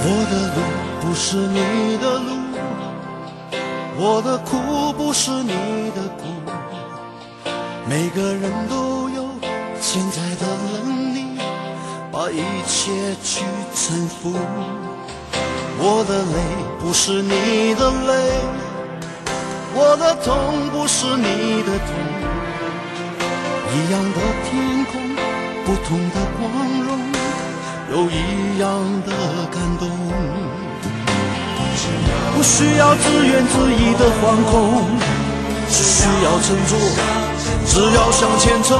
我的路不是你的路，我的苦不是你的苦。每个人都有潜在的能力，把一切去征服。我的泪不是你的泪，我的痛不是你的痛。一样的天空，不同的光荣。有一样的感动。不需要自怨自艾的惶恐，只需要振作，只要向前冲，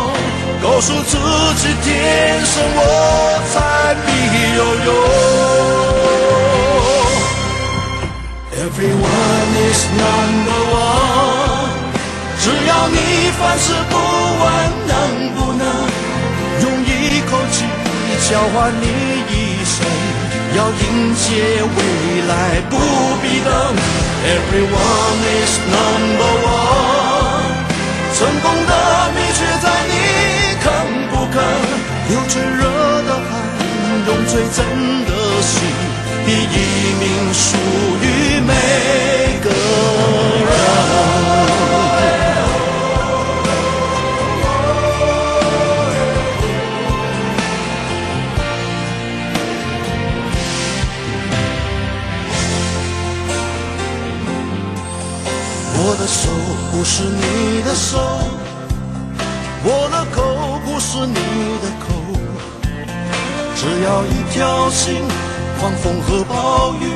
告诉自己天生我材必有用。Everyone is number one，只要你凡事不问能不能。用一口气交换你一生，要迎接未来，不必等。Everyone is number one，成功的秘诀在你肯不肯。有最热的汗，用最真的心，第一名属于每个人。我的手不是你的手，我的口不是你的口。只要一条心，狂风和暴雨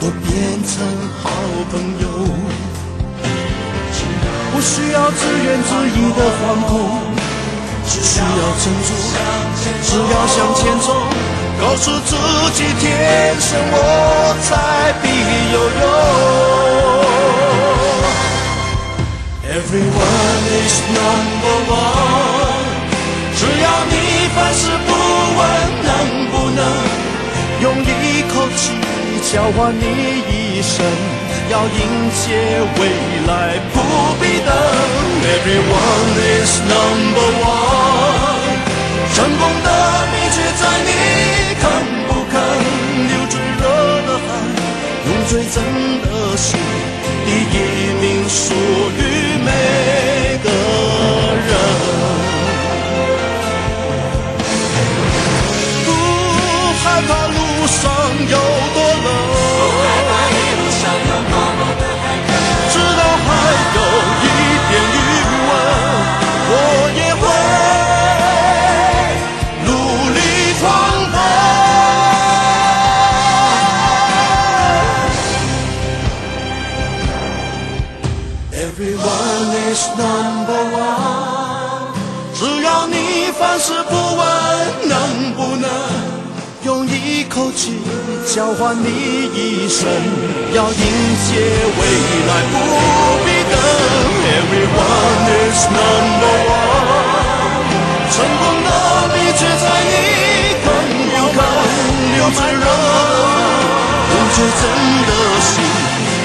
都变成好朋友。不需要自怨自艾的惶恐，只需要振作，只要向前冲，告诉自己天生我材必有用。Everyone is number one。只要你凡事不问能不能，用一口气交换你一生，要迎接未来，不必等。Everyone is number one。成功的秘诀在你肯不肯流最热的汗，用最真的心，第一名属于每个人。不害怕路上有多冷，知道还有一点余温，我也会努力狂奔。Everyone is number one。只要你凡事不问能不能，用一口气交换你一生，要迎接未来，不必等。Everyone is number one，成功的秘诀在你肯不肯，流最热的汗，用最真的心，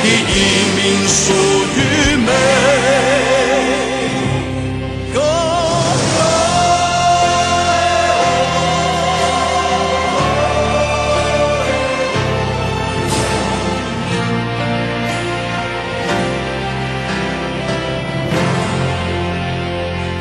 第一名属于每。Go, go!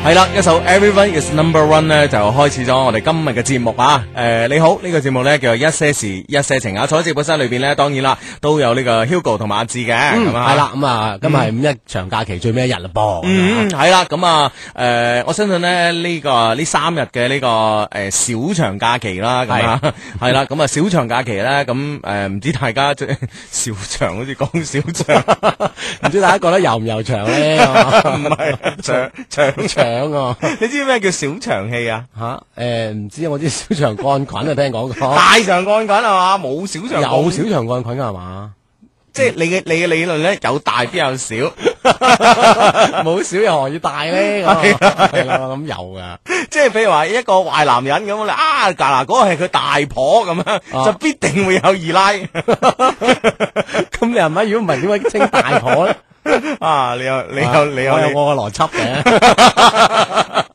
系啦，一首 Everyone is Number One 咧就開始咗我哋今日嘅節目啊！诶、你好，呢、個節目咧叫做一些事一些情啊！坐喺直播室裏边咧，當然啦，都有呢個 Hugo 同埋阿志嘅， 咁啊嗯系啦，咁啊，今日係五一長假期最尾一日啦噃。嗯，系啦，咁啊，诶、我相信咧呢、個呢三日嘅呢個诶、小長假期啦，咁啊， 係啦，咁啊小長假期咧，咁诶唔知大家即 小長好似講小長， 唔知大家覺得悠唔悠長 咧？長唔係長長長，啊， 你知唔知咩叫小長氣啊？吓诶，誒唔知我知小腸桿菌啊，聽 講過大腸杆菌係嘛，冇哦嗯小腸桿有小腸桿菌㗎 係嘛？即係你嘅你嘅理論咧，有大必有小， 冇小又何以大咧？咁啊係啦，咁有噶。即係譬如話一個壞男人咁你啊，嗱嗱嗰個係佢大婆咁樣，啊就必定會有二奶 咁你係咪如果唔係點解稱大婆咧？啊！ 你有你你 有你有我有你我嘅邏輯嘅。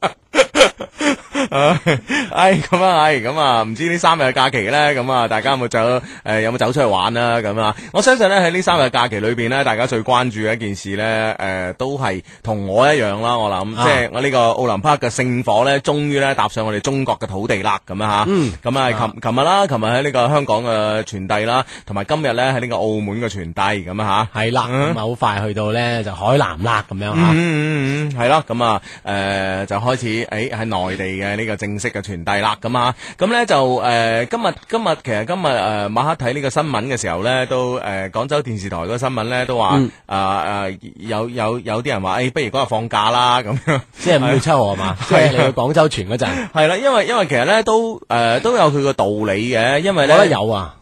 唉，咁啊，唉，咁啊，唔知呢三日嘅假期咧，咁啊，大家有冇走誒、有冇走出去玩啦？咁啊，我相信咧喺呢三日假期裏邊咧，大家最關注嘅一件事咧，誒、都係同我一樣啦。我諗，啊即係我呢個奧林匹克嘅聖火咧，終於咧踏上我哋中國嘅土地啦。咁啊嚇，咁啊，琴琴日啦，琴日喺呢個香港嘅傳遞啦，同埋今日咧喺呢個澳門嘅傳遞咁啊嚇。系啦，咁啊好快去到咧就海南啦咁啊樣吓。嗯嗯嗯，系啦，咁啊，诶、就開始诶喺內地嘅呢個正式嘅傳遞啦，咁啊，咁咧就诶、呃今日今日其實今日诶、呃、晚黑睇呢個新聞嘅時候咧，都诶广、廣州電視台嗰個新聞咧都話啊诶有有有啲人話诶、哎不如嗰日放假啦咁樣。即係五月七號 係嘛？即係你去廣州傳嗰陣，係啦，因為因為其實咧都诶、呃都有佢個道理嘅，因為我覺得咧有啊，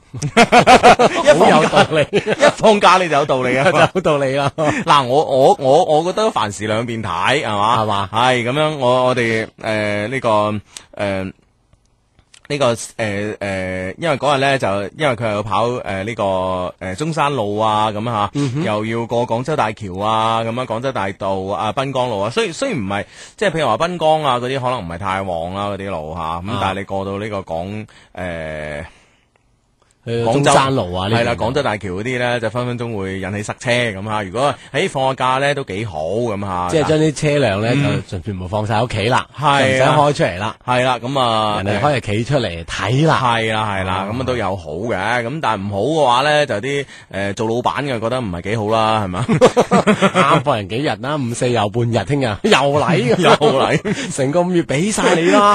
一好有放道 理，一放假你就有道理啊。有道理啦。 嗱，我我我我覺得凡事兩邊睇，係嘛，係嘛係咁樣，我我哋誒呢個誒。呢、個誒誒、呃因為嗰日咧就因為佢又跑誒呢、個誒、呃中山路啊咁嚇，嗯又要過廣州大橋啊咁樣廣州大道啊濱江路啊，雖雖然唔係即係譬如話濱江啊嗰啲可能唔係太旺啦嗰啲路嚇，咁、啊但係你過到呢個廣誒。呃去廣中州山路啊，呢係啦，邊廣州大橋嗰啲咧就分分鐘會引起塞車咁嚇。如果喺放下假咧都幾好咁啊嚇，即係將啲車輛咧就盡全部放晒喺屋企啦，就唔係使啊開出嚟啦，係啦，咁啊人哋可以企出嚟 睇啦。係啦係啦，咁啊都有好嘅，咁但係唔好嘅話咧就啲誒做老闆嘅覺得唔係幾好啦，係 嘛？ 啱放人幾日啦，五四又半日，聽日又 嚟，又嚟， 成個五月俾晒 你啦。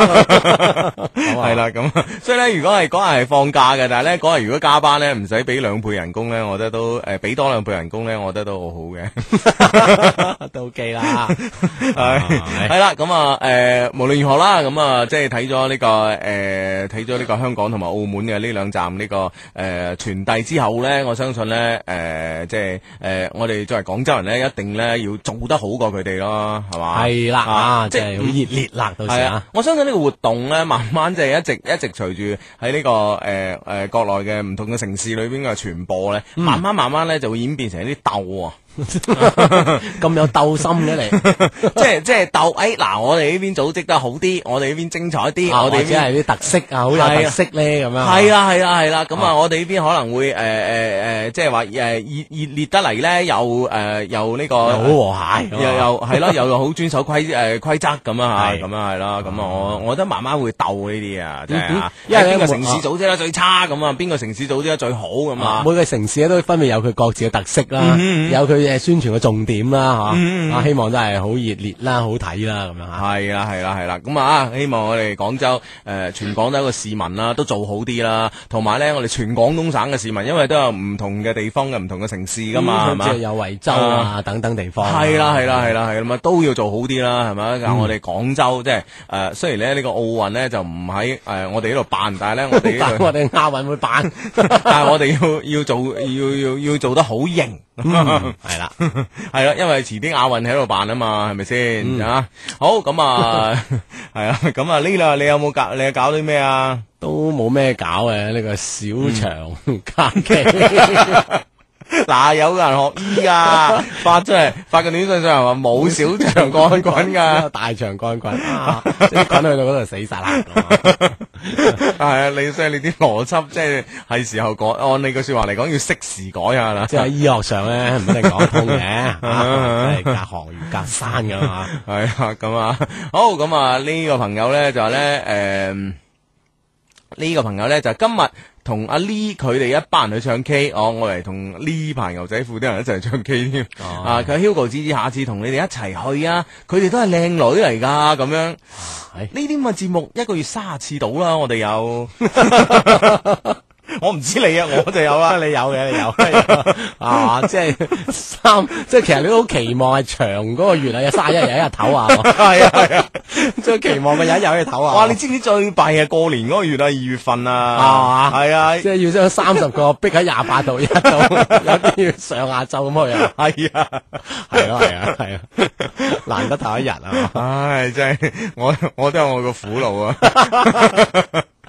係啦，咁啊所以咧，如果係嗰日係放假嘅，但係咧嗰日如果加班咧，唔使俾兩倍人工咧，我覺得都誒俾多兩倍人工咧，我覺得都好好嘅。都 OK 啦，系係啦，咁啊，诶，無論如何啦，咁啊，即係睇咗呢個诶，睇咗呢個香港同埋澳門嘅呢兩站呢個诶傳遞之後咧，我相信咧，诶，即係诶，我哋作為廣州人咧，一定咧要做得好過佢哋咯，係嘛？係啦啊，即即係係好熱烈啦，到時係啊啊，，我相信呢個活動咧，慢慢即係一直一直隨住喺呢個诶诶國內嘅唔同嘅城市裏邊嘅傳播咧，嗯慢慢慢慢咧就會演變成一啲鬥啊。咁有鬥心嘅你，即係即係鬥，哎嗱，我哋呢邊組織得好啲，我哋呢邊精彩啲，啊我或哋呢者邊。係啲特色啊，好有特色咧咁樣。系啦系啦系啦，咁啊啊我哋呢邊可能會诶诶诶，即係話诶熱熱烈得嚟咧，又诶又呢個又好和諧又又係咯，又又好遵守規诶规则咁啊係吓，咁啊係啦，咁啊我我覺得慢慢會鬥呢啲啊，真係嗯啊，因為咧邊個我城市組織得最差咁啊，邊個城市組織得最好咁啊啊嗯每。個城市咧都分別有佢各自嘅特色啦，有佢嘅宣傳嘅重點啦，嚇啊，希望真係好熱烈啦，好睇啦，咁啊樣嚇。係啦，係啦，係啦，咁啊，希望我哋廣州誒、呃全廣州嘅市民啦，都做好啲啦，同埋咧，我哋全廣東省嘅市民，因為都有唔同嘅地方嘅唔同嘅城市噶嘛，係嗯嘛、即係有惠州啊等等地方。係啦，係啦，係啦，係咁啊，都要做好啲啦，係咪？嗱，我哋廣州即係誒，呃雖然咧呢個奧運咧就唔喺誒我哋呢度辦，但係咧我哋呢 但度， 我哋亞運 會辦，但係我哋要要做要要要做得好型。 嗯係啦。係啦，因為遲啲亞運喺度辦啊嘛，係咪先啊？好咁啊，係啊，咁啊呢啦，你有冇搞？你有搞啲咩啊？ 都冇咩搞嘅呢個小長嗯 假期， 嗱，有人學醫噶，發出嚟發個短信上嚟話冇小腸桿菌噶，大長乾滾啊，即係滾去到嗰度死晒啦。咁啊 係啊，你所以你啲邏輯即係係時候改，按你個説話嚟講要適時改下啦。即係喺醫學上咧，唔一定講得通嘅，啊真係隔行如隔山咁啊。 係啊，咁啊，好咁啊，呢、個朋友咧就咧，诶、呢、個朋友咧就今日同阿 Lee 佢哋一班人去唱 K，哦，我嚟同呢排牛仔褲啲人一齊唱 K 添。哦啊，佢話 Hugo 子子下次同你哋一齊去啊，佢哋都係靚女嚟㗎，咁樣呢啊係啲咁嘅節目一個月卅次到啦，我哋 有。 我唔知你啊，我就有啦。 你有嘅，你有啊！即係三，即係其實你都好期望係長嗰個月啊，有卅一日有一日唞啊， 係啊係啊，即係期望嘅有一日可以唞啊。哇！你知唔知最弊啊？過年嗰個月啊，二月份啊，啊係啊，即係要將三十個逼喺廿八度一 度，有啲要上下晝咁去啊。係啊，係咯，係啊，係啊，難得唞一日啊。唉，真係我我都有我個苦惱啊，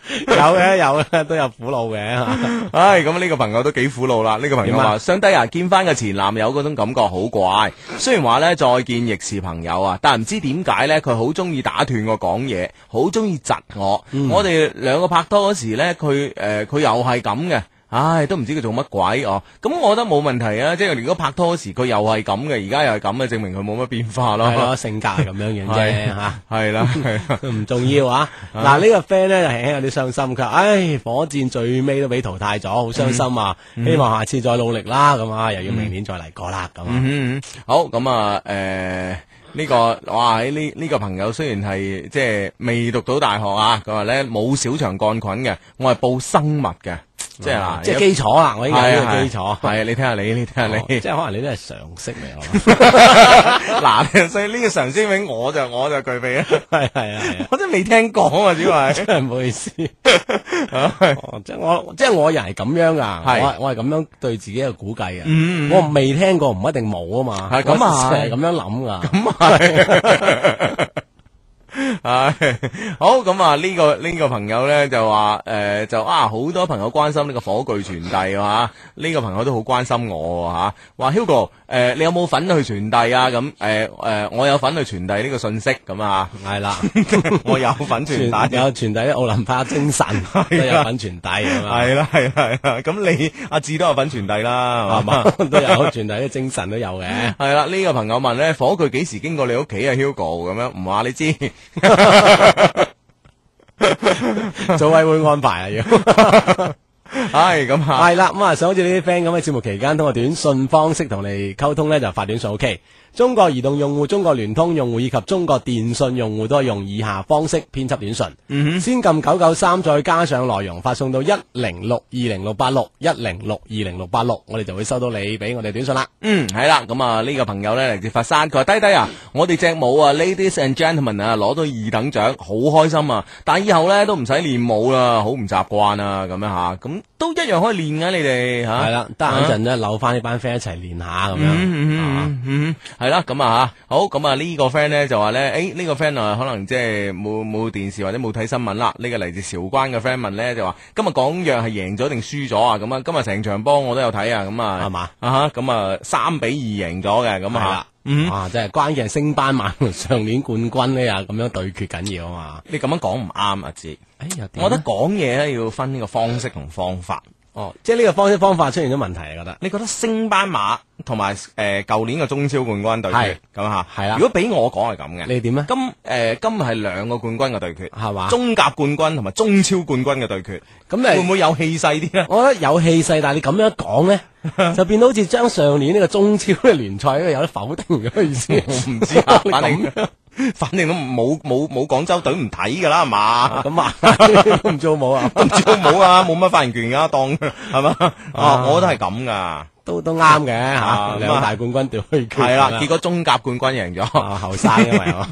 有嘅有嘅，都有苦惱嘅嚇。唉，咁呢個朋友都幾苦惱啦。呢、個朋友點話：啊相低啊，見翻個前男友嗰種感覺好怪。雖然話呢，再見亦是朋友啊，但唔知點解呢，佢好中意打斷我講嘢，好中意窒我。我哋兩個拍拖嗰時呢，佢誒佢又係咁嘅。唉，都唔知佢做乜鬼哦！咁我覺得冇問題啊，即係如果拍拖嗰時佢又係咁嘅，而家又係咁嘅，證明佢冇乜變化係咯。 咯，性格係咁樣樣啫嚇。係啦，係啦。唔重要啊！嗱，呢個 friend 咧就輕輕有啲傷心，佢話：，唉，火箭最尾都俾淘汰咗，好傷心啊！嗯希望下次再努力啦，咁啊，又要明年再嚟過啦，咁啊，嗯，嗯好咁啊，诶、呢、個哇！呢呢、個朋友雖然係即係未讀到大學啊，佢話咧冇小腸桿菌嘅，我係報生物嘅，啊即係嗱，啊即係有基礎啦，我已經有呢個基嗯係礎，係你聽下你，你聽下哦即你，係可能你都係常識嚟啊， 嗱，所以呢個常識名我就我就具備啊，係係啊係啊， 我真係未聽講啊，主要係。 真係唔好意思，哦即係我即係我人係咁樣噶，係我係我係咁樣對自己嘅估計嗯嘅，我未聽過唔一定冇啊嘛，係啊咁啊我係咁樣諗噶， 唉，好咁啊！呢、個呢、個朋友呢，就話诶、誒就啊好多朋友關心呢個火炬傳遞啊，呢、個朋友都好關心我吓、啊，話 Hugo 诶、你有冇份去傳遞啊？咁诶诶，我有份去傳遞呢個信息咁啊， 係啦。我有份傳有傳遞奧林匹克精神，啊都有份傳遞係嘛？係啦係啦係啦，咁你阿志都有份傳遞啦，係系嘛嘛？？ 都有傳遞啲精神都有 嘅。係啦，呢、個朋友問呢，火炬幾時經過你屋企啊？Hugo 咁樣唔話你知。組委會安排 啊要。唉，咁啊，係啦，咁啊，想好似呢啲 friend 咁喺節目期間通過短信方式同你溝通咧，就發短信 OK。中國移動用戶、中國聯通用戶以及中國電信用戶都係用以下方式編輯短信。嗯先撳九九三，再加上內容發送到一零六二零六八六一零六二零六八六，我哋就會收到你俾我哋短信啦。嗯，系啦，咁啊呢個朋友呢，嚟自佛山，佢話低低啊，我哋隻舞啊，ladies and gentlemen 啊，攞到二等獎，好開心啊！但以後呢，都唔使練舞啦，好唔習慣啊，咁樣吓，咁都一樣可以練噶、你哋吓。係啦，得閒陣咧，扭翻呢班 friend 一齊練下咁樣。啊啊嗯嗯，系啦，咁啊吓，好，咁啊呢個 friend 咧就話咧，诶呢個 friend 啊可能即係冇冇電視或者冇睇新聞啦。呢個嚟自韶關嘅 friend 問咧就話，今日港藥係贏咗定輸咗啊？咁啊，今日成場波我都有睇啊，咁啊，係嘛啊哈，咁啊三比二贏咗嘅，咁系啊啦，。啊，真系關鍵係升班馬同上年冠軍呢，又啊咁樣對決緊要啊嘛。你咁樣講唔啱啊！志，哎呀，我覺我覺得得講嘢咧要分呢個方式同方法。哦，即係呢個方式方法出現咗問題，你覺得？你覺得升班馬同埋誒舊年嘅中超冠軍對決係咁嚇？係啦如果俾我講係咁嘅，你點啊咧？今誒、呃今日係兩個冠軍嘅對決，係嘛中甲冠軍同埋中超冠軍嘅對決，咁會唔你，會有氣勢啲 咧？我覺得有氣勢，但係你咁樣講咧， 就變到好似將上年呢個中超嘅聯賽咧有得否定咁嘅意 思。我唔知啊，你反咁正反正都冇冇冇廣州隊唔睇㗎啦，係嘛？ 咁啊， 都唔做冇啊，都唔知好冇啊， 冇乜發言權㗎，當係嘛？啊，我都係咁㗎，都都啱嘅啊咁啊吓，兩大冠軍對決係啦，結果中甲冠軍贏咗。啊後生因為啊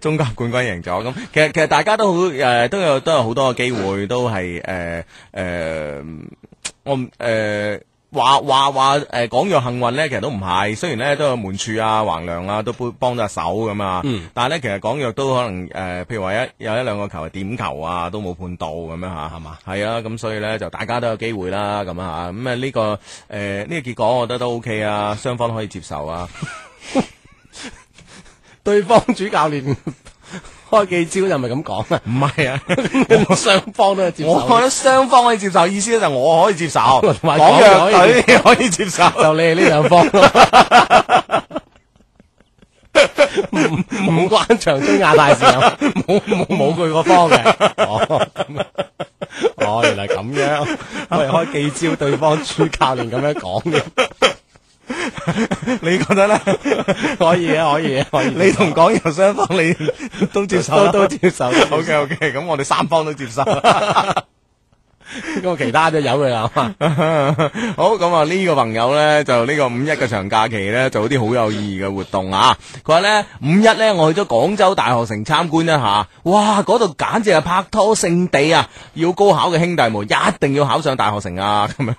中甲冠軍贏咗，咁其實其實大家都好誒、呃都有都有好多嘅機會，都係誒誒，我唔誒話話話誒講樣幸運咧，其實都唔係。雖然咧都有門柱啊、橫梁啊都幫幫咗手咁啊，但係咧其實講樣都可能誒、呃譬如話一有一兩個球係點球啊，都冇判到咁樣嚇，係嘛？係啊，咁所以咧就大家都有機會啦，咁啊咁啊呢個誒呢、個結果，我覺得都 OK 啊，雙方都可以接受啊。對方主教練 開記招就咪咁講啊，唔係啊。雙方都係接受我覺得雙方可以接受，意思咧就我可以接受， 同埋港港藥隊隊 你可以接受。 就你哋呢兩方咯。唔唔關長春亞大事啊，冇冇冇佢嗰方嘅。哦，咁哦，原來咁樣，我哋開記招，對方主教練咁樣講嘅，你覺得咧？可以嘅，可以嘅，可以嘅。你同港藥雙方你都接受都啦都 接受， O K O K，咁我哋三方都接受。咁其他都有佢啦。 好咁啊！呢個朋友呢，就呢個五一嘅長假期呢，做啲好有意義嘅活動啊！佢話呢，五一呢，我去咗廣州大學城參觀一下，哇！嗰度簡直係拍拖聖地啊！要 高考嘅兄弟們一定要考上大學城啊！咁樣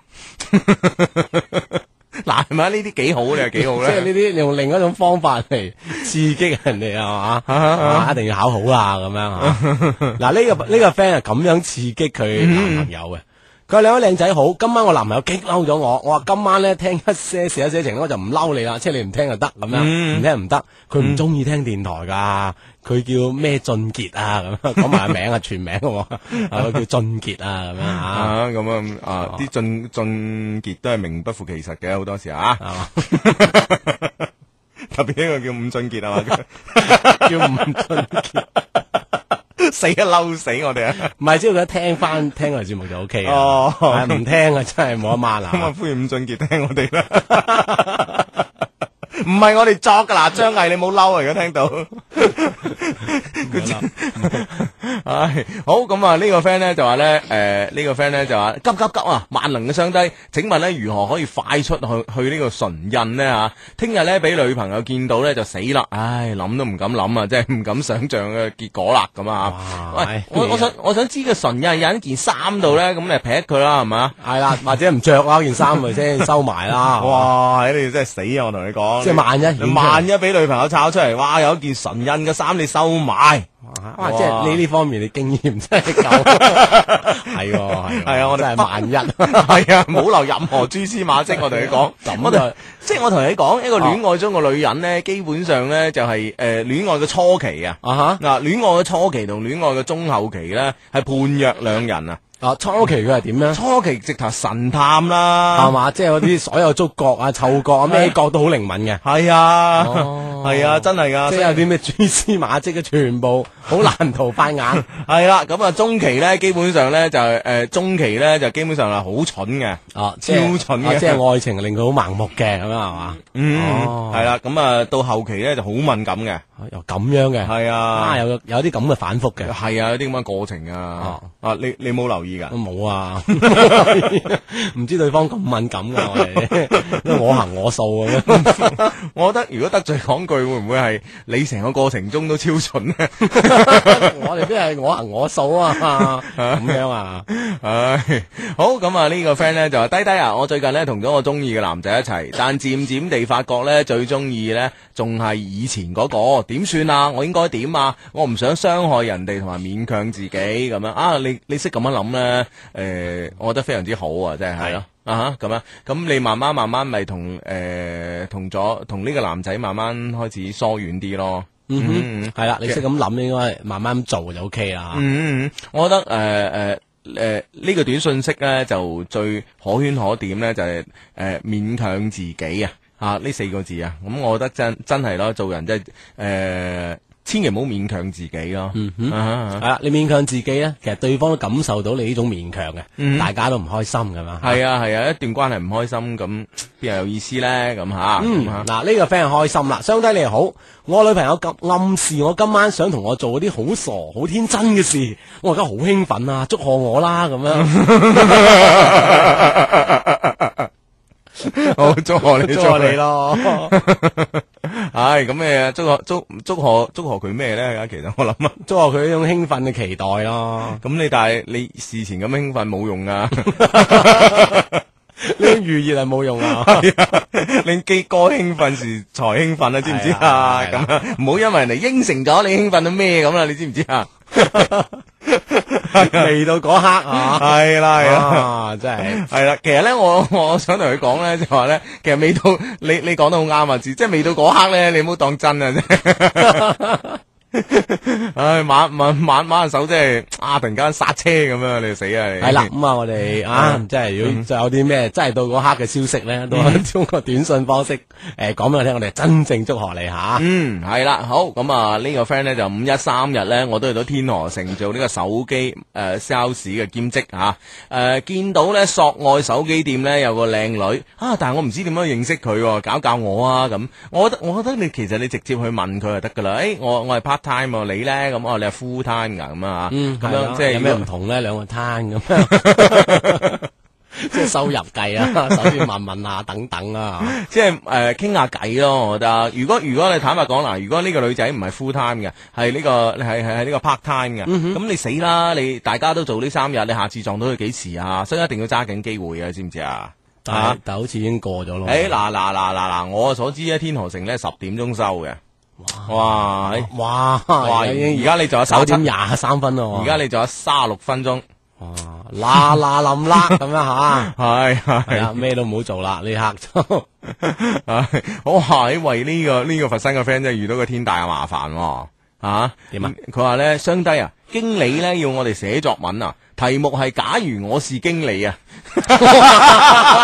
嗱，係咪呢啲幾好你係幾好即係呢咧？啲你用另一種方法嚟刺激人哋啊嘛，啊一定要考好啦咁樣 啊。嗱呢個呢個 friend 啊咁樣刺激佢男朋友嘅。佢話兩位靚仔好，今晚我男朋友激嬲咗我，我話今晚咧聽一些事一些情，我就唔嬲你啦，即係你唔聽就得咁樣，唔聽唔得。佢唔中意聽電台噶，佢叫咩俊傑啊咁樣，講埋個名啊全名嘅喎， 啊佢叫俊傑啊咁樣啊。啊，咁啊，啊，啲俊俊傑都係名不符其實嘅，好多時啊， 特別呢個叫伍俊傑啊嘛， 叫吳俊 傑，死啊嬲死我哋啊！唔係，只要佢一聽翻聽我哋節目就 O K 哦啊，唔聽啊真係冇得掹咁啦 啊，。歡迎伍俊傑聽我哋啦。唔係我哋作噶啦，張毅你冇嬲啊！而家聽到，唉，好咁啊！呢個 friend 咧就話咧，誒呢個 friend 咧就話急急急啊！萬能嘅雙低，請問咧如何可以快速去去呢個唇印呢？嚇？聽日咧俾女朋友見到咧就死啦！唉，諗都唔敢諗啊，即係唔敢想象嘅結果啦咁啊！哇喂，我咩啊我想我想知個唇印有一件衫度咧，咁你劈佢啦，係嘛？係啦，或者唔着啦件衫咪先收埋啦。哇！你哋真係死啊！我同你講，即係萬一顯出你嚟萬一俾女朋友抄出嚟，哇！有一件神印嘅衫你收 埋，哇！即係呢呢方面你經驗真係 夠，係喎係喎係啊我哋真係萬一係啊，冇留任何蛛絲馬跡。我同你講，咁啊我就哋即係我同你講，一個戀愛中嘅女人咧，基本上咧就係誒戀愛嘅初期啊。啊嗱，戀愛嘅初期同戀愛嘅中後期咧，係判若兩人啊！吓啊初期佢係點咧？初期直頭神探啦，係嘛？即係嗰啲所有觸覺啊、嗅 覺啊、哎咩覺都好靈敏嘅。係啊，哦係啊，真係噶，所即以係有啲咩蛛絲馬跡嘅，全部好難逃翻 眼。系啦，咁啊中期咧，基本上咧就诶、呃中期咧就基本上係好蠢嘅，啊，超即係蠢啊嘅，即係愛情令佢好盲目嘅咁樣係嘛？嗯哦係啦，咁啊到後期咧就好敏感嘅，啊又咁樣嘅，嗯係啊啊，有有啲咁嘅反覆嘅，係啊，有啲咁嘅過程啊，哦啊你你冇留意噶我，冇啊， 唔知對方咁敏感噶，我哋因為我行我素啊咁樣， 我覺得如果得罪講句，會唔會係你成個過程中都超蠢咧？ 我哋邊係我行我素啊嘛，咁樣啊，唉，好咁啊！呢個 friend 咧就話低低啊，我最近咧同咗我中意嘅男仔一齊，但漸漸地發覺咧最中意咧仲係以前嗰、個，點算啊？我應該點啊？我唔想傷害人哋同埋勉強自己咁樣啊！你你識咁樣諗咧？誒、我覺得非常之好啊，真係係咯。啊哈咁樣，咁你慢慢慢慢咪同誒同咗同呢個男仔慢慢開始疏遠啲咯。嗯哼，係啦，你識咁諗，應該慢慢做就 OK 啦。嗯，嗯嗯我覺得誒誒誒呢個短信息咧就最可圈可點咧，就係、誒、勉強自己啊啊呢四個字啊，咁、我覺得真真係咯，做人真係誒、呃千祈唔好勉強自己咯。嗯哼。啊係啦，你勉強自己咧，其實對方都感受到你呢種勉強嘅，大家都唔開心咁樣。係啊係啊，一段關係唔開心咁，邊有意思咧？咁吓，嗯，咁啊嗱呢個 friend 開心啦，相低你好，我女朋友咁暗示我今晚想同我做嗰啲好傻、好天真嘅事，我而家好興奮啊，祝賀我啦咁樣，嗯 好祝賀你，祝賀 你咯，唉，咁誒，祝賀祝祝賀祝賀佢咩咧？其實我諗啊。祝賀佢呢種興奮嘅期待 咯，咁你但係你事前咁興奮冇用 啊！呢種預熱係冇用啊， 你既過興奮時才興奮啊，知唔知係啊？啊係咁啊啊唔好因為人哋應承咗你興奮到咩咁啦，你知唔知啊？未到嗰刻啊，係啦係啦。啊真係。系啦，其實咧，我我想同佢講咧，就話咧，其實未到你你讲得好啱啊，子即係未到嗰刻咧，你唔好當真啊，啫。 唉，晚晚晚晚下手即係啊，突然間剎車咁樣，你就死啊你！係啦，咁啊，我哋啊，真係嗯要再有啲咩，真係到嗰刻嘅消息咧，都可以通過短信方式誒講俾我聽，我哋真正祝賀你嚇。嗯，係啦，好咁啊，呢個 friend 咧就五一三日咧，我都去到天河城做呢個手機誒 sales 嘅兼職嚇，誒、見到咧索愛手機店咧有個靚女啊，但係我唔知點樣認識佢喎，搞搞我啊咁，我覺得我覺得你其實你直接去問佢就得㗎啦，誒、我我係 part time 喎，你咧咁哦我你係 full time 㗎咁啊，嗯，咁係咯樣即係有咩如唔果同咧？兩個攤咁樣， 即係收入計啊，首先問問下等等啊，即係誒傾下偈咯，我覺得。如果如果你坦白講嗱，如果呢個女仔唔係 full time 嘅，係呢、個係係係呢個 part time 嗯嘅，咁、你死啦！你大家都做呢三日，你下次撞到佢幾時啊？所以一定要揸緊機會啊，知唔知啊？但係哦但係好似已經過咗咯。诶，嗱嗱嗱嗱嗱，我所知咧，天河城咧十點鐘收嘅。哇！哎哇哇！哇，哦啊已而經家你仲有九手點啊點，廿三分咯喎，而家你仲有三十六分鐘。，嗱嗱冧啦咁樣吓係係係啊，咩都唔好做啦，呢刻 就 係，我話喺為呢個呢個佛山嘅 friend 真係遇到個天大嘅麻煩喎。啊，點啊？佢話咧，相低啊，經理咧要我哋寫作文啊，題目係假如我是經理啊。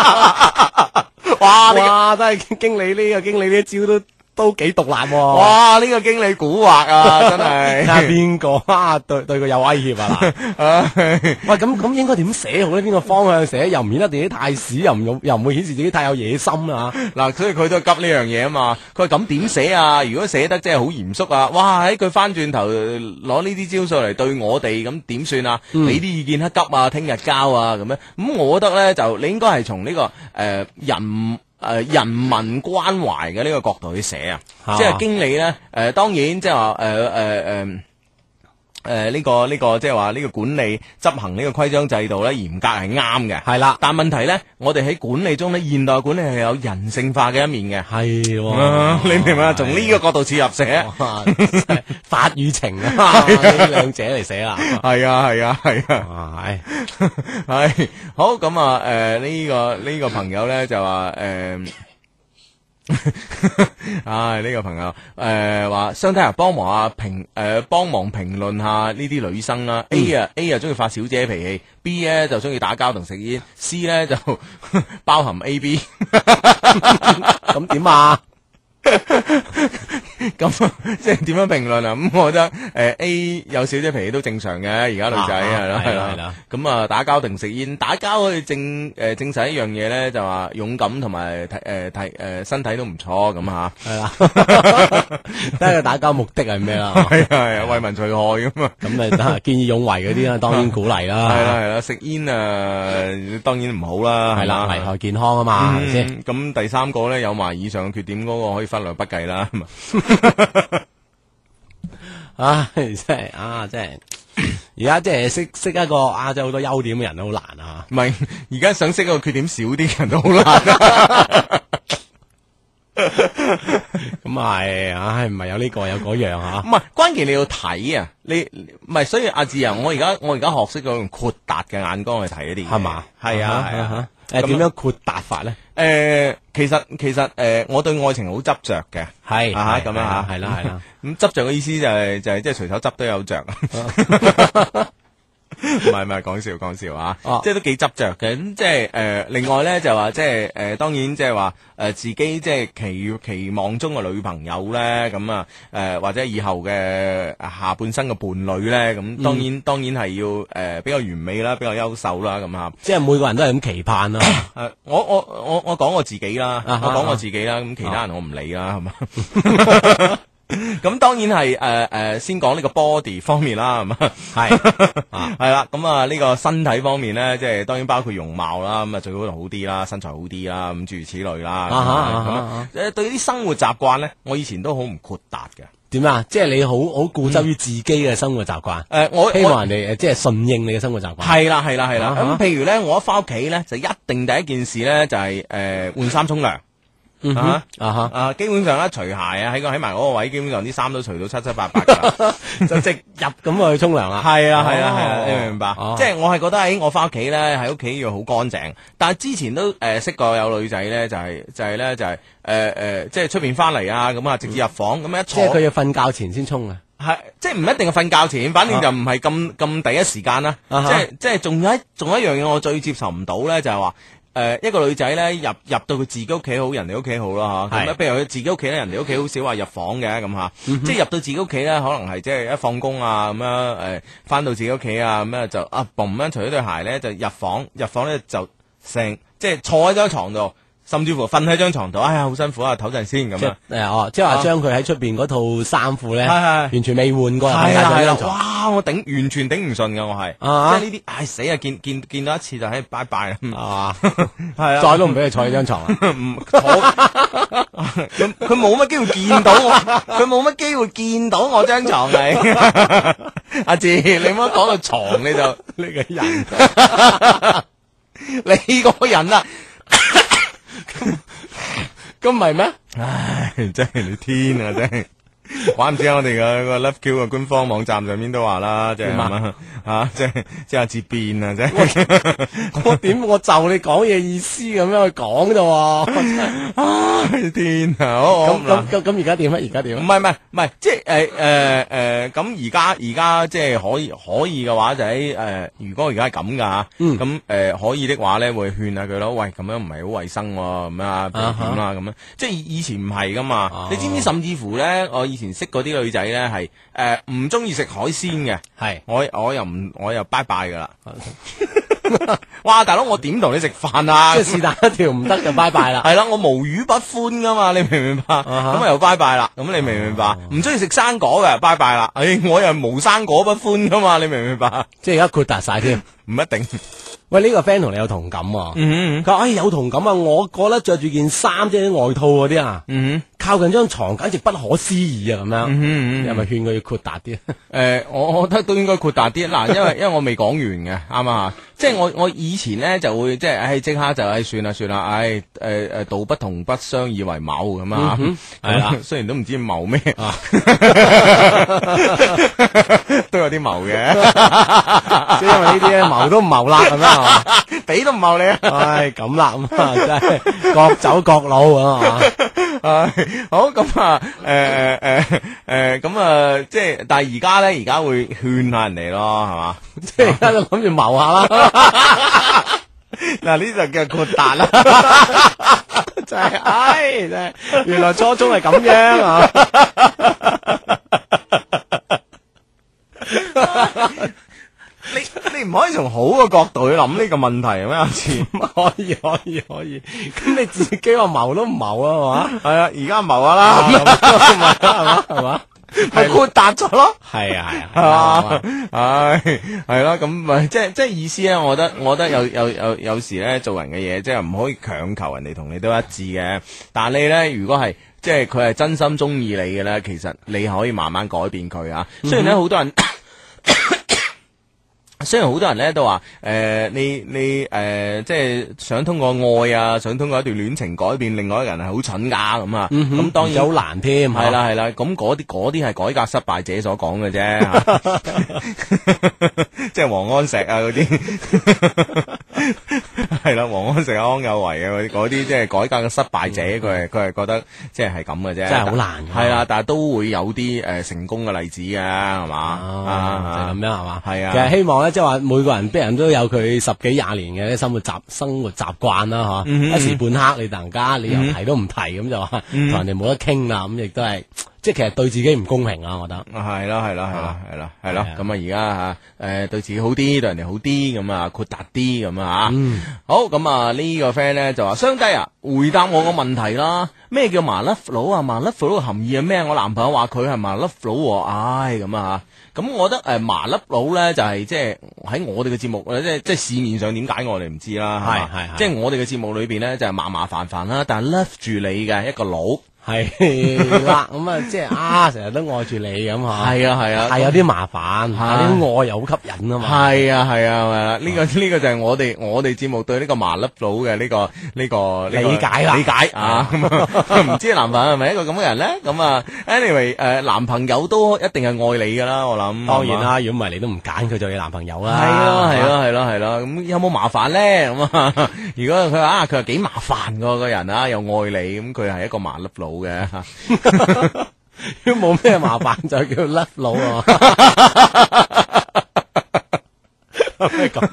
哇！呢個哇，真係經理呢個經理呢一招都都幾毒辣喎。哇！呢個經理蠱惑啊，真睇下係。邊個啊，對對佢有威 脅啊嗱。唉喂，咁咁應該點寫好咧？邊個方向寫又唔顯得自己太屎，又唔又唔會顯示自己太有野心啊啦？ 嗱，所以佢都急呢樣嘢啊嘛。佢話咁點寫啊？如果寫得真係好嚴肅啊，哇！喺佢翻轉頭呃攞呢啲招數嚟對我哋，咁點算啊？俾啲、意見黑急啊，聽日交啊，咁樣。咁、我覺得咧，就你應該係從呢、個誒、呃人。誒、人民關懷嘅呢個角度去寫啊，啊即係經理咧誒、呃，當然即係話誒誒誒。呃誒呢、個呢、個即係話呢個管理執行呢個規章制度咧，嚴格係啱嘅。係啦但問題咧，我哋喺管理中咧，現代管理係有人性化嘅一面嘅。係啊 喎，你明唔明啊？從呢個角度切入寫。哇真係法與情啊 嘛，呢兩者嚟寫啦。係啊係啊係啊哇唉係好咁啊誒呢個呢、個朋友咧就話誒。 唉，呢、個朋友誒話，相睇人幫忙啊評誒幫忙評論下呢啲女生啦。A 啊 A 啊中意發小姐脾氣，B 咧就中意打交同食煙，C 咧就 包含 A B。咁點啊？ 咁即係點樣評論啊？ 咁我覺得诶 A 有小姐脾氣都正常嘅，而家女仔啊係咯係係啦係啦啦。咁啊打交定食煙，打交可以證诶證實一樣嘢咧，就話勇敢同埋體诶體诶身體都唔錯咁啊吓。係 啦，睇下佢打交目嗯的係咩啦？ 係啊係啊，為民除害咁啊。咁咪得見義勇為嗰啲啊，當然鼓勵啦。係啦係啦，食煙啊當然唔好啦，係啦，嘛危害健康啊嘛，係咪先？ 嗯咁第三個咧有埋以上嘅缺點嗰個可以忽略不計啦。唉，真係啊，真係，而家即係識 識一個亞洲好多優點嘅人都好難啊！唔係，而家想識嗰個缺點少啲嘅人都好難。 咁係，唉，唔係有呢個有嗰樣啊唔！係，關鍵你要睇啊！你唔係，所以阿志啊，我而家我而家學識咗用豁達嘅眼光去睇一啲嘢，係嘛？係啊，係啊。誒咁點樣豁達法咧？誒，呃其實其實誒，我對愛情好執着嘅。係啊咁係樣嚇，係啦係啦。 咁執着嘅意思就係就係即係隨手執都有着。啊 唔係唔係，講笑講笑啊哦！即係都幾執着嘅，咁即係誒、呃另外咧就話即係誒、呃，當然即係話誒自己即係期期望中嘅女朋友咧，咁啊誒或者以後嘅下半生嘅伴侶咧，咁當然、嗯當然係要誒、呃比較完美啦，比較優秀啦，咁啊即係每個人都係咁期盼啊啦。 誒、我我我我講我自己啦，啊哈啊我講我自己啦，咁其他人我唔理啦，係 嘛？咁當然係誒誒，先講呢個 body 方面啦，係嘛？ 係啊係啦，咁啊呢個身體方面咧，即係當然包括容貌啦，咁啊最好就好啲啦，身材好啲啦，咁諸如此類啦。咁啊哈啊啊咁哈啊誒對於啲生活習慣咧，我以前都好唔豁達嘅。點啊？即係你好好固執於自己嘅生活習慣，誒呃我希我望人哋誒呃即係順應你嘅生活習慣。係啦係啦係啦，啊咁譬如咧，我一翻屋企咧，就一定第一件事咧就係誒換衫沖涼。啊啊哈！啊，基本上咧除鞋啊，喺個喺埋嗰個位，基本上啲衫都除到七七八八 㗎。就直入咁去沖涼啦。係啦，係啦，啊哦係啦，你明唔明白？哦即係我係覺得喺我翻屋企咧，喺屋企要好乾淨。但係之前都誒識過有女仔咧，就係就係咧就係誒誒，即係出邊翻嚟啊，咁啊直接入房咁一即係佢坐，要瞓覺前先沖啊！係即係唔一定係瞓覺前，反正就唔係咁咁第一時間啦。即啊哈係即係仲有一仲有一樣嘢我最接受唔到咧，就係話。誒、一個女仔咧入入到佢自己屋企好，人哋屋企好啦嚇。咁係譬如佢自己屋企咧，人哋屋企好少話入房嘅咁嚇，嗯即係入到自己屋企咧，可能係即係一放工啊咁樣誒，翻到自己屋企啊咁樣就啊嘣咁樣除咗對鞋咧就入房，入房咧就成即係坐喺張床度，甚至乎瞓喺張床度，哎呀好辛苦啊，唞陣先咁即係樣。誒哦，即係話將佢喺出邊嗰套衫褲咧，係係完全未換 過，係啦係係啦，哇！我頂完全頂唔順嘅我係，啊即係呢啲唉死啊！見見見到一次就喺拜拜啦，啊！係 啊再都唔俾佢坐喺 張床啊！唔坐，佢佢冇乜機會見到 我，佢冇乜機會見到我張床係。 阿志，你唔好講到 床你就 呢個人你個人啊，咁唔係咩？唉，真係你天啊，真係。玩唔知我哋嘅個 Love Q 嘅官方網站上面都話啦，即係點啊係嘛啊，即係即係阿哲變啊，即係。我點我就你講嘢意思咁樣去講咋喎？唉， 天啊！我我咁咁咁咁而家點啊？而家點唔啊？係唔係唔係，即係誒誒誒，咁而家而家即係可以可以嘅話就喺誒、呃如果而家係咁噶嚇，嗯咁誒、呃可以的話咧會勸下佢咯，喂咁樣唔係好衞生喎、咁啊點啦咁樣，即係以前唔係噶嘛，啊你知唔知甚至乎咧，我以前識嗰啲女仔咧係誒唔中意食海鮮嘅，係我我又唔我又拜拜噶 啦，哇大佬我點同你食飯啊？ 即係是但一條唔得就拜拜 啦。系啦，我無魚不歡噶嘛，你明唔明白？咁啊又哦拜拜啦，咁你明唔明白？唔中意食生果嘅，拜拜啦。诶，我又無生果不歡噶嘛，你明唔明白？即係而家豁達晒添。唔一定。喂，呢、個 friend 同你有同感喎、嗯佢話：，哎，有同感啊！我覺得着住件衫即係啲外套嗰啲啊，嗯靠近張床簡直不可思議啊！咁樣，嗯你係咪勸佢要豁達 啲？诶、我我覺得都應該豁達啲 嗱，因為因為我未講完嘅，啱啊，即係我我以前咧就會即係，唉、即刻就唉算啦算啦，唉诶诶，道不同不相以為謀咁啊，係啦、 啊雖然都唔知謀咩， 都有啲謀嘅，即係因為呢啲咧謀都唔謀啦，咁樣係嘛？ 俾都唔謀你啊！唉，咁啦，咁啊，真係各走各路啊 嘛！唉，好咁啊，诶诶诶诶，誒咁啊，即系但系而家咧，而家會勸下人哋咯，係嘛？即係而家都諗住謀下啦。 嗱，呢就叫豁達啦。真系，唉，真系，原來初中係咁樣啊！你你唔可以從好嘅角度去諗呢個問題嘅咩？阿志可以，可以，可以。咁你自己話謀都唔謀啊，係嘛？係啊，而家謀下 啦，係嘛？係嘛？咪豁達咗咯。係啊，係 啊，啊， 係唉，系啦，咁咪即系即系意思咧，我覺得我覺得有有有有时咧做人嘅嘢，即係唔可以強求人哋同你都一致嘅。但你咧，如果係即係佢係真心中意你嘅咧，其實你可以慢慢改變佢啊。雖然咧好多人。 雖然好多人咧都話，誒、你你誒、呃即係想通過愛啊，想通過一段戀情改變另外一個人係好蠢㗎咁啊。咁、嗯當然有好難添，系啦系啦，咁嗰啲嗰啲係改革失敗者所講 嘅啫，即係王安石啊嗰啲， 係啦，王安石啊、安有為啊嗰啲，嗰啲即係改革嘅失敗者，佢係佢係覺得即係係咁嘅啫，真係好難㗎係啦，但係都會有啲誒成功嘅例子嘅，係嘛？啊，就係咁樣係嘛？係啊其實希望咧，即係話每個人，必人都有佢十幾廿年嘅生活習生活習慣啦，嚇。一時半刻你突然間你又提都唔提，咁就話同人哋冇得傾啦，咁亦都係，即係其實對自己唔公平啊，我覺得。係啦，係啦，係啦，係啦，係啦係啊。咁啊，而家吓，誒對自己好啲，對人哋好啲，咁啊，豁達啲，咁啊吓。好，咁啊呢個 friend 咧就話：雙低啊，回答我個問題啦。咩叫麻甩佬啊？麻甩佬嘅含義係咩？我男朋友話佢係麻甩佬喎，唉咁啊吓。咁我覺得誒麻甩佬咧就係即係喺我哋嘅節目咧，即係即係市面上點解我哋唔知啦，係嘛係係係即係我哋嘅節目裏邊咧就係麻麻煩煩啦，但係 love 住你嘅一個佬。係啦，咁啊，即係啊，成日都愛住你咁嚇。係啊係啊，係有啲麻煩，但係呢啲愛又好吸引啊嘛。系啊系啊系啦，呢個呢個就係我哋我哋節目對呢個麻甩佬嘅呢個呢個呢個理解啦理解啊， 咁啊唔知男朋友係咪一個咁嘅人咧？咁啊，anyway 诶，男朋友都一定係愛你噶啦，我諗當然。啦，如果唔係你都唔揀佢做你男朋友系啦。咯，系啊咯，系咯，系咯，咁有冇麻煩咧？咁啊， 如果佢話啊，佢話幾麻煩個個人啊，又愛你，咁佢係一個麻甩佬嘅。 都冇咩麻煩，就叫甩佬啊！ 咁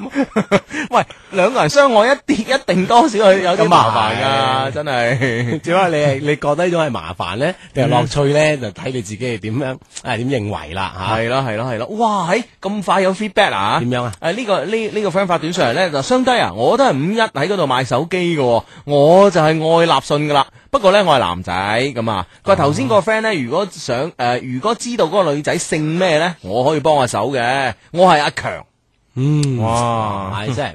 喂，兩個人相愛一啲，一定多少有有啲咁麻煩係噶，真係。只不過你係你覺得呢種係麻煩咧，定係樂趣咧，就睇你自己係點樣啊點認為啦系啦系啦系啦，哇！喺咁快有 feedback 啊？點樣啊诶，呢個呢呢個 friend 發短信嚟咧，就相低啊！我都係五一喺嗰度買手機嘅喎，我就係愛立信噶啦。不過咧，我係男仔咁啊。佢話頭先哦個 friend 咧，如果想诶，如果知道嗰個女仔姓咩咧，我可以幫下手嘅。我係阿強。嗯，哇！係真係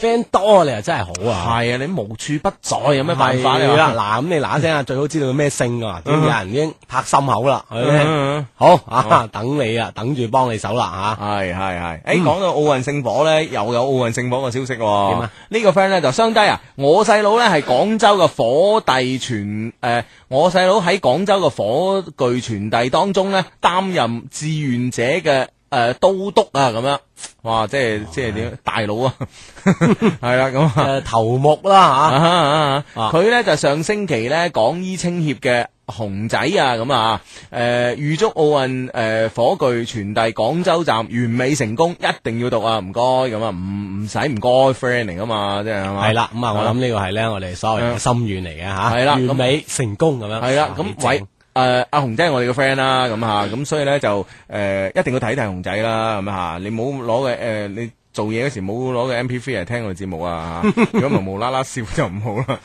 friend 多你又真係好啊！係啊，你無處不在，有咩辦法係咧？啦，嗱咁你嗱一聲啊，最好知道佢咩姓啊，點有人已經拍心口啦，係咪先嗯好啊，等你啊，等住幫你手啦系系系，哎誒講到奧運聖火咧，又有奧運聖火嘅消息喎。嗯點啊呢個 friend 咧就相低啊，我細佬咧係廣州嘅火遞傳誒，我細佬喺廣州嘅火炬傳遞當中咧擔任志願者嘅。誒、都督啊咁樣，哇！即係即係哦點大佬啊， 係啦咁啊吓，誒頭目啦啊啊佢咧就上星期咧港醫青協嘅。熊仔啊，咁啊，誒、預祝奧運誒、呃火炬傳遞廣州站完美成功，一定要讀啊！唔該咁啊，唔唔使唔該 friend 嚟噶嘛，即係係吓，嘛？係啦，咁啊，我諗呢個係咧我哋所有人嘅心願嚟嘅吓，係啦咁完美成功咁樣，係啦，啊幾咁正喂。誒阿紅姐係我哋嘅 friend 啦，咁嚇，咁所以咧就誒一定要睇睇紅仔啦，咁嚇，你冇攞嘅誒你。做嘢嗰時冇攞個 MP3 嚟聽我哋節目 啊！嚇如果唔係無啦啦笑就唔好啦。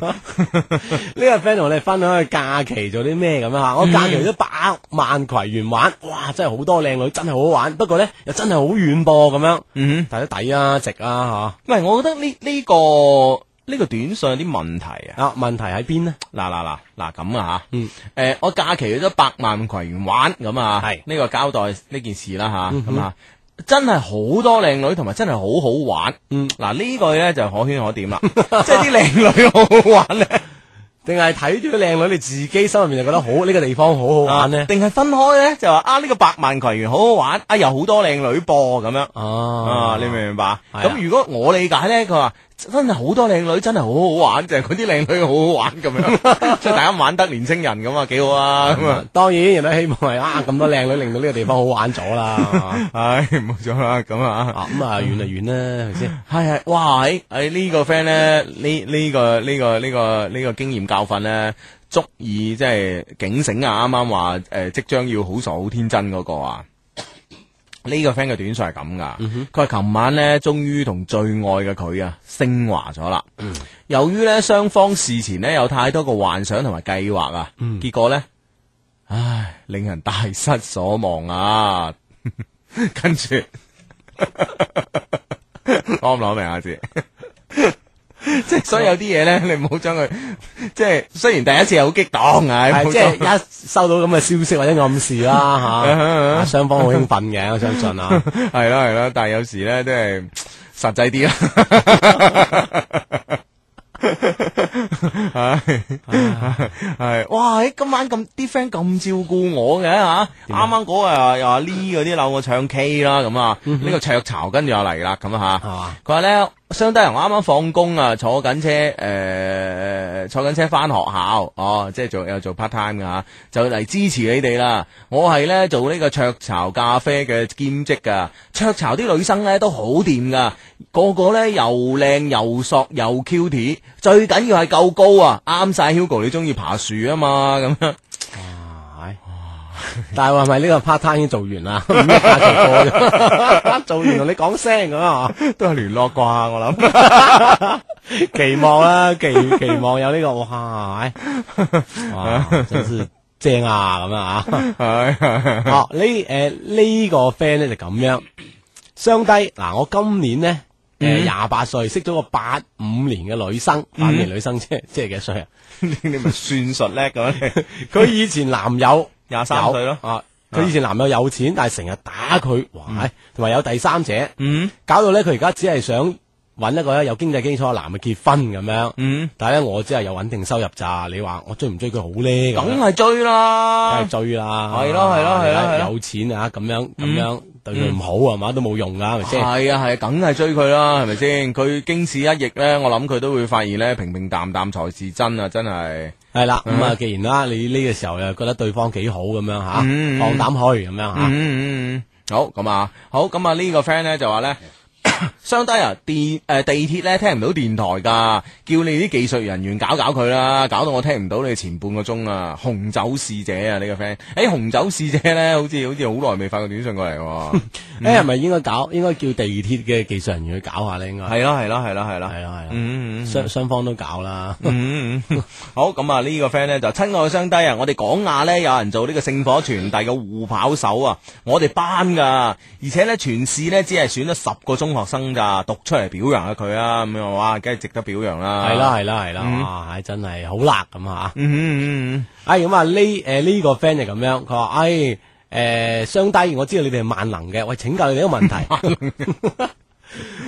呢個 friend 同我哋分享佢假期做啲咩咁樣吓，我嗯假期都百萬葵園玩，哇！真係好多靚女，真係好好玩。不過咧又真係好遠噃咁樣，嗯但係都抵啊，值啊唔係，我覺得呢呢、個呢、個短信有啲問題啊！吓。啊，問題喺邊呢？嗱嗱嗱嗱咁啊嚇，嗯誒我假期去咗百萬葵園玩咁啊，係嗯呢個交代呢件事啦吓，咁啊。真係好多靚女，同埋真係好好玩。嗯嗱呢句咧就可圈可 點啦，即係啲靚女好好玩咧，定係睇住啲靚女，你自己心入面就覺得好呢個地方好好玩啊呢？定係分開咧就話啊呢個百萬葵園好好玩，啊有好多靚女噃咁樣。啊哦，，你明唔明白？係啊咁如果我理解咧，佢話真係好多靚女，真係好好玩，就係嗰啲靚女好好玩咁樣， 即係大家玩得年青人咁啊，幾好啊咁啊啊，當然人都希望係啊咁多靚女令到呢個地方好玩咗啦。啊唉，冇咗啦，咁啊，啊咁啊遠就遠啦，係咪先？係係，哇，喺喺呢個 friend 咧，呢呢個呢個呢個呢個經驗教訓咧，足以即係警醒啊！啱啱話誒，即將要好傻好天真嗰個啊！呢個 friend 嘅短信係咁噶，嗯佢話琴晚呢，終於同最愛嘅佢啊升華咗啦。嗯由於呢，雙方事前呢有太多個幻想同埋計劃啊，嗯結果呢，唉，令人大失所望啊！ 跟住， 攞唔攞明啊？字， 即係所以有啲嘢呢，你唔好將佢，即係雖然第一次係好激動 啊，係冇即錯係一收到咁嘅消息或者暗示 啦吓，啊雙方好興奮嘅，我相信 啊。 系啦系啦，但系有時咧都係實際啲啊啦。係系，哇！咦今晚咁啲 friend 咁照顧我嘅吓，啱啱嗰個又話又話呢嗰啲扭我唱 K 啦咁啊，呢個雀巢跟住又嚟啦咁啊係嘛吓，佢話咧，相低人我啱啱放工啊，坐緊車诶、坐緊車翻學校，哦，即係做又做 part time 嘅吓，就嚟支持你哋啦。我係咧做呢個雀巢咖啡嘅兼職噶，雀巢啲女生咧都好掂噶，個個咧又靚又索又 Q T，最緊要係夠高啊，啱晒 Hugo 你中意爬樹啊嘛，咁樣唉但係話咪呢個 part time 已經做完 啦，五一假期過咗， 做完同你講聲咁啊，都係聯絡啩，我諗。期望啦，期期望有呢、個哇，唉 哇，真是正啊咁啊係 哦，呢誒呢個 friend 咧就咁樣，相低嗱，我今年呢，誒廿八歲，識咗個八五年嘅女生，八五年女生即係即係幾歲啊？你咪算術叻咁， 佢以前男友23有歲咯啊，佢以前男友有錢，但係成日打佢，哇，同埋有第三者，嗯搞到咧佢而家只係想揾一個咧有經濟基礎嘅男嘅結婚咁樣，嗯，但係咧我只係有穩定收入咋，你話我追唔追佢好咧？咁梗樣係追梗啦係。追啦，啊係咯係咯係咯係咯有錢啊咁樣咁樣對佢唔好係嘛都冇用噶，係咪系先？啊系啊，梗系追佢啦，系咪先？佢經此一役咧，我諗佢都會發現咧，平平淡淡才是真啊！真係，係啦，咁啊，既然啦，你呢個時候又覺得對方幾好咁樣吓，嗯放膽去咁樣吓。嗯嗯嗯，好咁啊，好咁啊，呢個 friend 咧就話咧。相低啊，電誒、呃地鐵咧聽唔到電台噶，叫你啲技術人員搞搞佢啦，搞到我聽唔到你前半個鐘啊！紅酒侍者啊，呢、個 friend，誒、紅酒侍者咧，好似好似好耐未發個短信過嚟喎。誒係咪應該搞？應該叫地鐵嘅技術人員去搞下咧，應該係啦係啦係啦係啦係啦係啦，嗯嗯嗯雙雙方都搞啦。 嗯，嗯嗯好咁啊！呢個 friend 咧就親愛嘅雙低啊，我哋廣雅咧有人做呢個聖火傳遞嘅護跑手啊，我哋班噶，而且咧全市咧只係選咗十個中學生咋，讀出嚟表揚下佢啊，咁樣哇，梗係值得表揚啦。系啦系啦系嗯啦，哇！唉真係好辣咁吓。嗯，嗯嗯哎咁啊呢诶呢個 friend 就咁樣，佢話：哎诶相低，我知道你哋係萬能嘅，喂請教你哋一個問 題。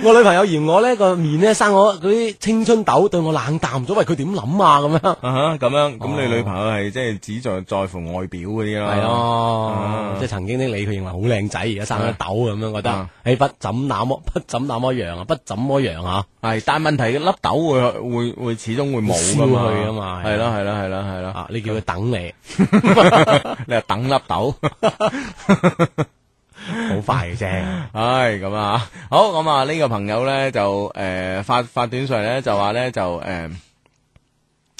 我女朋友嫌我呢個面呢生我嗰啲青春痘，對我冷淡咗，喂佢點諗啊咁樣？嗯，啊哈，咁樣，咁你女朋友係即係只在在乎外表嗰啲啦。係啊咯，即係曾經的你，佢認為好靚仔，而家生咗痘咁樣，覺得啊诶不怎那麼不怎那麼樣啊，不怎麼樣啊。系，但系问题粒豆會會會始終會冇噶嘛，燒佢㗎嘛係啦係啦係啦係啦， 啊！你叫佢等你，你話等粒 豆，好快 嘅啫。唉咁啊，好咁啊呢個朋友咧就诶、呃、發發短信嚟咧就話咧就诶、呃、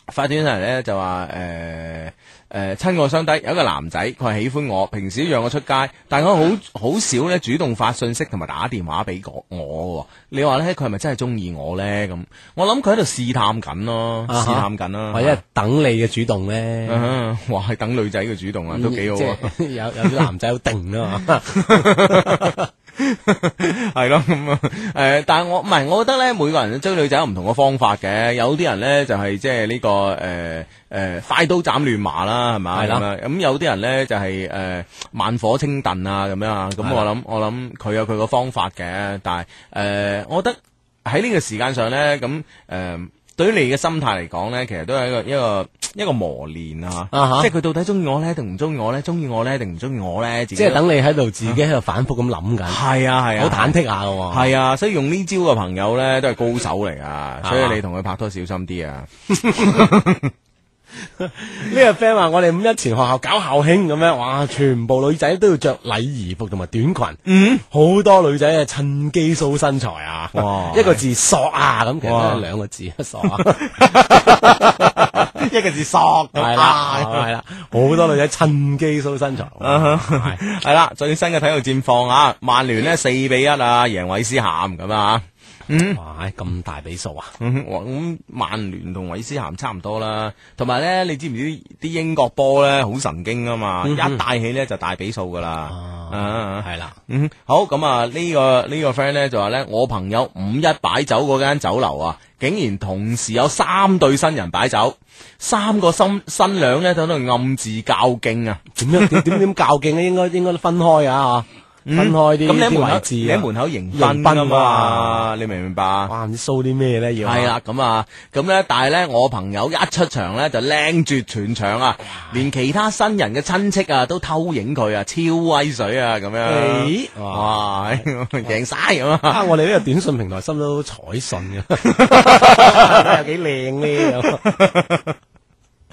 發短信嚟咧就話诶。诶，親我相低，有一個男仔，佢係喜歡我，平時都約我出街，但係佢好好 少咧主動發信息同埋打電話俾我我喎。你話咧，佢係咪真係中意我咧？咁我諗佢喺度試探緊咯，啊試哈探緊啦，或者係等你嘅主動咧。嗯啊 哇，係等女仔嘅主動啊，都幾好啊，即係 有有啲男仔好 定啊嘛，係咯咁啊，誒，但係我唔係，我覺得咧，每個人追女仔有唔同嘅方法嘅，有啲人咧就係即係呢個誒誒快刀斬亂麻啦，係咪？係啦咁樣咁有啲人咧就係誒慢火清燉啊咁樣啊，嗯咁我諗我諗佢有佢個方法嘅，但係誒，我覺得喺呢個時間上咧，咁誒。對於你嘅心態嚟講咧，其實都係一個一個一個磨練啊啊哈即係佢到底中意我咧，定唔中意我咧？中意我咧，定唔中意我咧？即即係等你喺度自己喺度反覆咁諗緊，好系啊系啊，忐忑下嘅喎。系啊，所以用呢招嘅朋友咧都係高手嚟啊噶，所以你同佢拍拖小心啲 啊。呢個 friend 話我哋五一前學校搞校慶咁樣，哇！全部女仔都要着禮儀服同埋短裙，嗯，好多女仔啊趁機 show 身材啊，哇一個字索啊咁，其實哇都係兩個字 索啊，一个字索啊係啦係啦，好多女仔趁機 show 身材，係系啦，最新嘅體育戰況啊，曼聯呢四比一啊，贏韋斯咸咁啊。哇！咁大比數啊！嗯哇咁曼聯同韋斯咸差唔多啦，同埋咧，你知唔知啲英國波咧好神經啊嘛，嗯一帶起咧就大比數噶啦。啊啊係啦，嗯，好咁啊！呢、個呢、個 friend 咧就話咧，我朋友五一擺酒嗰間酒樓啊，竟然同時有三對新人擺酒，三個新新娘咧喺度暗自較勁啊！點樣點點點較勁咧？應該應該分開啊，分開嗯咁啲你喺門啲口位，置你啊喺門口迎迎賓賓啊啊嘛，你明唔明白啊？哇！唔知 show 啲咩咧要啊系啦，咁啊，咁咧，但系咧，我朋友一出場咧就靚絕全場啊，連其他新人嘅親戚啊都偷影佢啊，超威水啊，咁樣，咦哇， 贏晒咁啊！啊！我哋呢個短信平台心都彩信 嘅，有幾靚咧？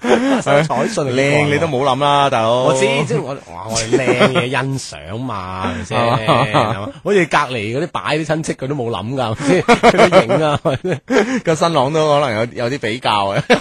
收彩信嚟靚你都講冇啊，諗啦，大佬。我知即係我哇！我哋靚嘢欣賞嘛，係咪 先？係嘛好似隔離嗰啲擺啲親戚，佢都冇諗㗎，係咪先？佢都影啊，係咪先 個新郎都可能有有啲比較啊嘅。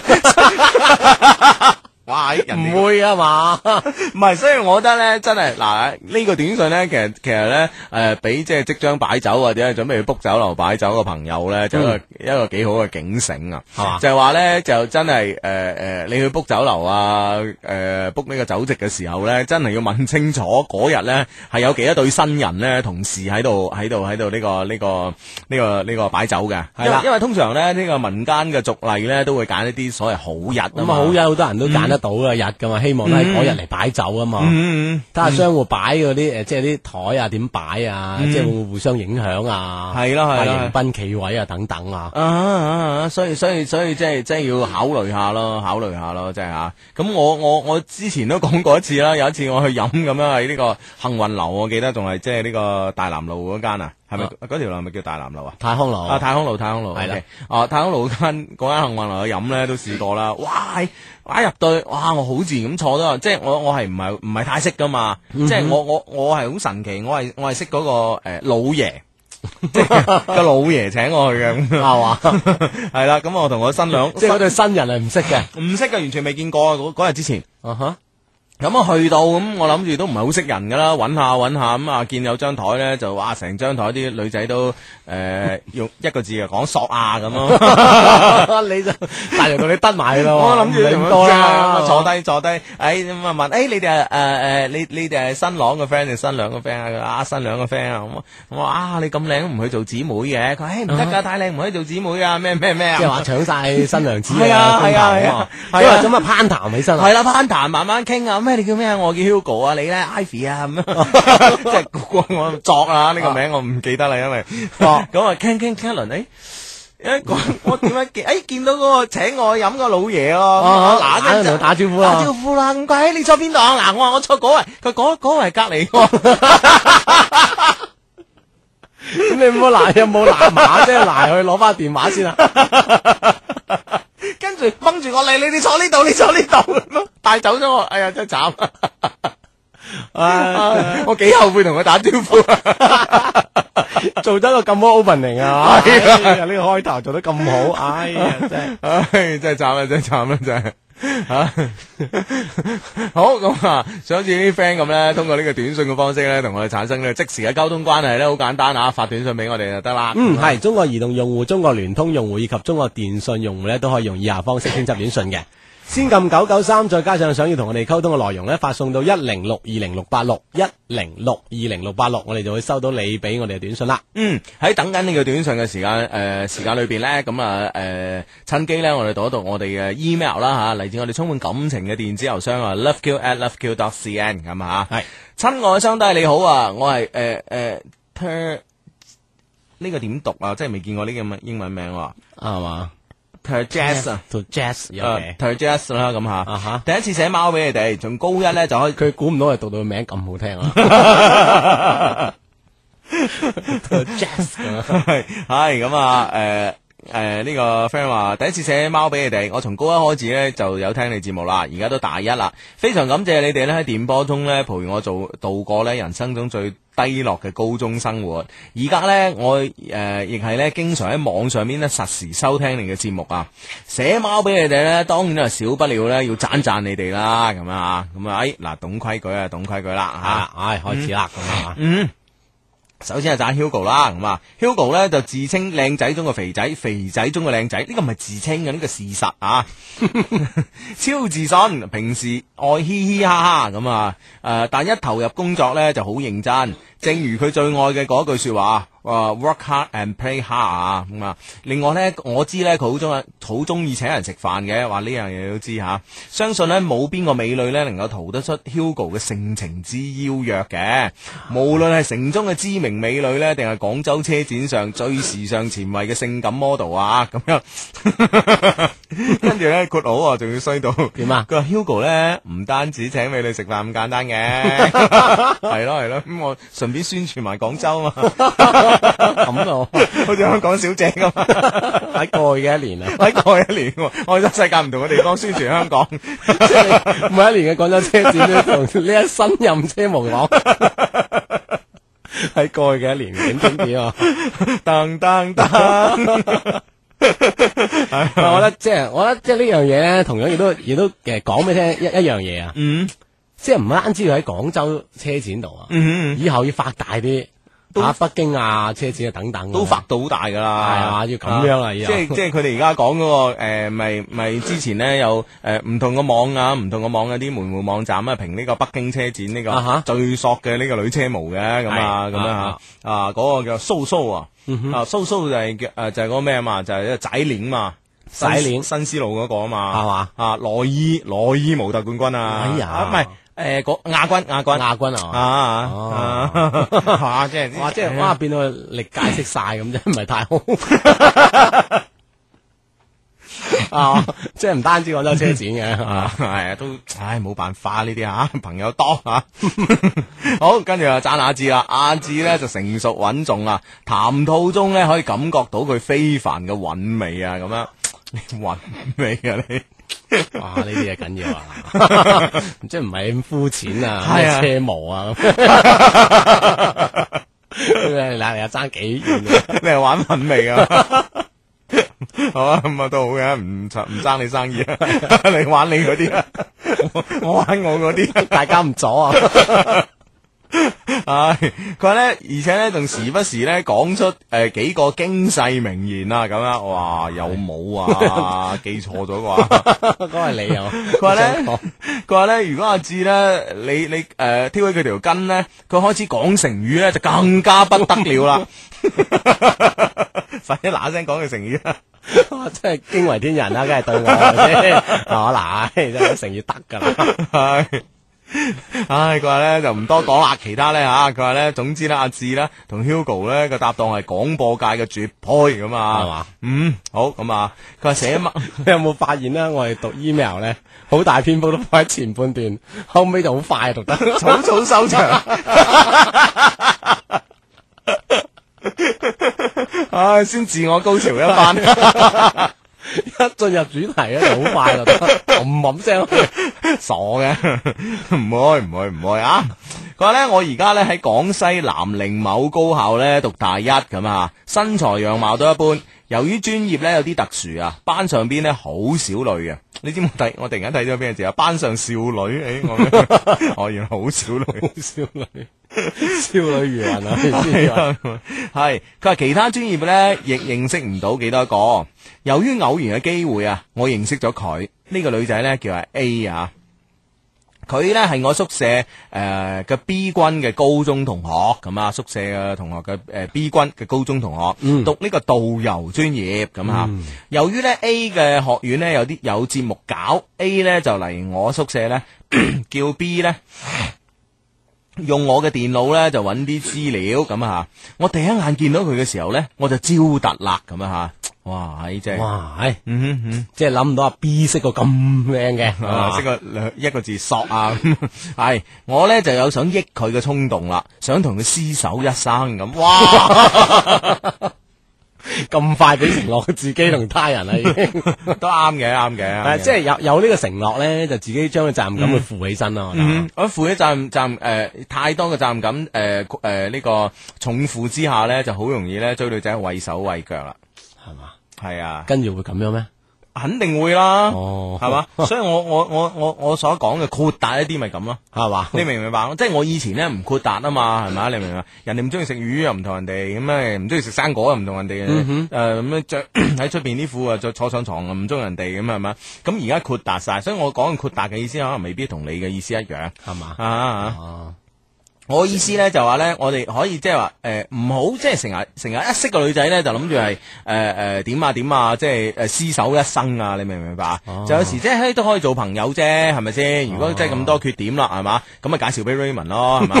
哇！人哋唔會啊 嘛？唔係，所以我覺得咧，真係嗱呢個短信咧，其實其實咧誒，俾、即係即將擺酒或者係準備去 book 酒樓擺酒嘅朋友咧，就一個、一個幾好嘅警醒啊！係嘛嗯就係話咧，就真係誒誒，你去 book 酒樓啊誒 book 呢個酒席嘅時候咧，真係要問清楚嗰日咧係有幾多對新人咧同時喺度喺度喺度呢個呢、個呢、個呢、個擺酒嘅，係啦因為因為通常咧呢、個民間嘅俗例咧都會揀一啲所謂好日啊咁啊，嘛好有好多人都揀得到嘅日㗎嘛，希望都係嗰日嚟擺酒啊嘛。嗯嗯。嗯睇下商户擺嗰啲誒，即係啲台啊點擺啊，嗯即係會唔會互相影響啊？係啦係啦啊迎賓企位啊等等啊。啊啊啊！所以所以所以即係即係要考慮下咯，考慮下咯，即係吓。咁我我我之前都講過一次啦，有一次我去飲咁樣喺呢個幸運樓，我記得仲係即係呢個大南路嗰間啊，係咪啊嗰條路係咪叫大南路啊？太康樓啊！太空路，太空路，係啦 OK。啊，太空路嗰間 嗰間幸運樓去飲咧，都試過啦。哇！一入到去，哇！我好自然咁坐咗，即係我我係唔係唔係太識噶嘛？即係我我我係好神奇，我係我係識嗰個誒老 爺，即係個老爺請我去嘅 咁樣係嘛？系啦，咁我同我新娘啊 即係新嗰對新人係唔識嘅。唔識嘅，完全未見過嗰嗰日之前。啊哈！咁啊去到咁，我諗住都唔係好識人噶啦，揾下揾下咁啊，見有張台咧就哇，成張台啲女仔都誒、呃用一個字就講索啊咁咯。啊 你就大條道理得埋咯， 我諗住唔理咁咁多多啦啦，，坐低坐低，哎咁啊問，哎你哋誒誒你你哋係新郎個 friend 定新娘個 friend 啊？啊新娘個 friend 啊，咁啊我話啊你咁靚都唔去做姊妹嘅，佢話哎唔得㗎，太靚唔可以做姊妹啊，咩咩咩即係啊。話搶晒新 娘子係啊公係啊頭係啊嘛係因為啊咁啊攀談起身啊系。啦，攀談慢慢傾啊，咩你叫咩啊？我叫 Hugo 啊，你咧 Ivy 啊咁 樣，即係我我作啊呢個名我唔記得啦，因為作咁啊傾傾傾一輪，诶，我我點樣見？诶見到嗰個請我飲個老爺啊咯，嗱啊一陣同佢打招呼啦打招呼啦，咁佢诶你坐邊度啊？嗱我話我坐嗰位，佢嗰嗰位係隔離喎。 咁你冇賴有冇賴馬啫？賴去攞翻電話先啦。啊 跟住掹住我嚟，你你坐呢度，你坐呢度咁咯，帶走咗我，哎呀真係 慘啊！唉我幾後悔同佢打招呼啊！做得個咁好 opening 啊！哎呀，呢個開頭做得咁好，哎呀，真係 唉，真系惨啦，真系惨啦，真系。吓好咁啊！想好似啲 friend 咁咧，通過呢個短信嘅方式咧，同我哋產生呢個即時嘅溝通關係咧，好簡單啊！發短信俾我哋就得啦。嗯，係中國移動用戶、中國聯通用戶以及中國電信用戶咧，都可以用以下方式編輯短信嘅。先撳九九三，再加上想要同我哋溝通嘅內容咧，發送到一零六二零六八六一零六二零六八六，我哋就會收到你俾我哋嘅短信啦。嗯，喺等緊呢個短信嘅時間誒、呃、時間裏邊咧，咁啊誒趁機咧，我哋讀一讀我哋嘅 email 啦嚇，嚟自我哋充滿感情嘅電子郵箱啊，loveq at loveq dot cn 咁啊，係親愛嘅雙低你好啊，我係誒誒 ter 呢個點讀啊，即係未見過呢個咁嘅英文名喎係嘛 ter jazz 啊。做 jazz 有誒嘅， Terjazz 啦咁啊哈吓，第一次寫貓俾你哋，從高一咧就開佢估唔到我哋讀到個名咁好啊聽啊 做！jazz 咁啊係 係咁啊誒。誒呢個 friend 話第一次寫貓俾你哋，我從高一開始咧就有聽你節目啦，而家都大一啦，非常感謝你哋咧喺電波通咧陪我做度過咧人生中最低落嘅高中生活。而家咧我誒亦係咧經常喺網上面咧實時收聽你嘅節目啊，寫貓俾你哋咧當然係少不了咧要讚讚你哋啦，咁啊咁啊誒嗱懂規矩啊懂規矩啦嚇。啊，唉，開始啦咁啊，首先係讚 Hugo 啦，咁啊，Hugo 咧就自稱靚仔中嘅肥仔，肥仔中嘅靚仔，呢、個唔係自稱嘅，呢、個事實啊，超自信，平時愛嘻嘻哈哈咁啊，誒、但一投入工作咧就好認真，正如佢最愛嘅嗰句説話。啊 work hard and play hard 啊，咁啊，另外咧，我知咧佢好中意好中意請人食飯嘅，話呢樣嘢都知吓、相信咧冇邊個美女咧能夠逃得出 Hugo 嘅性情之邀約嘅，無論係城中嘅知名美女咧，定係廣州車展上最時尚前衞嘅性感 model 啊，咁 樣。跟住咧，括號啊，仲要衰到點啊佢話 Hugo 咧唔單止請美女食飯咁簡單嘅，係咯係咯，咁我順便宣傳埋廣州啊 嘛，咁啊，好似香港小姐咁啊。喺過去嘅一年啊。喺過去一年喎，我去咗世界唔同嘅地方宣傳香港。每一年嘅廣州車展都同呢一新任車 模講，喺過去嘅一年景點點 啊！噔噔噔，我覺得即係，我覺得即係呢樣嘢咧，同樣亦都亦都誒講俾你聽一一樣嘢啊！嗯即係唔單止要喺廣州車展度啊，嗯，以後要發大啲，啊北京啊車展啊等等 啊，都發到好大噶啦，係啊要咁樣啦啊以即後係即係佢哋而家講嗰個誒，咪咪之前咧有誒唔同嘅網啊，唔同嘅網有啲門戶網站啊，評呢個北京車展呢啊哈個最索嘅呢個女車模嘅咁啊係嗯咁啊嚇啊嗰個叫蘇蘇啊。啊，蘇蘇就係叫誒就係嗰個咩啊嘛，就係仔鏈嘛，仔鏈新新思路嗰個啊嘛，係嘛啊，羅伊羅伊模特冠軍啊，哎呀啊唔係誒嗰亞軍亞軍亞軍啊！啊 啊啊！即係哦哇！即 係哇，變到力解釋晒咁啫，唔係太好。 啊！即係唔單止廣州車展嘅，啊，系啊，都唉冇辦法呢啲啊， 朋友多啊。好，跟住啊，讚阿志啦，阿志咧就成熟穩重啊，談吐中咧可以感覺到佢非凡嘅韻味啊，咁樣 韻味啊你。哇！呢啲嘢緊要啊， 即係唔係咁膚淺啊，係咩啊車模啊 咁。嗱，你又爭幾遠啊？ 你係玩品味啊？ 哦 好啊，咁啊都好嘅，唔唔爭你生意啊，你玩你嗰啲啊， 我玩我嗰啲。 大家唔阻啊！ 唉，佢話咧，而且咧，仲時不時咧講出诶、呃、几个经世名言啊，咁樣哇，有冇 啊？記錯咗啩？嗰個係你啊！佢話咧， 佢話咧，如果阿志咧，你你诶、呃挑起佢條筋咧，佢開始講成語咧，就更加不得了啦！ 快啲嗱嗱聲講佢成語啦！哇 真係驚為天人啊啦，梗係對我係咪 先啊嗱，真係成語得㗎啦。系。 唉，佢話咧就唔多講啦，其他咧吓，佢話咧總之咧阿志咧同 Hugo 咧個搭檔係廣播界嘅絕配咁啊，係嘛？嗯，好咁啊，佢話寫 乜？你有冇發現咧？我哋讀 email 咧，好大篇幅都放喺前半段，後尾就好快讀得。草草收場。唉，先自我高潮一番，一進入主題咧，就好快 就得，冚冚 聲。傻嘅， 唔會唔會唔會啊！佢話咧，我而家咧喺廣西南寧某高校咧讀大一咁啊，身材樣貌都一般。由於專業咧有啲特殊啊，班上邊咧好少女嘅。啊你知唔知我突我突然間睇咗邊個字啊？班上少女，誒、我 我原來好少女。少女，少女如雲啊！你知啊系，佢话其他專業咧亦認識唔到幾多個。由於偶然嘅機會啊，我認識咗佢呢個女仔咧，叫阿 A 啊。佢咧係我宿舍誒嘅、B 君嘅高中同學，咁啊宿舍嘅同學嘅誒、B 君嘅高中同學，讀呢個導遊專業咁啊。由於咧 A 嘅學院咧有啲有節目搞，A 咧就嚟我宿舍咧 叫 B 咧。用我嘅電腦呢，就揾啲資料咁啊！我第一眼見到佢嘅時候呢，我就焦突啦咁啊！哇！唉真係，哇，唉，即係諗唔到阿 B 識個咁靚嘅， 係啊嘛識個兩一個字索啊！ 係我呢就有想益佢嘅衝動啦，想同佢厮守一生 咁。哇！咁快俾承諾 自己同他人啦，啊 已經。都啱嘅，啱嘅啱誒嘅，啊即係有有呢個承諾咧，就自己將個責任感去負起身啊咯。我覺得嗯，我負嘅責任責任诶、呃太多嘅責任感诶诶呢個重負之下呢，就好容易呢追女仔畏手畏腳啦。係嘛？係啊，跟住會咁樣咩？肯定會啦。哦 係嘛？所以我我我我我所講嘅擴大一啲咪咁咯。係嘛？ 你明唔明白？即係我以前咧唔豁達啊嘛，係咪？你明唔明白？人哋唔中意食魚又唔同人哋，咁啊唔中意食生果又唔同人哋，誒咁樣着 喺出邊啲褲啊，再坐上床啊唔中意人哋咁係咪？咁而家豁達晒，所以我講嘅豁達嘅意思可能未必同你嘅意思一樣係嘛？啊啊。哦，我意思咧就話咧，我哋可以即係話誒唔好即係成日成日一識個女仔咧就諗住係誒誒點啊點啊，即係誒厮守一生啊！你明唔明白啊？就有時即係嘿都可以做朋友啫，係咪先？如果真係咁多缺點啦，係嘛？咁咪介紹俾 Raymond 咯，係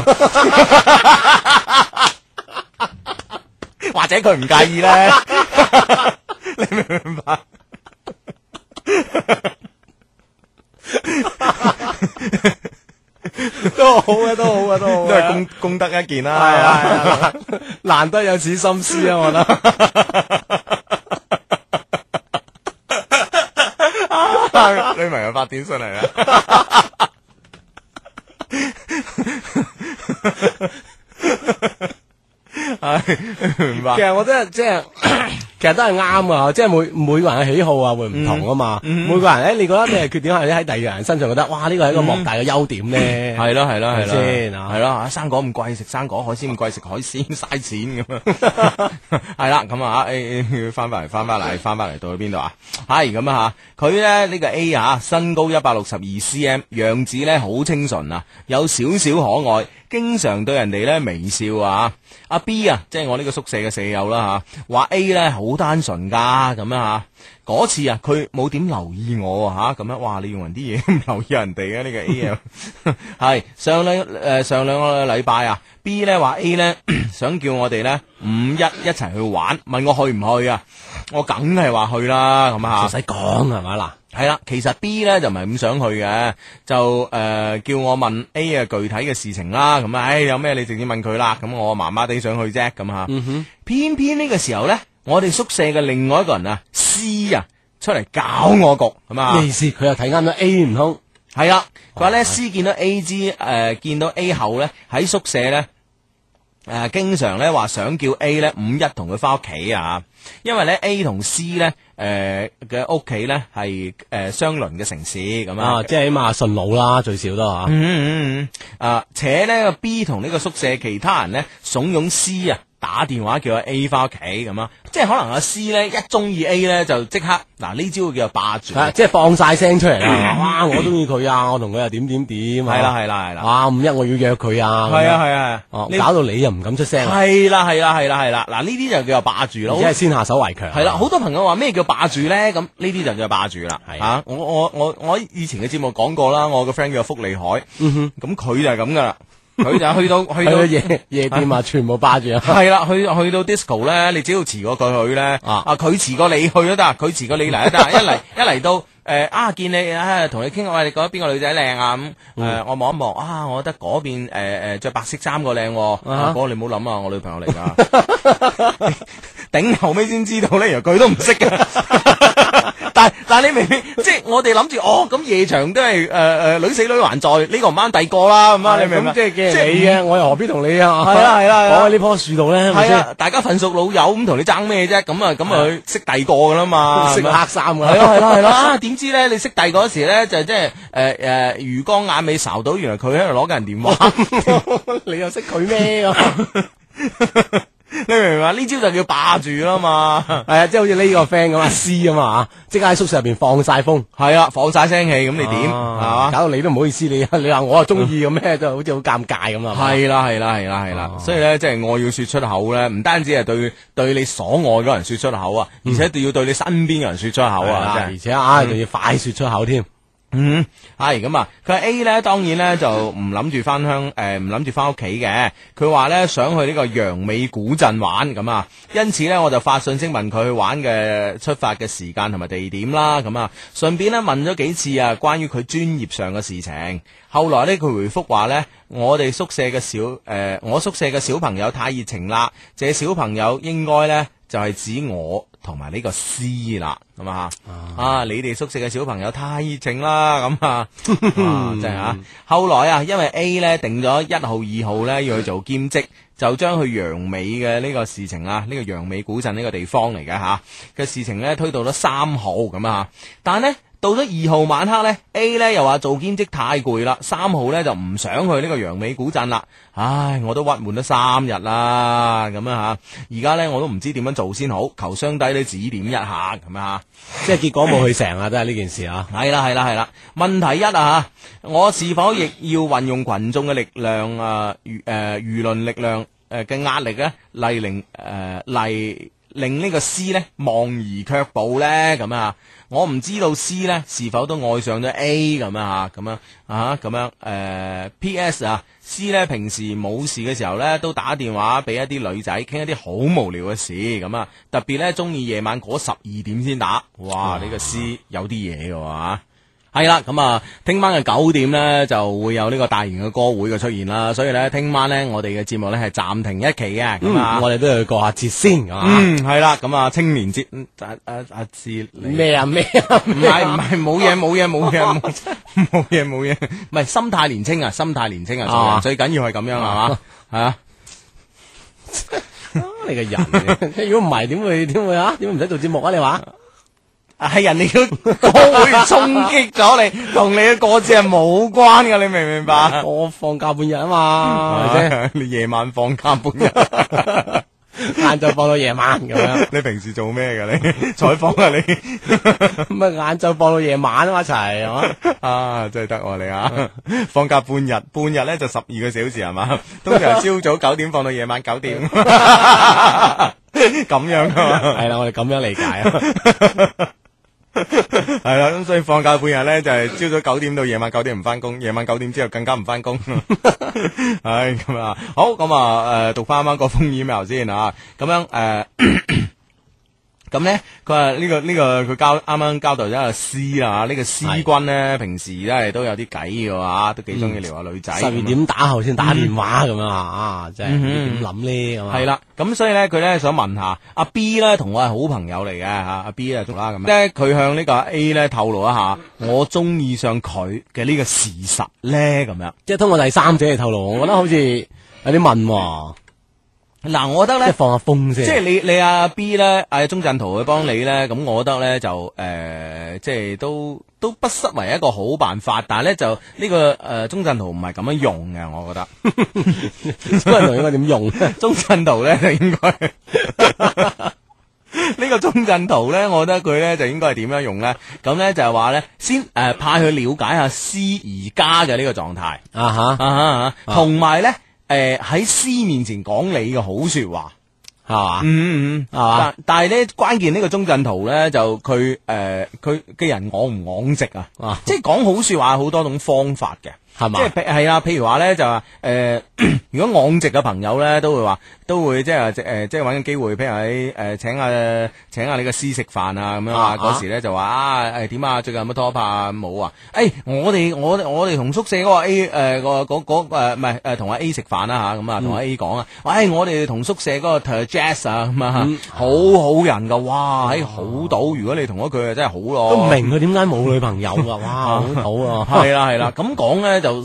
嘛？或者佢唔介意 咧，都好嘅，都好嘅，都好都嘅。係功功德一件啦。係啊，係啊 難得有此心思啊！我覺得。 你明啊，發短信嚟啦。係明白 其。實我真係即 係，其實都係啱噶，即係每每個人嘅喜好啊會唔同啊嘛。每個人咧，你覺得你係缺點，或者喺第二個人身上覺得，哇呢個係一個莫大嘅優點咧。系咯系咯系咯，先啊系咯啊生果咁貴，食生果；海鮮咁貴，食海鮮，嘥錢 咁啊！係啦，咁啊，诶，誒翻翻嚟，翻翻嚟，翻翻嚟，到去邊度啊？係咁啊吓，佢咧呢個 A 啊，身高一百六十二 cm，樣子咧好清純啊，有少少可愛，經常對人哋咧微笑啊。阿 B 啊，即係我呢個宿舍嘅舍友啦吓，話 A 咧好單純噶咁樣吓。嗰次啊，佢冇點留意我啊吓，咁樣哇！你用人啲嘢唔留意人哋嘅呢個 A 啊。 系上兩诶、呃上兩個禮拜啊，B 咧話 A 咧 想叫我哋咧五一一齊去玩，問我去唔去啊？我梗係話去啦，咁唔啊使講係嘛嗱，系啦，其實 B 咧就唔係咁想去嘅，就诶、呃叫我問 A 啊具體嘅事情啦，咁啊，唉、有咩你直接問佢啦，咁我麻麻地想去啫，咁吓，偏偏呢個時候咧，我哋宿舍嘅另外一個人啊 C 啊出嚟搞我局，咁啊，咩意思？佢又睇啱咗 A 唔通？哦系啦，佢話咧 C 見到 A 之诶、呃，見到 A 後咧喺宿舍咧。诶經常咧話想叫 A 咧五一同佢翻屋企啊，因為咧 A 同 C 咧诶嘅屋企咧係诶相鄰嘅城市咁啊， 即係起碼順路啦，最少都啊吓。嗯嗯嗯，啊，且呢個 B 同呢個宿舍其他人呢，怂恿 C 啊打電話叫阿 A 翻屋企咁啊，即係可能阿 C 呢，一中意 A 呢，就即刻嗱呢招叫做霸住，啊係即係放晒聲出嚟啦！哇，我中意佢啊，我同佢又點點點啊，嗯啦係啦係啦，哇，五一我要約佢啊，係啊咁樣係啊，哦，呢搞到你又唔敢出聲啊，係啦係啦係啦係啦，嗱呢啲就叫做霸住而咯且。係先下手為強，啊係啦，好多朋友話咩叫霸住咧？咁呢啲就叫霸住啦。係啊，我我我我以前嘅節目講過啦，我個 friend 叫福利海，咁佢就係咁噶啦，佢就去到去嗯去到到夜夜店啊，全部霸住啊，系啦，去去到 disco 咧，你只要遲過佢去咧，啊啊佢遲過你去都得，佢遲過你嚟都 得，一嚟一嚟到诶啊見你啊同你傾，我你覺得邊個女仔靚啊咁嗯诶，我望一望啊，我覺得嗰邊诶诶着白色衫個靚喎，啊嗰個你唔好諗啊，我女朋友嚟㗎， 頂後尾先知道咧，原來佢都唔識嘅。 但但你明唔明？即係我哋諗住哦，咁夜場都係诶诶女死女還在，呢、個唔啱第二個啦，咁啊， 你明唔明？咁即係嘅即係你嘅，我又何必同你啊？係啊係啊係啊我喺呢棵樹度咧，係咪系先啊，大家份熟老友咁同你爭咩啫？咁啊，咁啊，佢識第二個噶啦嘛， 識黑衫系㗎，咯系咯系 咯，啊點知咧？你識第二個嗰時咧，就即係诶诶魚缸眼尾睄到，原來佢喺度攞緊人電 話，你又識佢 咩咁？你明唔明啊？呢招就叫霸住啦 嘛，系啊，即係好似呢個 friend 咁啊，C 咁啊，即刻喺宿舍入边放晒風，係啊，放晒聲氣咁你點係啊嘛？搞到你都唔好意思，你你話我啊中意咁咩，就好似好尷尬咁啊。係啦係啦係啦係啦，所以咧即係愛要說出口咧，唔單止係對對你所愛嗰人說出口啊，而且要對你身邊嘅人說出口嗯係啦啊，真係而且啊，仲要快说出口添。嗯，系咁啊！佢話 A 咧，當然咧就唔諗住翻鄉，诶唔諗住翻屋企嘅。佢話咧想去呢個陽美古鎮玩咁啊，因此咧我就發信息問佢去玩嘅出發嘅時間同埋地點啦，咁啊，順便咧問咗幾次啊，關於佢專業上嘅事情。後來呢，佢回覆話呢，我哋宿舍嘅小诶、我宿舍嘅小朋友太熱情啦，這小朋友應該呢，就係指我同埋呢個 C 啦，咁啊啊，你哋宿舍嘅小朋友太熱情啦，咁啊，哇真係啊！後來啊，因為 A 呢定咗一號、二號呢要去做兼職，就將去陽美嘅呢個事情啊，呢、個陽美古鎮呢個地方嚟嘅吓嘅事情呢，推到咗三號咁啊，但係呢。到咗二號晚黑呢 a 呢又話做兼職太攰啦，三號呢就唔想去呢個陽美古鎮啦。唉，我都鬱悶咗三日啦，咁啊吓，而家呢我都唔知點樣做先好，求相低你指點一下咁啊即係結果冇去成啊，都係呢件事啊。吓。係啦係啦係啦，問題一啊吓，我是否亦要運用群眾嘅力量啊輿誒輿論力量誒呃嘅壓力呢？嚟令誒嚟。令呢個 C 呢望而卻步呢？咁啊，我唔知道 C 呢是否都愛上咗 A 咁啊，咁樣啊，咁樣誒、呃 P.S. 啊，C 呢平時冇事嘅時候呢，都打電話俾一啲女仔傾一啲好無聊嘅事咁啊，特別呢，中意夜晚嗰十二點先打，哇！呢、個 C 有啲嘢嘅喎。系啦，咁啊，聽晚嘅九點呢，就會有呢個大型嘅歌會嘅出現啦，所以呢，聽晚呢，我哋嘅節目呢係暫停一期嘅，咁啊嗯，，我哋都要去過下節先啊。嗯，系啦，咁啊，青年節，嗯阿阿阿志，你咩啊咩啊嗯唔係唔係冇嘢冇嘢冇嘢冇 冇嘢冇嘢，唔係心態年青啊，心態年青啊啊，最緊要係咁樣係 嘛，係啊，啊你個人， 如果唔係點會點會啊？點會唔使做節目啊？你話係啊人 哋嘅歌會衝擊咗你，同你嘅歌詞係冇關嘅，你明唔明白？我放假半日啊嘛，係咪啊你夜晚放假半日，先？晏晝放到夜晚咁樣， 你平時做咩嘅？你採訪啊你？ 咁啊晏晝放到夜晚啊嘛，一 齊係嘛？啊，真系得喎你啊！放假半日，半日咧就十二個小時係嘛？通常朝早九點放到夜晚九點，咁樣噶嘛？係啦，我哋咁樣理解 啊。係啦，咁所以放假半日咧就係朝早九點到夜晚九點唔翻工，夜晚九點之後更加唔翻 工。唉，咁啊，好咁啊，诶、讀翻啱啱嗰封 email 先啊，咁樣诶。誒咁咧，佢話呢個呢、個佢交啱啱交代咗個 C 啦，呢、個 C 君咧平時咧係都有啲計嘅話，都幾中意撩下女仔。嗯十二點打後先打電話咁樣啊啊，真係嗯點諗呢？咁啊？系啦，咁所以咧，佢咧想問下阿 B 咧，同我係好朋友嚟嘅吓，阿 B 咧啦咁，咧佢向呢個 A 咧透露一下，我中意上佢嘅呢個事實咧，咁樣即係通過第三者嚟透露，我覺得好似有啲問喎。嗱，我覺得即咧係。放下風即係先。你你阿 B 咧，阿鐘鎮濤去幫你咧，咁我覺得咧就诶、呃即係都都不失為一個好辦法，但係咧就呢、呃個诶鐘鎮濤唔係咁樣用嘅，我覺得即係同應該點用？鐘鎮濤咧就應該 呢個鐘鎮濤咧，我覺得佢咧就應該係點樣用咧？咁咧就係話咧，先诶、呃派去了解下 C 而家嘅呢個狀態 啊吓啊，同埋咧诶喺 C 面前講你嘅好说話。嗯嗯係嘛？嗯，係嘛但但系咧，關鍵呢個鐘鎮圖咧，就佢诶，佢、嘅人昂唔昂直啊？啊即係講好说話有好多種方法嘅。係嘛即係譬係啊，譬如話咧就話誒， 如果昂直嘅朋友咧，都會話都會即係誒，即係揾個機會，譬如喺誒請下請下你個師食飯啊咁樣啊，啊嗰時咧就話啊誒點啊，最近有乜拖拍啊冇啊？誒我哋我哋我哋同宿舍嗰個 A 誒個嗰嗰誒唔係誒呃同阿 A 食飯啦嚇咁嗯啊，同阿 A 講啊，喂我哋同宿舍嗰個 Jazz 啊咁啊，嗯好好人噶，哇喺好到，如果你同咗佢啊真係好咯，都唔明佢點解冇女朋友噶？哇， 好好啊！系啦系啦，咁講咧就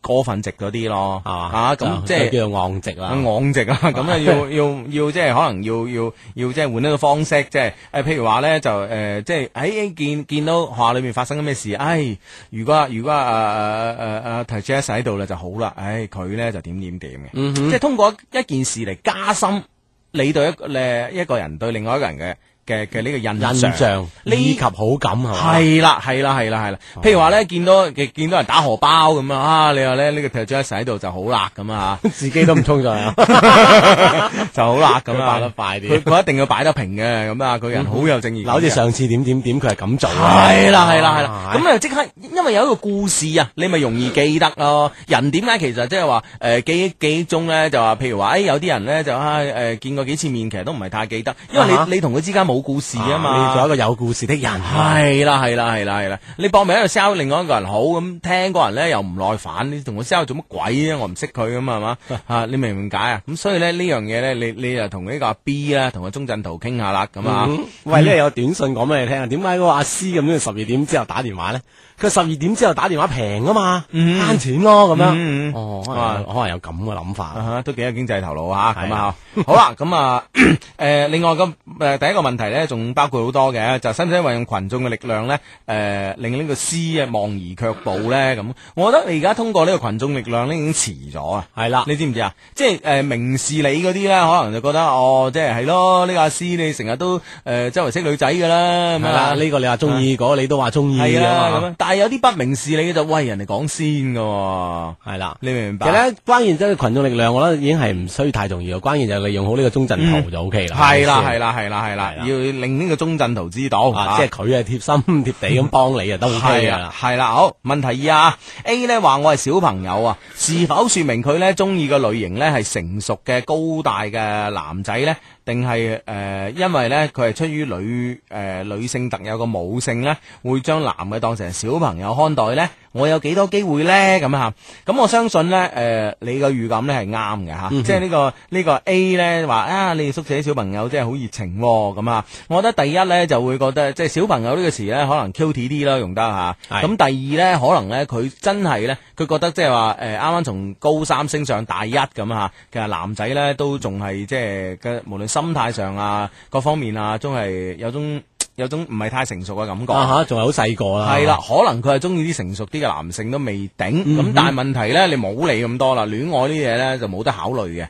過分直嗰啲咯， 係嘛？啊咁即就係叫做昂直啦。昂直啊，咁啊要要要即係可能要要要即係換一個方式，即係诶譬如話咧就诶即係喺見見到學校裏面發生緊咩事，唉如果如果啊啊啊啊 t e c h e s 喺度啦就好啦，唉佢咧就點點點嘅，即係通過一件事嚟加深你對一誒一個人對另外一個人嘅。嘅嘅呢個印象，印象以及好啊感係嘛？系啦，系啦，系啦，系啦。譬如話哦咧，見到見到人打荷包咁啊，啊，你話咧呢個 t e j 喺度就好辣咁 啊，自己都唔衝上 啊！就好辣咁佢啊，擺得快啲嗯佢佢一定要擺得平嘅，咁啊，佢人好有正義感嘅。嗱，好似上次點點點，佢係咁做啊！係啦，係啦，係啦啊。咁啊，即刻，因為有一個故事啊，你咪容易記得咯。人點解其實即係話誒記憶記憶中咧，就話譬如話，誒哎有啲人咧就啊誒見過幾次面，其實都唔係太記得，因為啊哈你你同佢之間冇故事啊嘛。你做一個有故事的人。系啦系啦系啦系啦，你搏命喺度 sell 另外一個人好咁，聽嗰人咧又唔耐煩，你同我 sell 做乜鬼啊？我唔識佢咁係嘛啊？你明唔明解啊？咁所以咧呢樣嘢咧，你你就同呢個阿 B 啦，同阿鐘鎮濤傾下啦咁啊。嗯喂，呢度有短信講俾你聽啊？點解嗰個阿師咁樣十二點之後打電話咧？佢十二點之後打電話平啊嘛，慳錢咯咁嗯嗯樣。哦，可能有可能有咁嘅諗啊法。哈，都幾有經濟頭腦啊，咁係啊啊，好啦，咁啊， 誒，另外咁誒，第一個問題咧，仲包括好多嘅，就使唔使運用群眾嘅力量咧？誒，令呢個 C 啊望而卻步咧？咁，我覺得你而家通過呢個群眾力量咧，已經遲咗啊。係啦，你知唔知啊？即係誒、呃明示你嗰啲咧，可能就覺得哦，即係係咯，呢、個阿師你成日都誒、呃周圍識女仔㗎啦，咁係啊啦，呢個你話中意，嗰個你都話中意係啦啊咁嘛。樣。但係有啲不明示你嘅就喂人哋講先㗎喎，係啦。你明唔明其白？實咧，關鍵真係群眾力量，我覺得已經係唔需太重要，關鍵就係利用好呢個中陣頭就 O K 嗯啦。係啦，咪係先啦，係啦，係啦係，要啦令呢個中鎮圖知道，啊，即係佢係 貼心貼地咁幫你啊，都 O K 係噶啊啦，。係啦，好。問題二啊，A 呢話我係小朋友啊，是否說明佢呢中意嘅類型呢係成熟嘅高大嘅男仔呢？定係誒因為呢，佢係出於女誒、呃女性特有嘅母性呢，會將男嘅當成係小朋友看待呢？我有幾多機會呢？咁啊，咁我相信呢，誒、你嘅預感呢係啱嘅嗯嚇，啊即係呢、個呢、個 A 呢話啊，你哋宿舍啲小朋友真係好熱情喎咁啊，我覺得第一呢就會覺得即係小朋友呢個詞呢，可能 cute 啲啦，用得嚇，係咁第二呢，可能呢，佢真係呢，佢覺得即係話誒，啱啱從高三升上大一咁啊，其實男仔呢都仲係即係嘅，無論心態上啊，各方面啊，都係有種有種唔係太成熟嘅感覺。啊吓，仲係好細個啦。係啦，可能佢係中意啲成熟啲嘅男性都未頂，咁、但係問題呢，你冇理咁多啦，戀愛呢嘢呢就冇得考慮嘅，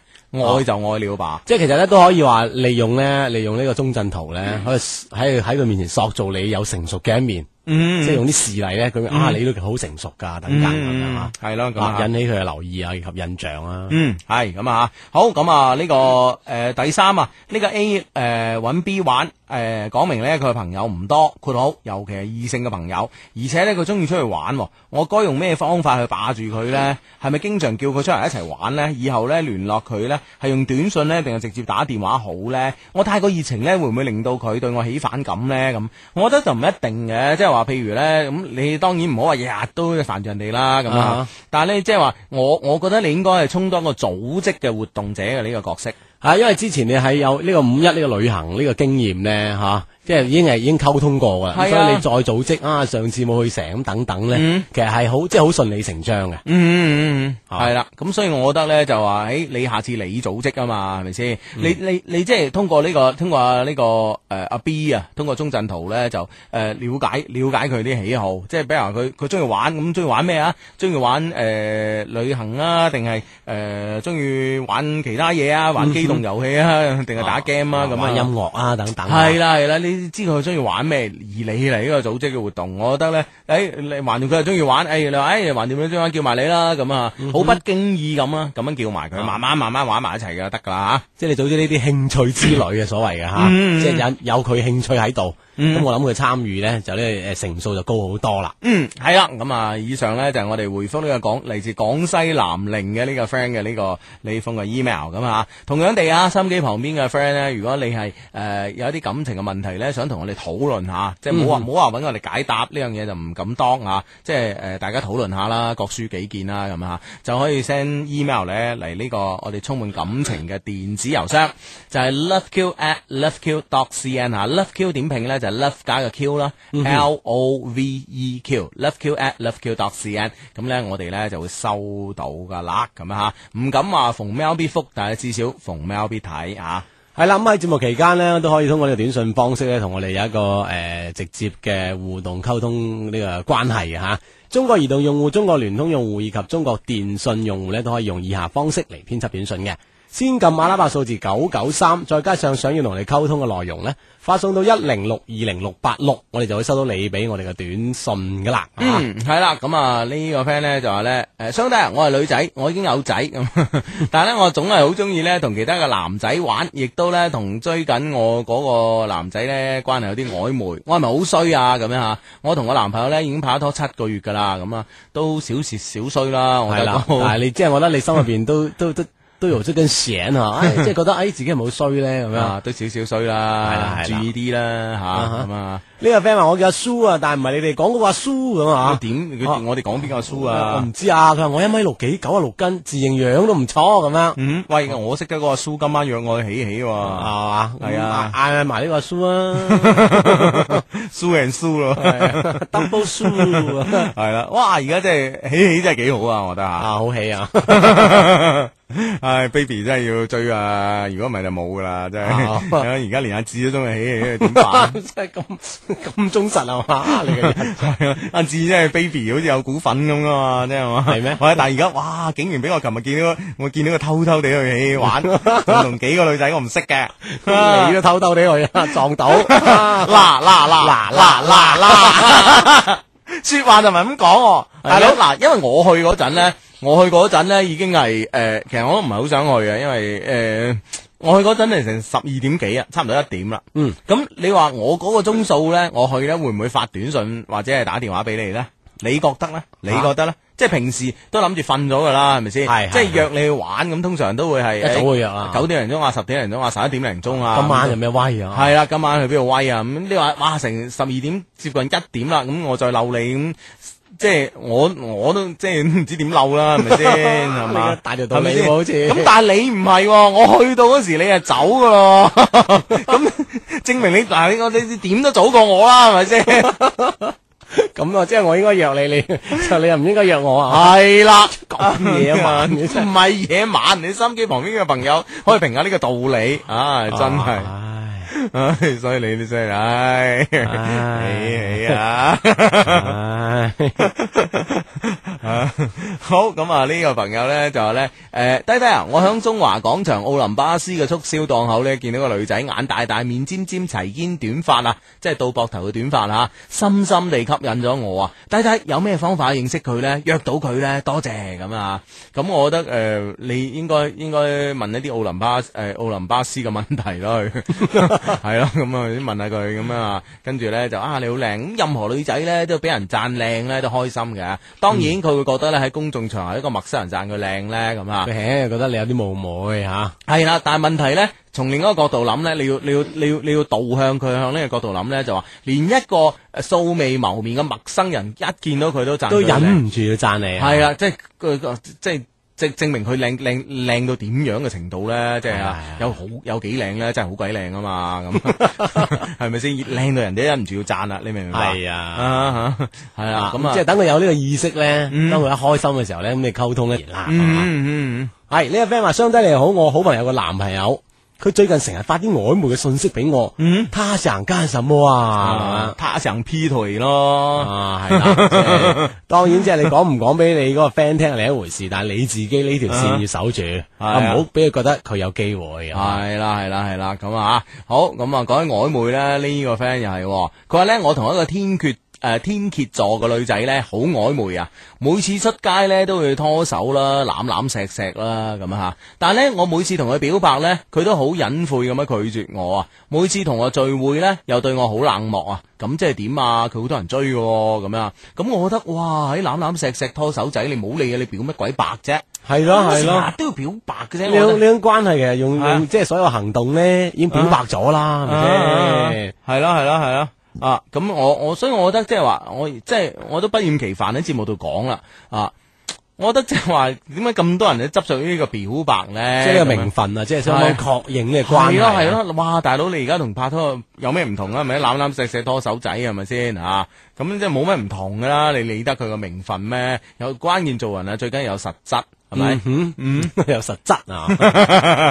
愛就愛了吧。即係其實咧都可以話利用咧，利用呢個中陣圖咧，嗯可以喺喺佢面前塑造你有成熟嘅一面，嗯即係用啲事例咧，佢啊你都好成熟噶，等等咁樣啊，係咯，咁啊啊引起佢嘅留意啊，以及印象啊。嗯，系咁啊，好咁啊，呢、個个呃第三啊，呢、個个 A 诶揾 B 玩诶，讲、講明咧佢嘅朋友唔多，括號尤其係異性嘅朋友，而且咧佢中意出去玩、喎。我該用咩方法去把住佢咧？係咪經常叫佢出嚟一齊玩咧？以後咧聯絡佢咧係用短信咧，定係直接打電話好咧？我太過熱情咧，會唔會令到佢對我起反感咧？咁我覺得就唔一定嘅，即係話譬如咧，咁你當然唔好話日日都煩住人哋啦，咁啊啊哈。但係咧，即係話我，我覺得你應該係充當個組織嘅活動者嘅呢個角色。啊，因為之前你喺有呢個五一呢個旅行呢個經驗咧，吓、即係已經係已經溝通過噶啦，係啊嗯咁所以你再組織啊，上次冇去成咁等等咧，其實係好即係好順理成章嘅。嗯嗯嗯，啊系啦，咁所以我覺得咧就話，诶，你下次你組織啊嘛，係咪先？你你你即係通過呢個，通過呢個诶阿 B 啊，通過鐘鎮圖咧就诶了解了解佢啲喜好，即係比如話佢佢中意玩咁，中意玩咩啊？中意玩诶旅行啊，定係诶中意玩其他嘢啊？玩機動遊戲啊，定係打 game 啊咁啊？玩音樂啊等等啊，系啦系啦，你知佢中意玩咩，而你嚟呢個組織嘅活動，我覺得咧，诶、你橫掂佢又中意玩，诶、你話诶，橫掂你中意玩，叫埋你啦，咁啊，嗯好不經意咁啊，咁樣叫哦埋佢，慢慢慢慢玩埋一齊噶，得噶啦啊即係你組織呢啲興趣之類嘅所謂嘅吓，嗯嗯嗯即係有有佢興趣喺度，咁我諗佢參與咧就呢誒成數就高好多啦。嗯，係啦，咁啊，以上咧就係我哋回覆呢個廣嚟自廣西南寧嘅呢個 friend 嘅呢個李峰嘅 email 咁啊。同樣地啊，心機旁邊嘅 friend 咧，如果你係誒、呃有一啲感情嘅問題咧，想同我哋討論下，即係冇話冇話揾我哋解答呢樣嘢就唔敢當啊，即係誒、呃大家討論下啦，各抒己見啦咁啊，就可以 send email 咧嚟呢個我哋充滿感情嘅電子郵箱，就係、loveq at loveq dot cn 嚇，loveq 點拼咧就係、love 加個 Q 啦、l O V E Q loveq at loveq dot cn，咁咧我哋咧就會收到噶啦，咁啊嚇，唔敢話逢 mail 必覆，但係至少逢 mail 必睇啊嚇。係啦，咁喺節目期間呢，都可以通過呢個短信方式咧，同我哋有一個誒、呃直接嘅互動溝通呢個關係嘅嚇。中國移動用戶、中國聯通用戶以及中國電信用戶咧，都可以用以下方式嚟編輯短信嘅。先撳阿拉伯數字九九三，再加上想要同你溝通嘅內容呢，發送到一零六二零六八六，我哋就會收到你俾我哋嘅短信噶啦。啊嗯，系啦，咁啊呢個 friend 咧就話咧，诶，相低，我係女仔，我已經有仔 咁，但係咧我總係好中意咧同其他嘅男仔玩，亦都咧同追緊我嗰個男仔咧關係有啲曖昧，我係咪好衰啊？咁樣吓，我同我男朋友咧已經拍咗拖七個月噶啦，咁啊都少少少衰啦，我係覺得啊啦， 都但係你即係我覺得你心入邊都都都都有出根弦嚇，唉即係覺得誒自己係咪好衰呢？咁樣。啊都少少衰係啦啦，係注啦意啲啦啊吓，咁啊，呢個 friend 話我叫阿蘇啊，但係唔係你哋講嗰個阿蘇咁佢啊？點啊佢我哋講邊個輸我啊唔？知啊，佢話我一米六幾，九啊六斤，自認樣都唔錯咁樣，係嗯，喂，我識得嗰個蘇今晚約我去喜喜喎。嘛？係啊咁嗌嗌埋呢個阿蘇啊 输人输咯，哎，double 蘇啊 系啦，哇！而家真系起起真系几好啊，我觉得啊，吓，好氣啊！ 唉，baby 真系要追啊，如果唔系就冇噶啦，真系 哎啊，而家连阿志都中意起起，点办？真係咁咁忠實啊嘛， 你嘅人係啊阿志真系 baby 好似有股份咁啊嘛，真系嘛？係咩 喂，但系而家哇，竟然俾我琴日见到，我见到佢偷偷地去起起玩， 仲同几個女仔我唔識嘅， 你都偷偷地去啊，撞 到嗱 嗱嗱嗱嗱嗱 嗱，说話就唔係咁講喎，大佬嗱，因為我去嗰陣咧，我去嗰陣咧已經係诶、呃其實我都唔係好想去嘅，因為诶、呃我去嗰陣係成十二點幾啊，差唔多一點啦。嗯，咁你話我嗰個鐘數咧，我去咧會唔會發短信或者係打電話俾你咧？你覺得咧？你覺得咧？即係平時都諗住瞓咗噶啦，係咪先？係係即係約你去玩咁，通常都會係哎一早會約啦九點零鐘啊、十點零鐘啊、十一點零鐘啊。今晚有咩威啊？系啦，今晚去邊度威啊？咁你話哇，成十二點接近一點啦，咁我再溜你咁，即係我我都即係 唔知點溜啦，係咪 先？係你嘛嘅？大條道係理咪先喎好似咁但係你唔係喎，我去到嗰時你係走噶咯， 咁證明你嗱你我你你點都早過我啦，係咪先？ 咁啊，即係我應該約你，你 就你又唔應該約我啊？係啦，咁 野蠻嘅真係唔係野蠻，你心機旁邊嘅朋友可以評下呢個道理啊，真係。唉唉，所以你你真係唉，唉 起起啊！唉，啊好咁啊！呢個朋友咧就話咧，诶、低低啊，我響中華廣場奧林巴斯嘅促銷檔口咧，見到個女仔眼大大、面尖尖、齊肩短髮啊，即係到膊頭嘅短髮啊，深深地吸引咗我啊！低低有咩方法認識佢咧？約到佢咧？多謝咁啊！咁我覺得诶、誒你應該應該問一啲奧林巴诶、奧林巴斯嘅問題咯，去係咯，咁啊問下佢咁啊，跟住咧就啊你好靚，咁任何女仔咧都俾人讚靚咧都開心嘅，當然佢會覺得咧喺公眾場合一個陌生人讚佢靚咧咁啊佢，輕覺得你有啲冒昧嚇。係啦，但係問題咧。從另一個角度諗咧，你要你要你要你要導向佢向呢個角度諗咧，就話連一個誒素未謀面嘅陌生人一見到佢都讚佢都靚忍唔住要讚你啊，呃系啦，即系佢即系即係證明佢靚靚靚到點樣嘅程度咧，即係啊係有好有幾靚咧，真係好鬼靚啊嘛， 咁係咪先？靚到人哋忍唔住要讚啦，你明唔明白？係啊啊，嚇係啦，咁啊，即係等佢有呢個意識咧，當佢一開心嘅時候咧，咁你溝通咧啦，係嗯嘛嗯嗯係呢個 friend 話，相低你好，我好朋友個男朋友，佢最近成日發啲曖昧嘅信息俾我，他想幹什麼啊啊？，他想劈腿咯，啊，係啦，即係當然即係你講唔講俾你嗰個 friend 聽係另一回事，但係你自己呢條線要守住，啊啊唔好俾佢覺得佢有機會啊。係啦係啦係啦，咁啊，好咁啊，講起曖昧咧，呢個 friend 又係喎，佢話咧我同一個天蝎。誒、天蝎座嘅女仔咧，好曖昧啊！每次出街咧都會拖手啦、攬攬錫錫啦咁啊嚇。但係咧，我每次同佢表白咧，佢都好隱晦咁樣拒絕我啊。每次同我聚會咧，又對我好冷漠啊。咁即係點啊？佢好多人追嘅喎咁啊。咁我覺得哇，喺攬攬錫錫拖手仔，你冇理啊！你表乜鬼白啫？係咯係咯成日都要表白嘅啫。呢啊我覺種得呢種關係其實用啊用即係所有行動咧已經表白咗啦，啊係咪先？係咯係咯係咯。啊，咁我我所以我覺得即係話，我即係我都不厭其煩喺節目度講啦。啊，我覺得即係話，點解咁多人咧執着於呢個表白咧？即係咁呢個樣名分啊，即係相當係確認呢個關係係咯啊。係咯，哇！大佬你而家同拍拖有咩唔同啊？係咪攬攬錫錫拖手仔係咪先啊？咁即係冇咩唔同噶啦，你理得佢個名分咩？有關鍵做人啊，最緊要有實質係咪？嗯嗯， 有實質 啊，啱嘅，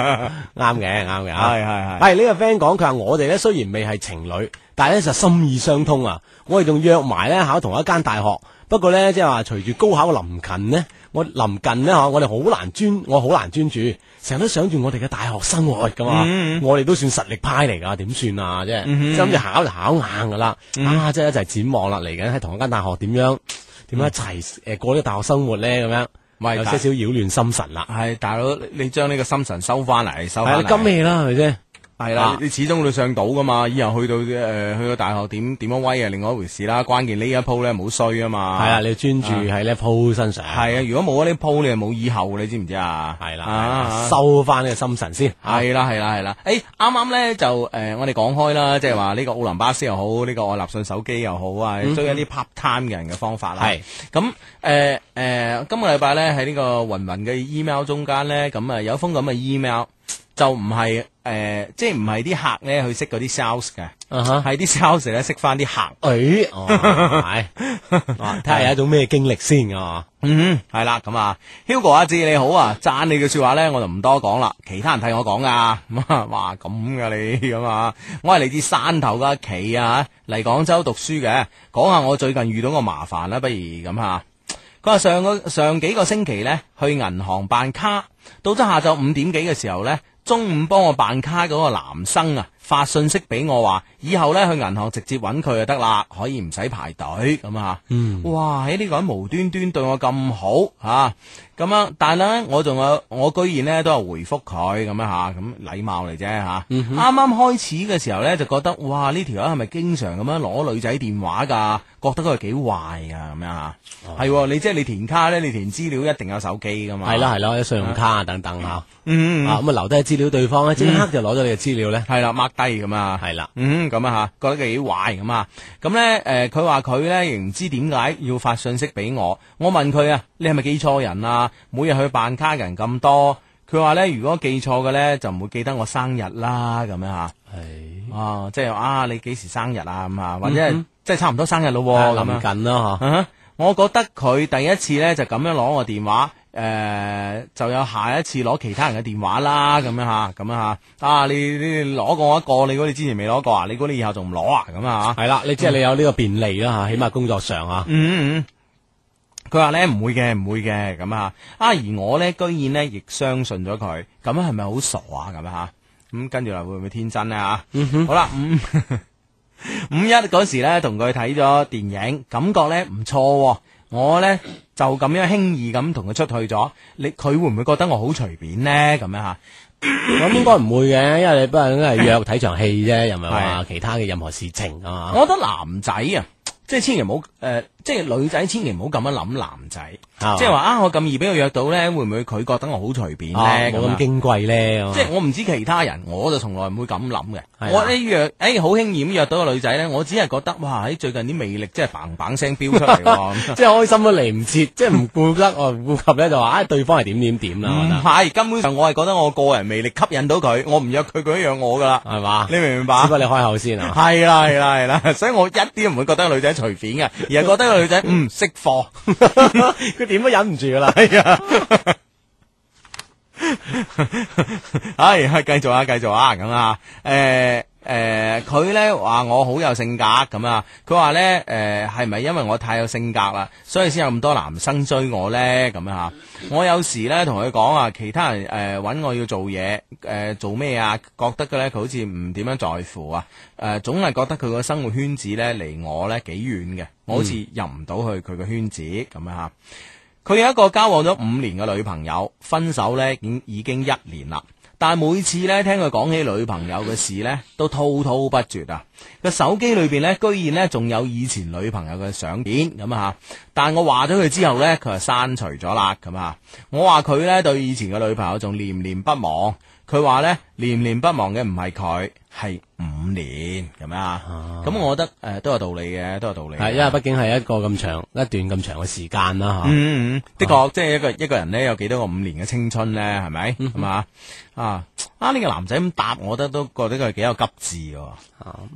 啱嘅啊，係係係係呢個 friend 講，佢話我哋咧雖然未係情侶，但係咧就心意相通啊，我哋仲約埋咧考同一間大學，不過咧即係話隨住高考嘅臨近呢，我臨近呢，嚇，我哋好難專，我好難專注，成日都想住我哋嘅大學生活噶嘛，我哋都算實力派嚟㗎，點算啊？即係即係諗住考就考硬㗎啦，啊，即係一齊展望啦，嚟緊喺同一間大學點樣點樣一齊誒過呢個大學生活咧咁樣。喂有大些少擾亂心神啦。係大佬，你你將呢個心神收翻嚟，收係翻你嚟。今氣啦，係咪先？系啦啊，你始終都上到噶嘛，以後去到诶、呃去到大學點點樣威啊，另外一回事啦。關鍵呢一鋪咧唔好衰啊嘛。係啦，你要專注喺呢一鋪身上。係啊，如果冇咗呢鋪，你就冇以後，你知唔知啊？係啦，係啊啦收翻呢個心神先。係啦，係啦，係啦。誒，啱啱咧就誒、我哋講開啦，即係話呢個奧林巴斯又好，呢、個愛立信手機又好啊，追一啲 part time 嘅人嘅方法啦。嗯係咁誒誒，今個禮拜咧喺呢個雲雲嘅 email 中間咧，咁啊有一封咁嘅 email 就唔係誒，即係唔係啲客咧去識嗰啲 sales 嘅，啊哈係啲 sales 咧識翻啲客。誒，哦係， 哇睇下有一種咩經歷先啊。嗯，系啦，咁啊，Hugo 阿志你好啊，赞你嘅说话咧，我就唔多讲啦，其他人替我讲噶，咁啊， 哇，咁噶你咁啊，我系嚟自汕头嘅奇啊，嚟广州读书嘅，讲下我最近遇到個麻烦啦，不如咁啊。佢話上個上幾個星期呢，去銀行辦卡，到咗下晝五點幾嘅時候呢，中午幫我辦卡嗰個男生啊，發信息俾我話，以後呢，去銀行直接揾佢就得啦，可以唔使排隊咁啊。嗯，哇！喺呢個人無端端對我咁好啊，咁啊，但係呢，我仲有我居然呢都有回覆佢咁樣吓，咁禮貌嚟啫吓。嗯啱啱開始嘅時候呢，就覺得哇呢條友係咪經常咁樣攞女仔電話㗎？覺得佢係幾壞㗎咁樣吓。哦係喎，你即係你填卡咧，你填資料一定有手機噶嘛。係啦，係啦，啲信用卡啊等等嚇。啊嗯，嗯，嗯咁啊留低資料對方咧，即刻就攞咗你嘅資料咧。係啦，抹低咁啊。係啦，嗯，咁啊吓，覺得佢幾壞咁啊。咁咧，诶，佢話佢咧，亦唔知點解要發信息俾我。我問佢啊，你係咪記錯人啊？每日去辦卡嘅人咁多，佢話咧，如果記錯嘅咧，就唔會記得我生日啦，咁樣吓。係哦，即係啊，你幾時生日啊？咁啊，或者係即係差唔多生日咯喎，咁啊樣嗯啊臨。哎近啦嚇。嗯哼我覺得佢第一次呢就咁樣攞我電話，誒、就有下一次攞其他人嘅電話啦，咁樣吓，咁樣吓，啊你你攞過我一個，你估你之前未攞過啊？你估你以後仲唔攞啊？咁啊吓，係啦，你即係你有呢個便利啦嚇，起碼工作上嚇。嗯嗯。佢話呢唔會嘅，唔會嘅咁啊！啊，而我呢，居然呢亦相信咗佢，咁樣係咪好傻啊？咁啊吓，咁跟住嚟會唔會天真呢？吓、好啦，五五 一嗰時呢，同佢睇咗電影，感覺呢唔錯喎。我呢，就咁樣輕易咁同佢出去咗，你佢會唔會覺得我好隨便呢？咁樣啊吓，咁應該唔會嘅，因為你不過係約睇場戲啫，又唔係話係其他嘅任何事情啊嘛。我覺得男仔啊，即係千祈唔好誒，即係女仔千祈唔好咁樣諗男仔，啊即係話啊，我咁易俾佢約到咧，會唔會佢覺得我好隨便啊咧？冇咁樣咁矜貴咧，哦即係我唔知其他人，我就從來唔會咁諗係啊嘅。我呢約，誒好輕易咁約到個女仔咧，我只係覺得哇，喺最近啲魅力真係嘭嘭聲飆出嚟喎。 即係開心都嚟唔切，即係唔顧得我顧及咧就話啊對方係點點點啦，我覺唔得係，根本上我係覺得我個人魅力吸引到佢，我唔約佢，佢都約我噶啦。係 嘛？你明唔明只白不？過你開口 先啊，係啦係啦係啦，所以我一啲唔會覺得個女仔隨便嘅，而係覺得個女仔嗯識貨。佢點都忍唔住噶啦，係啊， 唉，繼續啊，繼續啊，咁啊，誒、誒，佢咧話我好有性格咁啊，佢話咧誒係咪因為我太有性格啦，所以先有咁多男生追我咧咁啊？我有時咧同佢講啊，其他人誒揾、我要做嘢誒、做咩啊？覺得嘅咧佢好似唔點樣在乎啊誒、總係覺得佢個生活圈子咧離我咧幾遠嘅，我好似入唔到去佢個圈子咁啊樣嚇。佢有一個交往咗五年嘅女朋友，分手呢已經已經一年啦。但係每次呢，聽佢講起女朋友嘅事呢，都滔滔不絕啊！個手機裏邊呢，居然呢仲有以前女朋友嘅相片咁啊！但我話咗佢之後呢，佢就刪除咗啦咁啊！我話佢呢對以前嘅女朋友仲念念不忘，佢話呢，念念不忘嘅唔係佢，係五年咁啊！咁、我覺得誒、呃都有道理嘅，都有道理嘅。係因為畢竟係一個咁長一段咁長嘅時間啦嚇。嗯嗯，嗯的確，即係一個一個人咧，有幾多個五年嘅青春咧，係咪？係嘛啊啊！呢個男仔咁答，我覺得都覺得佢幾有急智喎。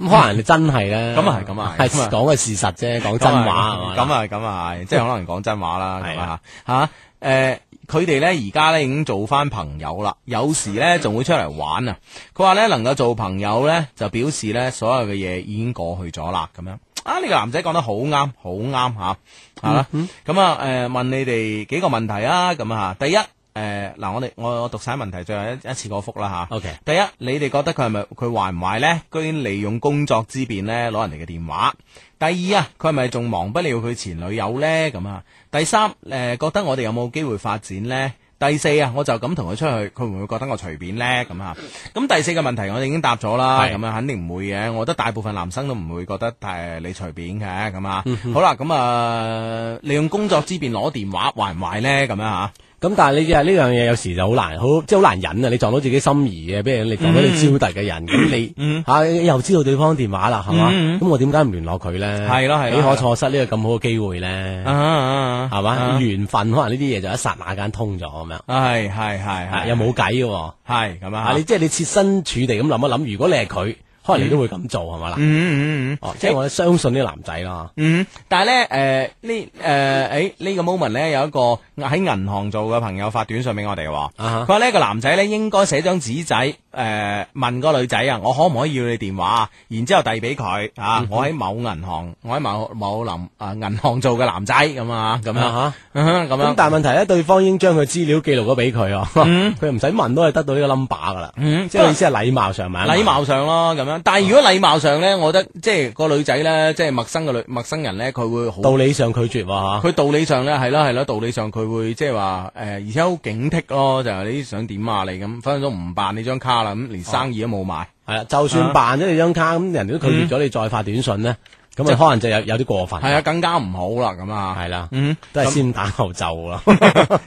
咁可能你真係咧，咁啊係咁啊係係咁啊講嘅事實啫，講真話係嘛咁啊咁啊係，即係可能講真話 啦，係係啊啊吓诶。佢哋呢而家呢已經做翻朋友啦，有時呢仲會出嚟玩啊。佢話呢能夠做朋友呢，就表示呢所有嘅嘢已經過去咗啦，咁樣啊呢、個男仔講得好啱，好啱吓，係啦。咁啊誒問你哋幾個問題啊，咁啊第一誒嗱、我哋我我讀晒問題，最後一一次過覆啦吓。 OK 第一，你哋覺得佢係咪佢壞唔壞呢？居然利用工作之便呢攞人哋嘅電話。第二啊，佢係咪仲忘不了佢前女友呢？咁啊。第三，誒、覺得我哋有冇機會發展呢？第四啊，我就咁同佢出去，佢會唔會覺得我隨便呢？咁啊，咁第四個問題我哋已經答咗啦，係咁啊肯定唔會嘅。我覺得大部分男生都唔會覺得誒你隨便嘅咁嗯啊。好啦，咁啊、利用工作之便攞電話壞唔壞呢？咁樣啊。咁但係呢啲啊呢樣嘢有時就好難，好即係好難忍啊！你撞到自己心儀嘅，比如你撞到你招突嘅人，咁嗯你吓又知道對方電話啦，係嘛？咁我點解唔聯絡佢咧？係咯係咯幾可錯失呢個咁好嘅機會咧？啊啊啊係嘛？啊緣分可能呢啲嘢就一剎那間通咗咁樣，係係係啊係，又冇計嘅喎。係咁啊啊！你即係你設身處地咁諗一諗，如果你係佢，可能你都會咁做係咪啦？嗯嗯嗯哦，即係我相信呢個男仔啦。嗯，但系咧，誒呢誒誒呢個 moment 咧，有一個喺銀行做嘅朋友發短信俾我哋喎。佢啊話呢個男仔咧應該寫張紙仔，誒、問個女仔啊，我可唔可以要你電話啊？然之後遞俾佢啊，嗯我喺某銀行，我喺某某林啊銀行做嘅男仔咁啊，咁樣啊嗯咁咁樣。但係問題咧，對方已經將佢資料記錄咗俾佢喎， 佢唔使問都係得到呢個 number 噶啦。嗯即係我意思係禮貌上面。啊禮貌上咯，咁樣。但係如果禮貌上咧，我覺得即係個女仔咧，即係陌生嘅女陌生人咧，佢會好道理上拒絕喎嚇。佢道理上咧係啦係啦，道理上佢會即係話誒，而且好警惕咯，就係你想點啊你咁，分分鐘唔辦你張卡啦，咁哦連生意都冇埋。係啦，就啊算辦咗你張卡，咁人哋都拒絕咗你再發短信咧，咁啊可能就有有啲過分。係嗯啊，更加唔好啦咁啊，係啦，嗯，都係先打後 奏啦，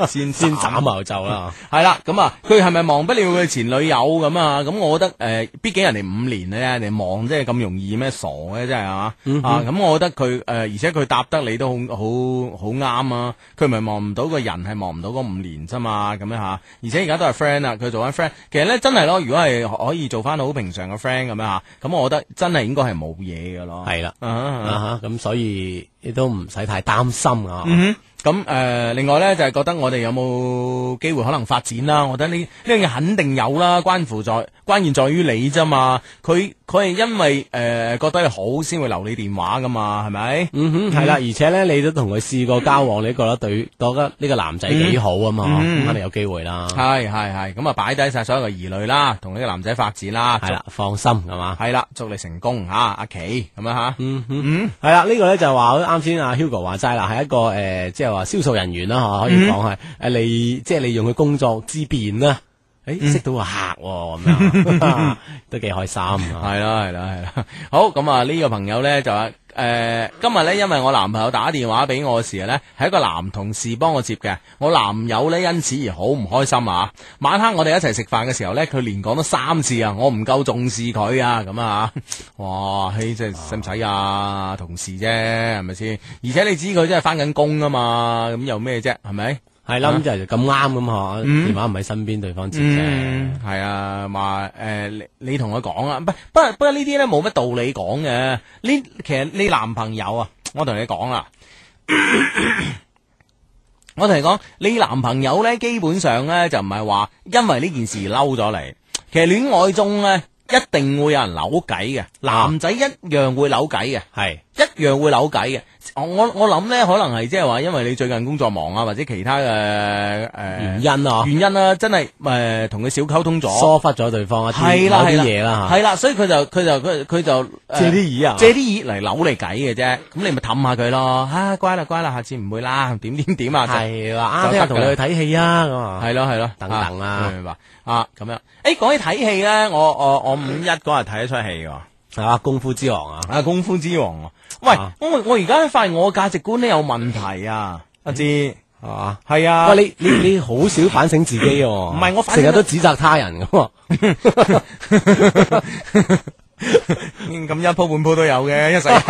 先先斬斬後奏啦。係啦，咁啊，佢係咪忘不了佢前女友咁啊？咁我覺得誒，呃畢竟人哋五年咧，人哋忘真係咁容易咩？傻嘅真係啊！啊，咁我覺得佢誒，呃而且佢答得你都好好好啱啊！佢唔係忘唔到個人，係忘唔到嗰五年啫嘛，咁樣嚇。而且而家都係 friend 啦，佢做緊 friend。其實咧真係咯，如果係可以做翻好平常嘅 friend 咁樣嚇，咁我覺得真係應該係冇嘢嘅咯。係啦，啊啊啊哈，咁所以亦都唔使太擔心啊。嗯哼，咁誒、呃另外咧就係、覺得我哋有冇機會可能發展啦？我覺得呢呢樣嘢肯定有啦，關乎在關鍵在於你啫嘛。佢佢係因為誒、呃、覺得你好先會留你電話噶嘛，係咪？嗯哼，係啦，而且咧，你都同佢試過交往，你都覺得對，覺得呢個男仔幾嗯好啊嘛，咁肯定有機會啦，係係係，咁啊擺低晒所有嘅疑慮啦，同呢個男仔發展啦，係啦，放心係嘛祝，，係啦，祝你成功嚇，阿琪咁樣嚇，嗯嗯係啦，呢個咧就話啱先阿 Hugo 話齋啦，係一個誒，即係話銷售人員啦，嗬，可嗯以講係誒利，即係利用佢工作之便啦，嗯誒識到個客 喎咁樣，都幾開心啊，係啦係啦係啦，好咁啊呢個朋友咧就話诶、今日咧，因為我男朋友打電話俾我嘅時候咧，係一個男同事幫我接嘅。我男友咧因此而好唔開心啊！晚黑我哋一齊食飯嘅時候咧，佢連講咗三次啊，我唔夠重視佢啊，咁啊，哇，嘿，真係使唔使啊？同事啫，係咪先？而且你知佢真係翻緊工啊嘛，咁有咩啫？係咪？系啦，咁就係咁啱咁嗬，電話唔喺身邊，對 方接啫。嗯，系啊，話诶、誒你你同佢講啊，不不不過呢啲咧冇乜道理講嘅。呢其實你男朋友啊，我同你講啦，我同你講，你男朋友咧基本上咧就唔係話因為呢件事而嬲咗你，其實戀愛中咧一定會有人扭計嘅，男仔一樣會扭計嘅。係一樣會扭計嘅。我我我諗咧，可能係即係話，因為你最近工作忙啊，或者其他嘅诶、呃原因啊，原因啦，真係诶同佢少溝通咗，疏忽咗對方一啲係啦某係啲啦嘢啦吓。係啦，所以佢就佢就佢佢就呃啊借啲意啊借啲耳嚟扭你計嘅啫，咁你咪氹下佢咯，啊乖啦乖啦，下次唔會啦，點點點啊，就系啦，啱就聽日得同你去睇戲啊，咁啊，係咯係咯，等等啦啊明白啊咁樣。诶，講起睇戲咧，我我我五一嗰日睇一出戲喎。系嘛，啊功夫之王啊，啊，功夫之王喎、喂，啊我我而家發現我價值觀咧有問題啊，阿志，系嘛。係啊喂，你你你好少反省自 己喎，唔係我反成省日都指責他人噶 喎，咁一鋪半鋪都有嘅，一世人。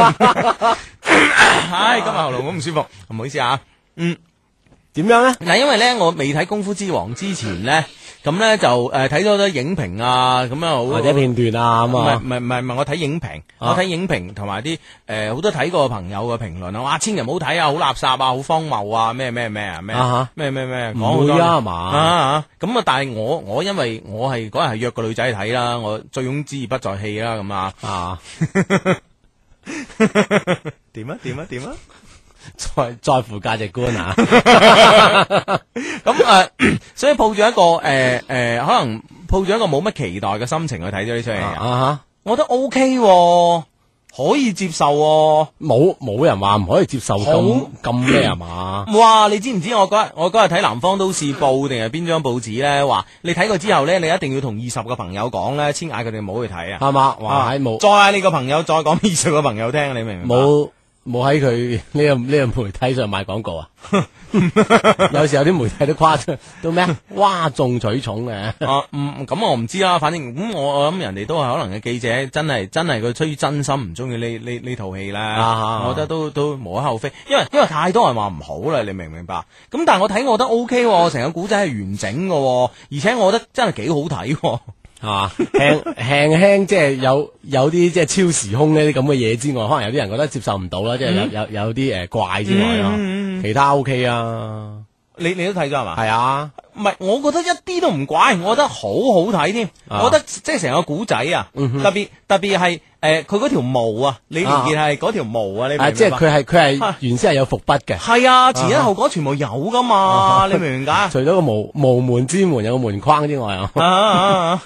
唉，今日喉嚨好唔舒服，唔好意思啊。點樣咧？嗱，因為咧我未睇《功夫之王》之前咧，咁咧就誒睇咗啲影評啊，咁啊好或者片段啊咁唔係啊唔，係唔係唔係，我睇影評，啊我睇影評同埋啲呃誒好多睇過嘅朋友嘅評論啊，哇，千祈唔好睇啊，好垃圾啊，好荒謬啊，咩咩咩啊，咩啊哈咩咩咩，講好唔多會啊嘛，啊咁啊！但係我我因為我係嗰日係約個女仔睇啦，我醉翁之意不在戲啦，咁啊，啊，點啊點啊點啊！在在乎價值 觀啊，咁誒、呃 所以抱住一個誒誒、呃呃可能抱住一個冇乜期待嘅心情去睇咗呢出戲啊啊，哈。我覺得 O K 喎，可以接受喎、冇冇人話唔可以接受咁咁咩啊嘛？哇！你知唔知我嗰日我嗰日睇《南方都市報》定係邊張報紙咧？話你睇過之後咧，你一定要同二十個朋友講咧，先嗌佢哋唔好去睇啊！係嘛？哇！啊喺冇再嗌你個朋友再講俾二十個朋友聽，你明唔明啊白？冇冇喺佢 呢個呢個媒體上賣廣告啊？有時有啲媒體都誇張到咩啊？嘩眾取寵嘅，啊，嗯，咁我唔知啦，反正咁、我我諗人哋都係可能嘅記者，真係真係佢出於真心唔中意呢呢呢套戲啦，啊我覺得都都無可厚非，因為因為太多人話唔好啦，你明唔明白？咁但係我睇我覺得 O K 喎，成個古仔係完整嘅喎，而且我覺得真係幾好睇喎。係嘛？ 輕輕輕即係有有啲即係超時空呢啲咁嘅嘢之外，可能有啲人覺得接受唔到啦，即係有有有啲誒呃怪之外咯，其他 OK 啊，你你都睇咗係嘛？係啊，唔係，我覺得一啲都唔怪，我覺得好好睇添。啊嗯我覺得即係成個古仔啊，特別特別係誒佢嗰條毛啊，李連杰係嗰條毛啊，你明唔明啊白？即係佢係佢係啊原先係有伏筆嘅。系啊，前因後果全部有噶啊嘛， 你明唔明 解？除咗個無無門之門有個門框之外啊， 啊，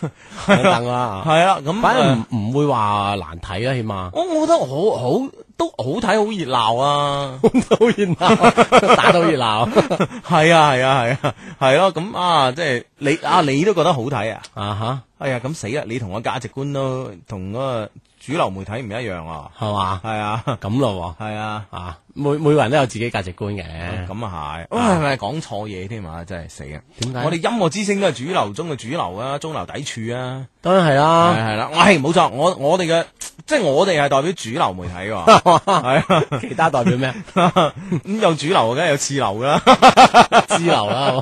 等等啦 系。啦，咁反呃正唔唔會話難睇啦，起碼我我覺得好好都好睇，好熱鬧 啊！好熱鬧，打到熱鬧 係啊，係啊，係啊，係咯，咁啊，即係你啊，你都覺得好睇啊？啊哎呀，咁死啦！你同我價值觀都同嗰個主流媒體唔一樣啊！吓，係嘛？係啊，咁咯係啊。喎，啊，每每個人都有自己價值觀嘅，咁啊係，哇係咪講錯嘢添啊？真係死啊！點解我哋音樂之星都係主流中嘅主流啊，中流砥柱啊！當然係啦。系啦，我係冇錯，我我哋嘅即係我哋係代表主流媒體喎， 係其他代 表咩？啊，咁有主流梗係有次流噶啦，支 流啦，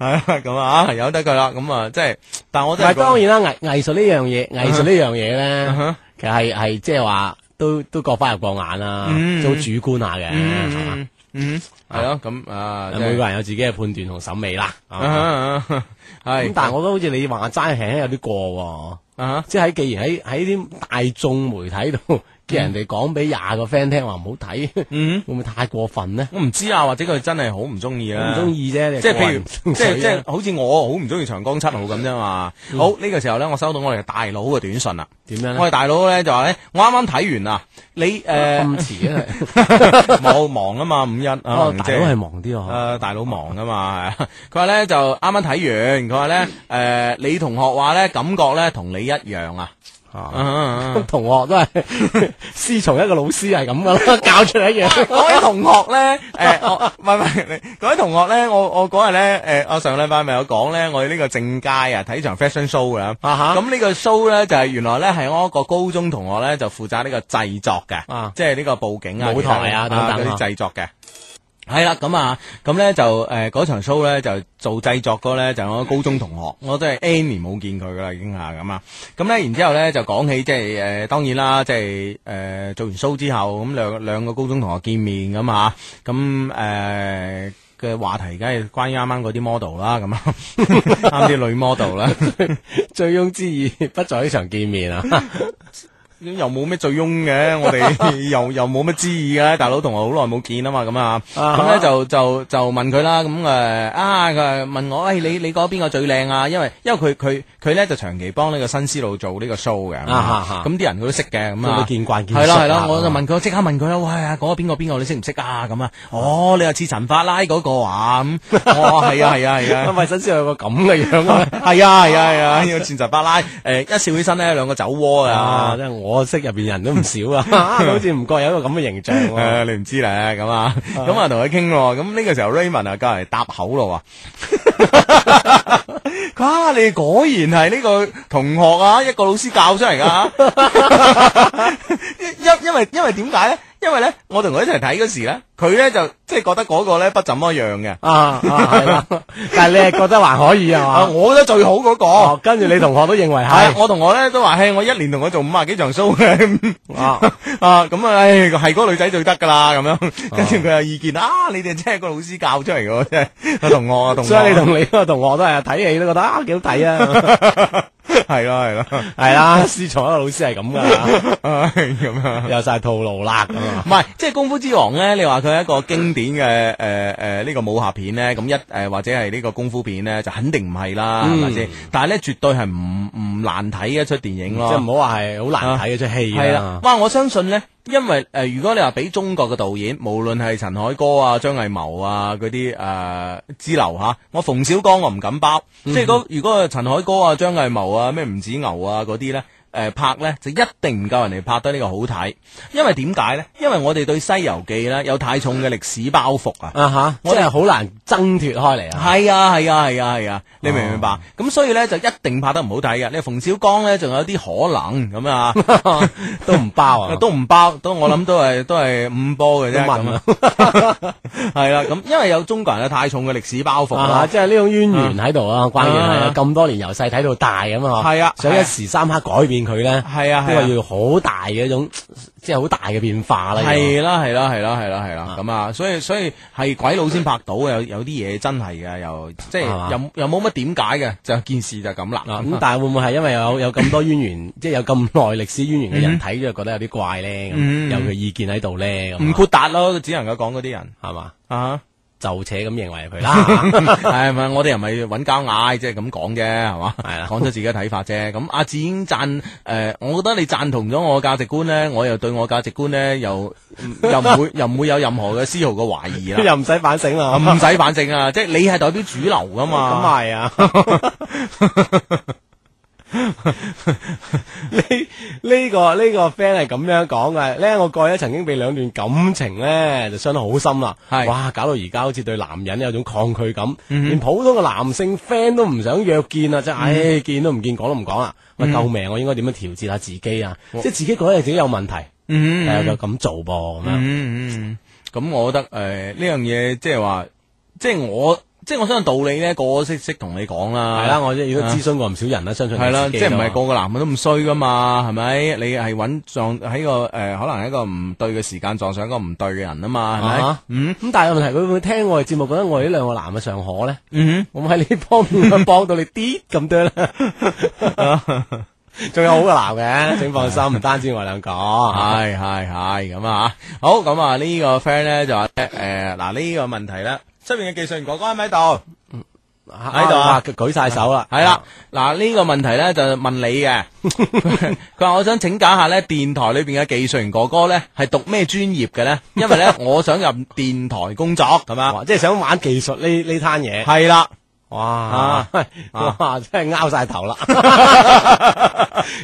係啊，咁啊由得佢啦，咁啊即係，但我同埋真係當然啦，藝藝術呢樣嘢，藝術呢樣嘢嗯哼咧，其實係係即係話都都各花入各眼啦，嗯都好主觀下嘅，係嘛嗯嗯係咯，咁啊每個人有自己嘅判斷同審美啦。嗯啊係咁但係我覺得好似你話齋輕輕有啲過喎。啊即係喺既然喺喺啲大眾媒體度 叫人哋講俾廿個 friend 聽話唔好睇， 嗯會唔會太過分呢？我唔知啊，或者佢真係好唔中意我啦，唔中意啫，你啊即係個人啊譬唔如，即係中意即係啫好似我好唔中意長江七號咁啫嘛。好啊哦呢個時候咧，我收到我哋大佬嘅短信啦。點樣呢我哋大佬咧就話咧，我啱啱睇完啊，你誒 咁遲啊！ 冇忙啊嘛，五一啊，哦，即大佬係忙啲誒、喎，大佬忙噶嘛， 係啊佢話咧就呃啱啱睇完，佢話咧誒李同學話咧感覺咧同你一樣啊，啊，啊 咁同學都係 師從一個老師係咁噶啦， 教出嚟一樣。嗰位同學 咧，誒、我唔係唔係，你嗰位同學咧，我我嗰日咧，誒，我上個禮拜咪有講咧，我哋呢個正佳啊睇場 fashion show 嘅，啊哈咁呢個 show 咧就係、原來咧係我一個高中同學咧就負責呢個製作嘅，啊即係呢個佈景啊、舞台啊其他等等嗰啊啲製作嘅。系啦，咁啊，咁咧就诶嗰、場 show 咧就做製作嗰咧就係我高中同學，我都係 N 年冇見佢噶啦，已經啊咁啊，咁咧然之後咧就講起即係诶當然啦，即係诶做完 show 之後，咁兩兩個高中同學見面咁啊，咁诶嘅話題梗係關於啱啱嗰啲 model 啦，咁啊 啱啲女 model 啦， 醉翁之意不在呢場見面啊！又冇咩醉翁嘅，我 哋又又冇乜知意嘅，大佬同我好耐冇見啊嘛，咁啊，啊咁咧就就就問佢啦，咁誒啊，佢問我，喂、你你覺得邊個最靚啊？因為因為佢佢佢咧就長期幫呢個新思路做呢個 show 嘅，咁啊啊啊咁啲人佢都識嘅，咁都啊見慣見係啦熟係啦啦，我就係嘛問佢，即刻問佢啦，喂啊，嗰個邊個邊個你識唔識啊？咁啊，哦，你又似陳法拉嗰個啊？咁，哦，係啊係啊 係啊。衛生師有個 咁嘅樣啊！系啊系啊系啊，呢個前澤巴拉，诶、一笑起身咧，兩個酒窩啊啊！，真係我識入邊人都唔少 啊，啊好似唔覺有一個咁嘅形象诶、喎。你唔知咧咁啊，咁啊同佢傾咯，咁呢個時候 Raymond 啊，隔嚟搭口咯喎，佢話啊，你果然係呢個同學啊，一個老師教出嚟噶，因因為因為點解咧？因為咧，我同佢一齊睇嗰時咧，佢咧就即係覺得嗰個咧不怎麼樣嘅，啊啊，係啦， 但係你係覺得還可以啊啊，嘛？我覺得最好嗰、個。哦，跟住你同學都認為系係，我同我咧都話，嘿，我一年同佢做五啊幾場 show 嘅，啊 啊咁啊，唉，係嗰個女仔最得噶啦，咁樣，跟住佢有意見啊，你哋真係個老師教出嚟嘅喎，真係個同學啊，同學，所以你同你嗰個同學都係睇戲都覺得啊幾好 睇啊，係咯係咯，係啦，師從一個老師係咁噶，唉咁啊。有晒套路啦咁啊。唔係，即係《功夫之王》咧，你話佢係一個經典嘅誒誒呢個武俠片咧，咁一誒、呃或者係呢個功夫片咧，就肯定唔係啦，係咪先？但係咧，絕對係唔唔難睇嘅一出電影咯。即係唔好話係好難睇嘅出戲系哦啦，。啊哇！我相信呢，因為诶、呃如果你話俾中國嘅導演，無論係陳凱歌啊、張藝謀啊嗰啲诶之流吓，我馮小剛我唔敢包，即係嗰如果陳凱歌啊、張藝謀啊、咩吳子牛啊嗰啲呢，诶、拍呢，就一定唔夠人哋拍得呢個好睇，因為點解呢？因為我哋對《西遊記》呢，有太重嘅歷史包袱啊。啊吓，我我哋哋好難掙脱開嚟啊！系啊系啊系啊系啊，你明唔明白？哦咁、所以咧就一定拍得唔好睇嘅。你馮小剛咧仲有啲可能咁啊，，都唔包啊 都唔包，都我諗都係都係五波嘅啫。都問咁啊， 係啦，咁因為有中國人嘅太重嘅歷史包袱啊，啦。即係呢種淵源喺度啊，關鍵係啊啊咁多年由細睇到大咁啊，係啊想係啊一時三刻改變佢咧，係啊呢係啊個要好大嘅一種，即係好大嘅變化啦。係啊啦，係啦，係啦，係啦，係啦，咁啊，所以所以係鬼佬先拍到嘅，有有啲嘢真係嘅，又即係係嘛又又冇乜點解嘅，就件事就咁啦。啊要。啊咁但係會唔會係因為有有咁多淵源， 即係有咁耐歷史淵源嘅人睇咗覺得有啲怪咧，咁嗯有佢意見喺度咧，唔咁啊豁達咯，只能夠講嗰啲人係嘛？啊。就且咁認為佢啦， 系咪？我哋又唔係揾交嗌，即係咁講啫，係嘛？係啦講咗自己嘅睇法啫。咁阿志已經贊诶、我覺得你贊同咗我嘅價值觀咧，我又對我價值觀咧又又唔會又 唔會有任何嘅絲毫嘅懷疑 啦。又唔使反省啦。唔使反省啊！即係你係代表主流噶咁嘛？係啊！呢呢、個呢、個 friend 係咁樣講嘅咧，我過去咧曾經被兩段感情咧就傷得好深啦，係嗯哇，搞到而家好似對男人有種抗拒感，連普通嘅男性 friend 都唔想約見啊，真係，唉、見都唔見，講都唔講啦，嗯喂，救命！我應該點樣調節下自己啊？即係自己覺得自己有問題，嗯但又咁做噃啊咁樣。嗯嗯，咁、我覺得诶呢樣嘢即係話，即係我即係我相信道理咧，個個識識同你講啦。係啦，我亦都諮詢過唔少人啦，相信你啊係啦，自即己係唔都係個個男嘅都咁衰噶嘛？係咪？你係揾撞喺個诶、可能喺一個唔對嘅時間撞上一個唔對嘅人啊嘛？係咪？啊嗯 咁但係問題，佢會唔會聽我哋節目，覺得我哋呢 兩個男嘅尚可咧？嗯我喺呢方面可以幫到你啲咁多啦。 仲有好嘅男嘅，請 放心，唔單止我兩個。哼，係係係咁啊！好咁啊，呢、個 friend 咧就話诶嗱呢個問題咧，出边嘅技術員哥哥喺咪度？喺度啊佢舉晒手啦，係啦，嗱呢個問題咧就問你 嘅，佢話我想請教下咧，電台裏邊嘅技術員哥哥咧係讀咩專業嘅咧？因為 咧我想入電台工作咁啊，啊， 哇即係想玩技術呢呢攤嘢。係啦。哇啊 哇，真系拗晒 头啦！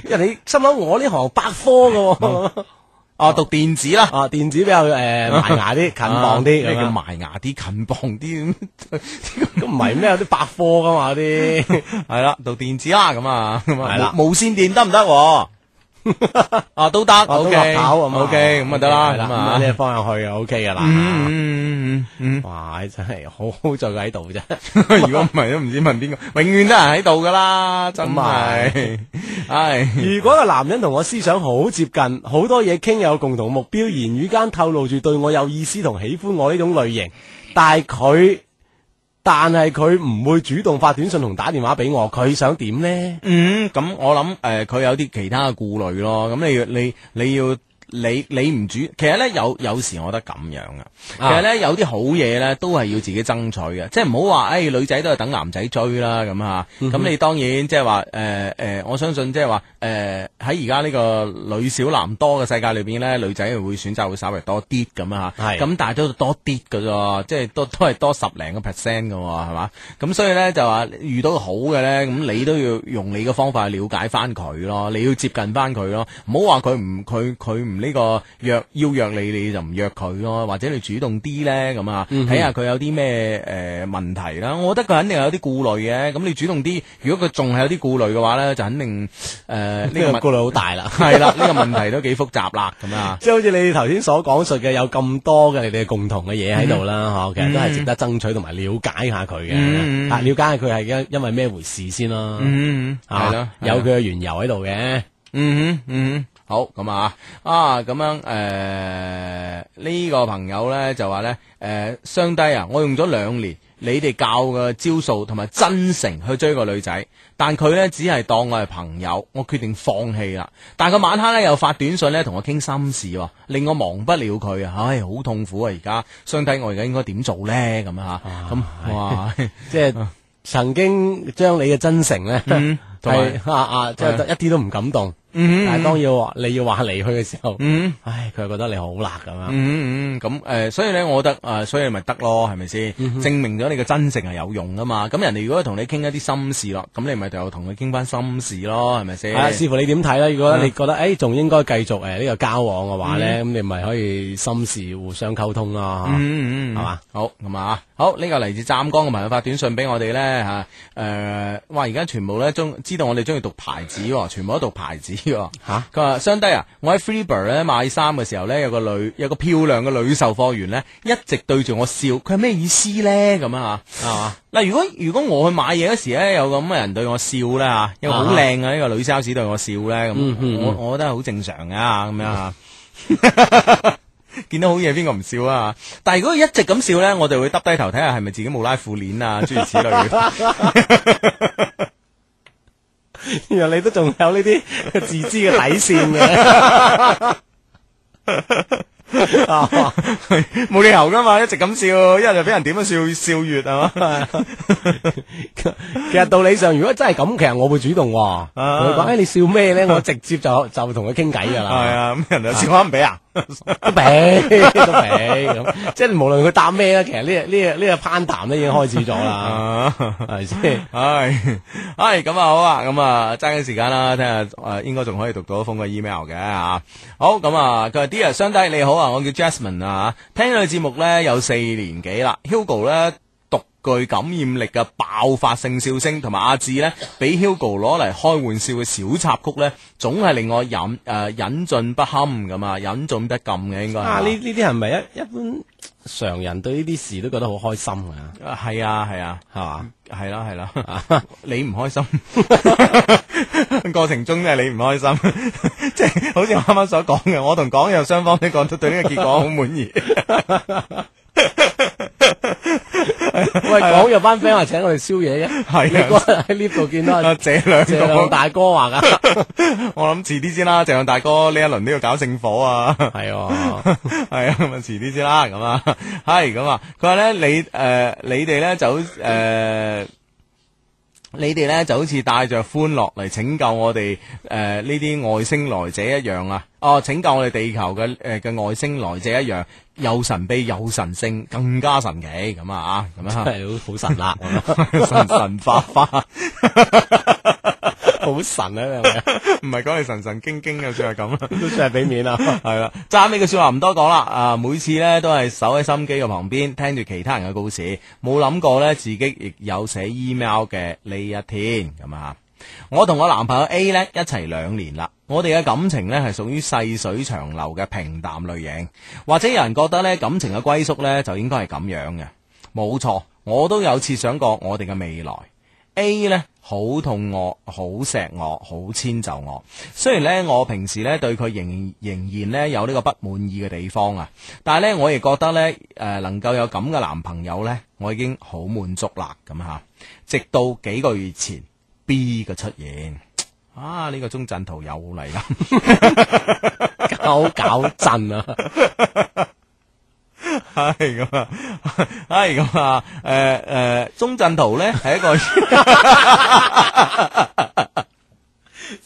人哋心谂我呢行百科噶，哦，讀電子啦。啊电子比較 诶埋牙啲、近磅啲，咩咁叫樣埋牙啲、近磅啲？ 咁唔係咩？有啲百科噶嘛啲，係啦，讀電子啦，咁啊，咁啊，係啦無無線電得唔得喎？ 啊，都得都，OK，落跑咁啊 OK，咁啊得啦，係咁咁啊啊，呢個方向去啊 OK 噶啦。嗯嗯嗯嗯哇！真係好好在佢喺度啫，嗯， 如果唔係都唔知問邊個，永遠都係喺度噶啦，真咁啊係，唉。如果個男人同我思想好接近，好多嘢傾有共同目標，言語間透露住對我有意思同喜歡我呢種類型，但係佢，但係佢唔會主動發短信同打電話俾我，佢想點呢？嗯，咁我諗诶，佢、有啲其他嘅顧慮咯。咁你你你要你你唔主，其實咧有有時我覺得咁樣嘅。其實咧有啲好嘢咧都係要自己爭取嘅，即係唔好話诶女仔都係等男仔追啦咁吓。咁、你當然即係話诶诶，呃我相信即係話诶喺而家呢個女少男多嘅世界裏边咧，女仔會選擇會稍微多啲咁啊吓。係咁但係都多啲嘅啫，即係都都係多十零個 percent 嘅喎，係嘛？咁所以咧就話遇到好嘅咧，咁你都要用你嘅方法去了解翻佢咯，你要接近翻佢咯，唔好話佢唔佢佢唔呢個約要約你，你就唔約佢咯，或者你主動啲咧咁啊，嗯睇下佢有啲咩誒呃問題啦。我覺得佢肯定有啲顧慮嘅，咁你主動啲，如果佢仲係有啲顧慮嘅話咧，就肯定誒呢、個呢個問顧慮好大啦。嗯係啦，呢、個問題都幾複雜啦，咁 啊。即係好似你頭先所講述嘅，有咁多嘅你哋共同嘅嘢喺度啦，嗬、其實都係值得爭取同埋了解下佢嘅，嗯嗯嗯嗯啊，了解下佢係因因為咩回事先啦，嗯，啊係咯，有係佢嘅緣由喺度嘅，嗯哼，嗯哼，好咁啊，啊咁樣诶，呃呢、個朋友咧就話咧，诶、相低啊，我用咗兩年你哋教嘅招數同埋真誠去追個女仔，但佢咧只係當我係朋友，我決定放棄啦。但佢晚黑咧又發短信咧同我傾心事喎，令我忘不了佢啊，唉，好痛苦啊而家，相低我而家應該點做咧咁啊，咁哇，即係曾經將你嘅真誠咧，啊嗯同埋係啊啊，即係一啲都唔感動，嗯但係當要你要話離去嘅時候，嗯。唉，佢又覺得你好辣咁樣，嗯嗯嗯，咁誒、呃所以咧，我覺得誒、呃所以咪得咯，係咪先？嗯證明咗你嘅真誠係有用噶嘛。咁人哋如果同你傾一啲心事咯，咁你咪就同佢傾翻心事咯，係咪嗯係啊，先？視乎你點睇啦。如果你覺得誒仲應該繼續誒呢個交往嘅話咧，咁你咪可以心事互相溝通啦。嚇嗯嗯嗯，係嘛？好咁啊，好呢、個嚟自湛江嘅朋友發短信俾我哋咧吓，誒、哇！而家全部咧中知道我哋中意讀牌子喎，全部都讀牌子喎。嚇佢話：相低啊，我喺 Freebird 咧買衫嘅時候咧，有個女有個漂亮嘅女售貨員咧，一直對住我笑，佢係咩意思咧？咁啊嚇，係嘛？嗱，如果如果我去買嘢嗰時咧，有咁嘅人對我笑咧嚇，有個好靚嘅呢個女 sales 對我笑咧，咁我我覺得係好正常啊噶咁樣嚇。 見到好嘢邊個唔笑啊？但係如果一直咁笑咧，我就會耷低頭睇下係咪自己冇拉褲鏈啊，諸如此類。 原來你都仲有呢啲 自知嘅底線 嘅。啊冇理由噶嘛，一直咁笑，一係就俾人點樣笑笑月係 嘛？其實道理上，如果真係咁，其實我會主動啊喎。同佢講：誒，哎你笑咩咧？我直接就就同佢傾偈㗎係啦。啊，咁人就笑翻唔俾啊？ 都俾都俾咁，即係無論佢答咩咧，其實呢呢呢個攀談咧已經開始咗啦，啊係咪先？唉，唉，咁啊好啊，咁啊揸緊時間啦，聽下誒應該仲可以讀到一封嘅 email 嘅嚇。好咁啊，佢話 Dear 相低你好啊，我叫 Jasmine 啊，聽你節目咧有四年幾啦，Hugo 咧。獨具感染力嘅爆發性笑聲，同埋阿志呢，俾 Hugo 攞嚟開玩笑嘅小插曲呢，總係令我忍誒、呃忍俊不堪咁啊，忍俊不禁嘅應該係啊，嘛呢呢啲係咪一一般常人對呢啲事都覺得好開心㗎？啊係啊係啊，係嘛？系啦系啦，你唔開心， 過程中咧你唔開心， 即係好似我啱啱所講嘅，我同港友雙方都講得對呢個結果好滿意。 喂，講有班 friend 話請我哋宵夜 嘅，係啊你嗰日喺 lift 度見到啊，阿謝兩謝亮個，大哥話㗎，我諗遲啲先啦。謝亮大哥呢一輪都要搞聖火啊！ 係 喎，係啊，咁啊遲啲先啦，咁啊，係咁啊，佢話咧你誒、呃你哋咧就好誒。你哋咧就好似帶着歡樂嚟拯救我哋誒呢啲外星來者一樣啊！哦，拯救我哋地球嘅誒嘅外星來者一樣，有神秘有神性，更加神奇咁啊！咁樣啊 係好好神啦， 神神化化， 好神啊，你係咪 唔係講你神神經經嘅，算係咁啦。都真係俾面 啊！系啦，揸尾嘅说話唔多講啦。啊，每次咧都係守喺心機嘅旁邊，聽住其他人嘅故事，冇諗過咧自己亦有寫 email 嘅呢一天咁啊。我同我男朋友 A 咧一齊兩年啦，我哋嘅感情咧係屬於細水長流嘅平淡類型，或者有人覺得咧感情嘅歸宿咧就應該係咁樣嘅，冇錯，我都有設想過我哋嘅未來。A 呢，好痛我，好錫我，好遷就我。雖然呢，我平時呢對佢仍仍然呢有呢個不滿意嘅地方啊，但係呢，我亦覺得呢，誒、能夠有咁嘅男朋友呢，我已經好滿足啦咁嚇。直到幾個月前 B 嘅出現，啊呢、個鐘鎮圖又嚟啦。 搞搞震啊！系咁啊， 系咁啊，诶、诶、钟镇涛咧系一个，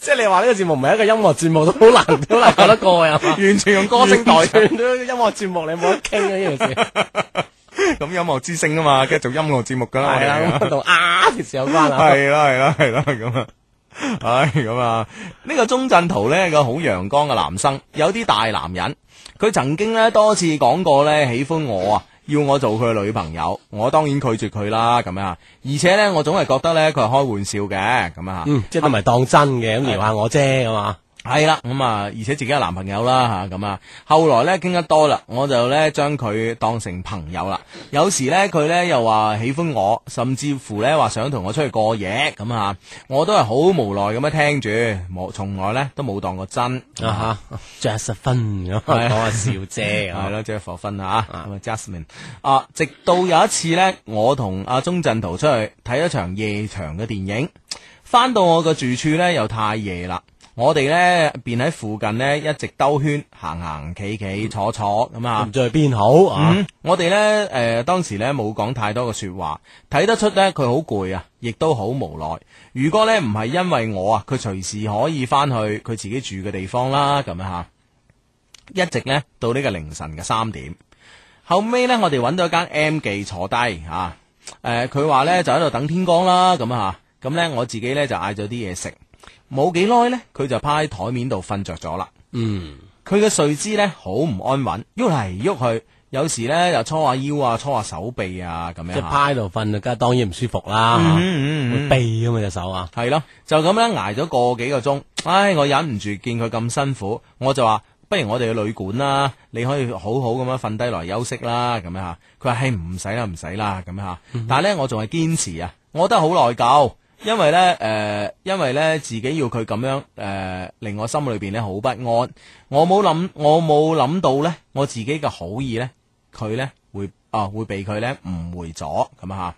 即係你話呢個節目唔係一個音樂節目，都好難好難講得過啊！ 完全用歌聲代替完全都音樂節目，你冇得傾啊呢件事。咁音樂之星啊嘛，跟住做音樂節目噶啦，係啦，我哋咁啊同啊件事有關啊。係啦，係啦，係啦，咁啊。唉，咁啊，呢、個鐘鎮圖呢個好陽光嘅男生，有啲大男人。佢曾經呢多次講過呢喜歡我啊，要我做佢嘅女朋友。我當然拒絕佢啦，咁樣啊。而且呢，我總係覺得呢，佢係開玩笑嘅，咁啊。嗯，即係都唔係當真嘅，咁撩下我啫，咁啊。系啦，咁啊，而且自己有男朋友啦吓，咁啊，後來咧傾得多啦，我就咧將佢當成朋友啦。有時咧佢咧又話喜歡我，甚至乎咧話想同我出去過夜咁啊，我都係好無奈咁樣聽住，冇從來咧都冇當過真。啊哈，着實分咁啊，講下笑啫，系咁咯，即係火婚啊，咁啊 Jasmine 啊，直到有一次呢，我同阿鐘鎮涛出去睇咗場夜場嘅電影，翻到我個住處呢，又太夜啦，我哋呢便喺附近呢，一直兜圈行行企企坐坐咁啊啊唔。知去邊好啊？嗯，我哋呢，誒、當時呢冇講太多嘅説話，睇得出呢，佢好攰啊，亦都好無奈。如果呢唔係因為我啊，佢隨時可以翻去佢自己住嘅地方啦，咁樣嚇。一直呢到呢個凌晨嘅三點，後尾呢，我哋揾到一間 M 記坐低嚇，啊誒佢話呢就喺度等天光啦，咁啊嚇，咁呢，我自己呢就嗌咗啲嘢食，冇幾耐呢，佢就趴喺台面度瞓着咗啦。佢嘅睡姿咧好唔安穩，喐嚟喐去，有時咧又搓下腰啊，搓下手臂啊，咁樣即係嚇趴喺度瞓，梗係當然唔舒服啦，嗯會痹噶嘛隻手啊！係咯，就咁咧捱咗個幾個鐘，唉，我忍唔住見佢咁辛苦，我就話不如我哋去旅館啦，你可以好好咁樣瞓低來休息啦，咁樣吓。佢話係唔使啦，唔使啦，咁樣吓。但係咧，我仲係堅持啊，我覺得好內疚，因為咧誒、呃因為咧自己要佢咁樣誒、呃令我心裏邊咧好不安。我冇諗，我冇諗到咧，我自己嘅好意咧，佢咧會啊會被佢咧誤會咗咁啊吓。誒、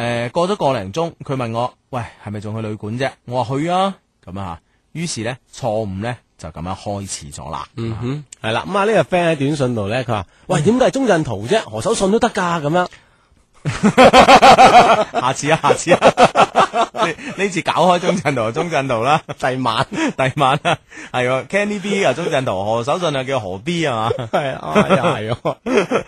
呃過咗個零鐘，佢問我：喂，係咪仲去旅館啫？我話去啊，咁啊。於是呢，錯誤呢就咁樣開始咗啦。嗯哼，係啦，咁啊呢個 friend 喺短信度咧，佢話：喂，點解係鐘鎮圖啫？何守信都得㗎咁樣。下次啊，下次啊，呢呢次搞開中鎮道，中鎮道啦，第晚第晚啦，係喎，Candy B 啊，中鎮道，何守信啊，叫何 B 啊嘛，係啊， 又係喎。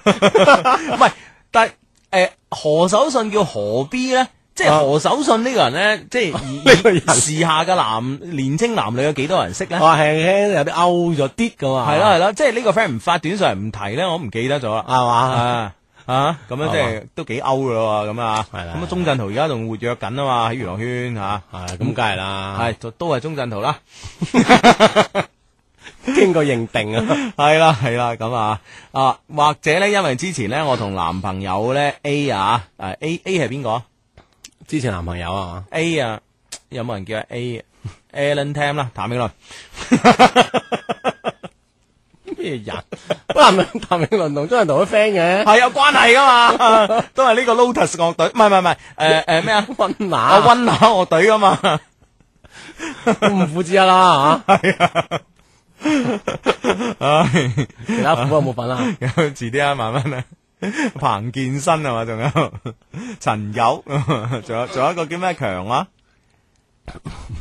唔係，但係誒、呃何守信叫何 B 呢？即係啊何守信呢個人呢，即係呢個人以時下嘅男年青男女有幾多人識呢？我輕輕有啲勾咗啲噶嘛，係啦係啦，即係呢個 friend 唔發短信唔提咧，我唔記得咗啦。係嘛，啊啊，咁樣即係都幾歐噶咯喎，咁啊，係咁啊啦係啦，啊鐘鎮圖而家仲活躍緊啊嘛，喺娛樂圈嚇，係咁梗係啦，係都都係鐘鎮圖啦，係經過認定啊，係 啦係啦，咁啊啊，或者咧，因為之前咧，我同男朋友咧 A 啊，誒 A A 係邊個之前男朋友啊？A 啊，有冇人叫佢 A？Alan Tam 啦，譚詠麟。嘛， 咩人？不 男譚詠麟同張人同啲 friend 嘅， 係有關係噶嘛，都係呢個 Lotus 樂隊，唔係唔係唔係，誒誒咩啊？ 温啊拿温拿樂隊啊嘛。五虎之一啦嚇，啊唉， 其他虎有冇份啊？ 遲啲啊，慢慢啊。彭健新啊嘛，仲有陳友，仲有仲有一個叫咩強啊？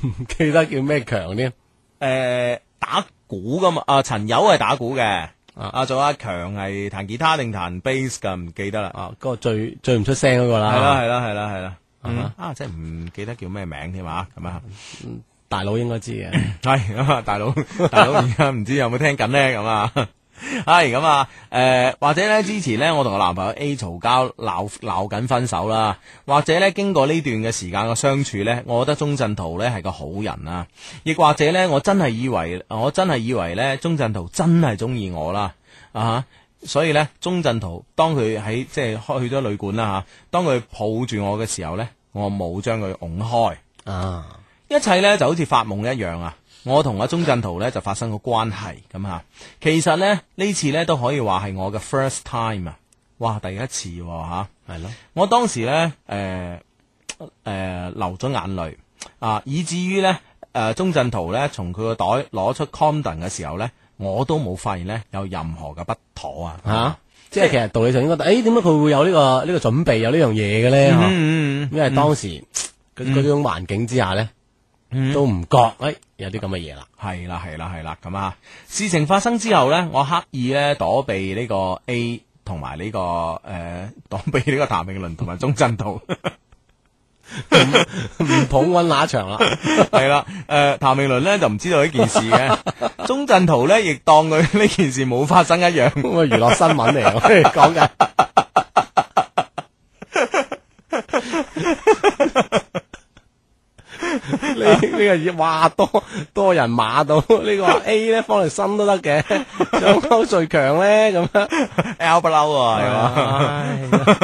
唔記得叫咩強添。诶、打鼓噶嘛？啊，陳友係打鼓嘅，啊啊，仲有阿強係彈吉他定彈 bass 噶，唔記得啦。啊，嗰、個最最唔出聲嗰個係啦啦，係啦係啦係啦，嗯啊啊，真係唔記得叫咩名添啊，咁啊。大佬應該知嘅。 系咁啊，大佬，大佬而家唔知有冇聽緊咧咁啊。 係咁啊，诶、或者咧之前咧，我同我男朋友 A 嘈交，鬧鬧緊分手啦。或者咧，經過呢段嘅時間嘅相處咧，我覺得鍾鎮濤咧係個好人啊。亦或者咧，我真係以為，我真係以為咧，鍾鎮濤真係中意我啦啊哈！所以咧，鍾鎮濤當佢喺即係開去咗旅館啦吓、啊當佢抱住我嘅時候咧，我冇將佢拱開。啊，一切呢就好似發夢一樣啊！我同阿鍾鎮濤呢就發生過關係咁吓，其實呢，呢次呢都可以話係我嘅 first time 啊！哇，第一次喎吓、係咯，我當時呢，誒、誒、流咗眼淚啊，以至於呢，誒鍾鎮濤呢從佢個袋攞出 condom 嘅時候呢，我都冇發現呢有任何嘅不妥啊！嚇、即係其實道理上應該，誒點解佢會有呢、個呢、個準備有呢樣嘢嘅咧？嚇嗯嗯因為當時嗰嗰種環境之下咧，都唔覺誒、哎有啲咁嘅嘢啦。係啦，係啦，係啦，咁啊，事情發生之後呢，我刻意呢躲避呢個 A 同埋呢個誒、呃 躲避呢個譚詠麟同埋鍾鎮濤， 唔捧温那場啦，係啦，誒譚詠麟呢就唔知道呢件事嘅，鍾鎮濤呢亦當佢呢件事冇發生一樣，咁啊 娛樂新聞嚟，我哋講緊。呢呢個哇多多人馬到呢個 A 咧方力申都得嘅， 想溝最強咧咁樣， L 不嬲啊，係嘛？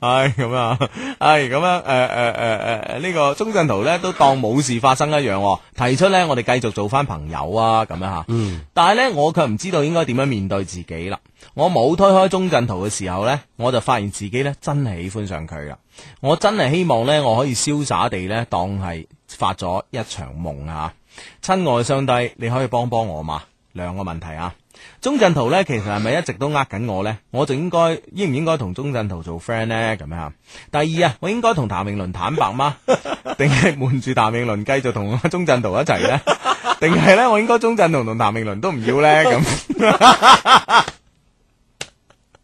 唉，咁啊，唉，咁樣，诶诶诶诶，呃呢個鐘鎮濤咧都當冇事發生一樣喎，提出咧我哋繼續做翻朋友啊，咁樣吓。嗯。但係咧，我卻唔知道應該點樣面對自己啦。我冇推開鐘鎮濤嘅時候咧，我就發現自己咧真係喜歡上佢啦。我真係希望咧，我可以瀟灑地咧當係發咗一場夢啊！親愛上帝，你可以幫幫我嘛？兩個問題啊。鐘鎮濤呢，其實係咪一直都呃緊我呢？我就應該應唔應該同鐘鎮濤做 friend 呢？咁樣啊。第二啊，我應該同譚詠麟坦白嗎？定係瞞住譚詠麟繼續同鐘鎮濤一齊呢？定係呢？我應該鐘鎮濤同譚詠麟都唔要呢？咁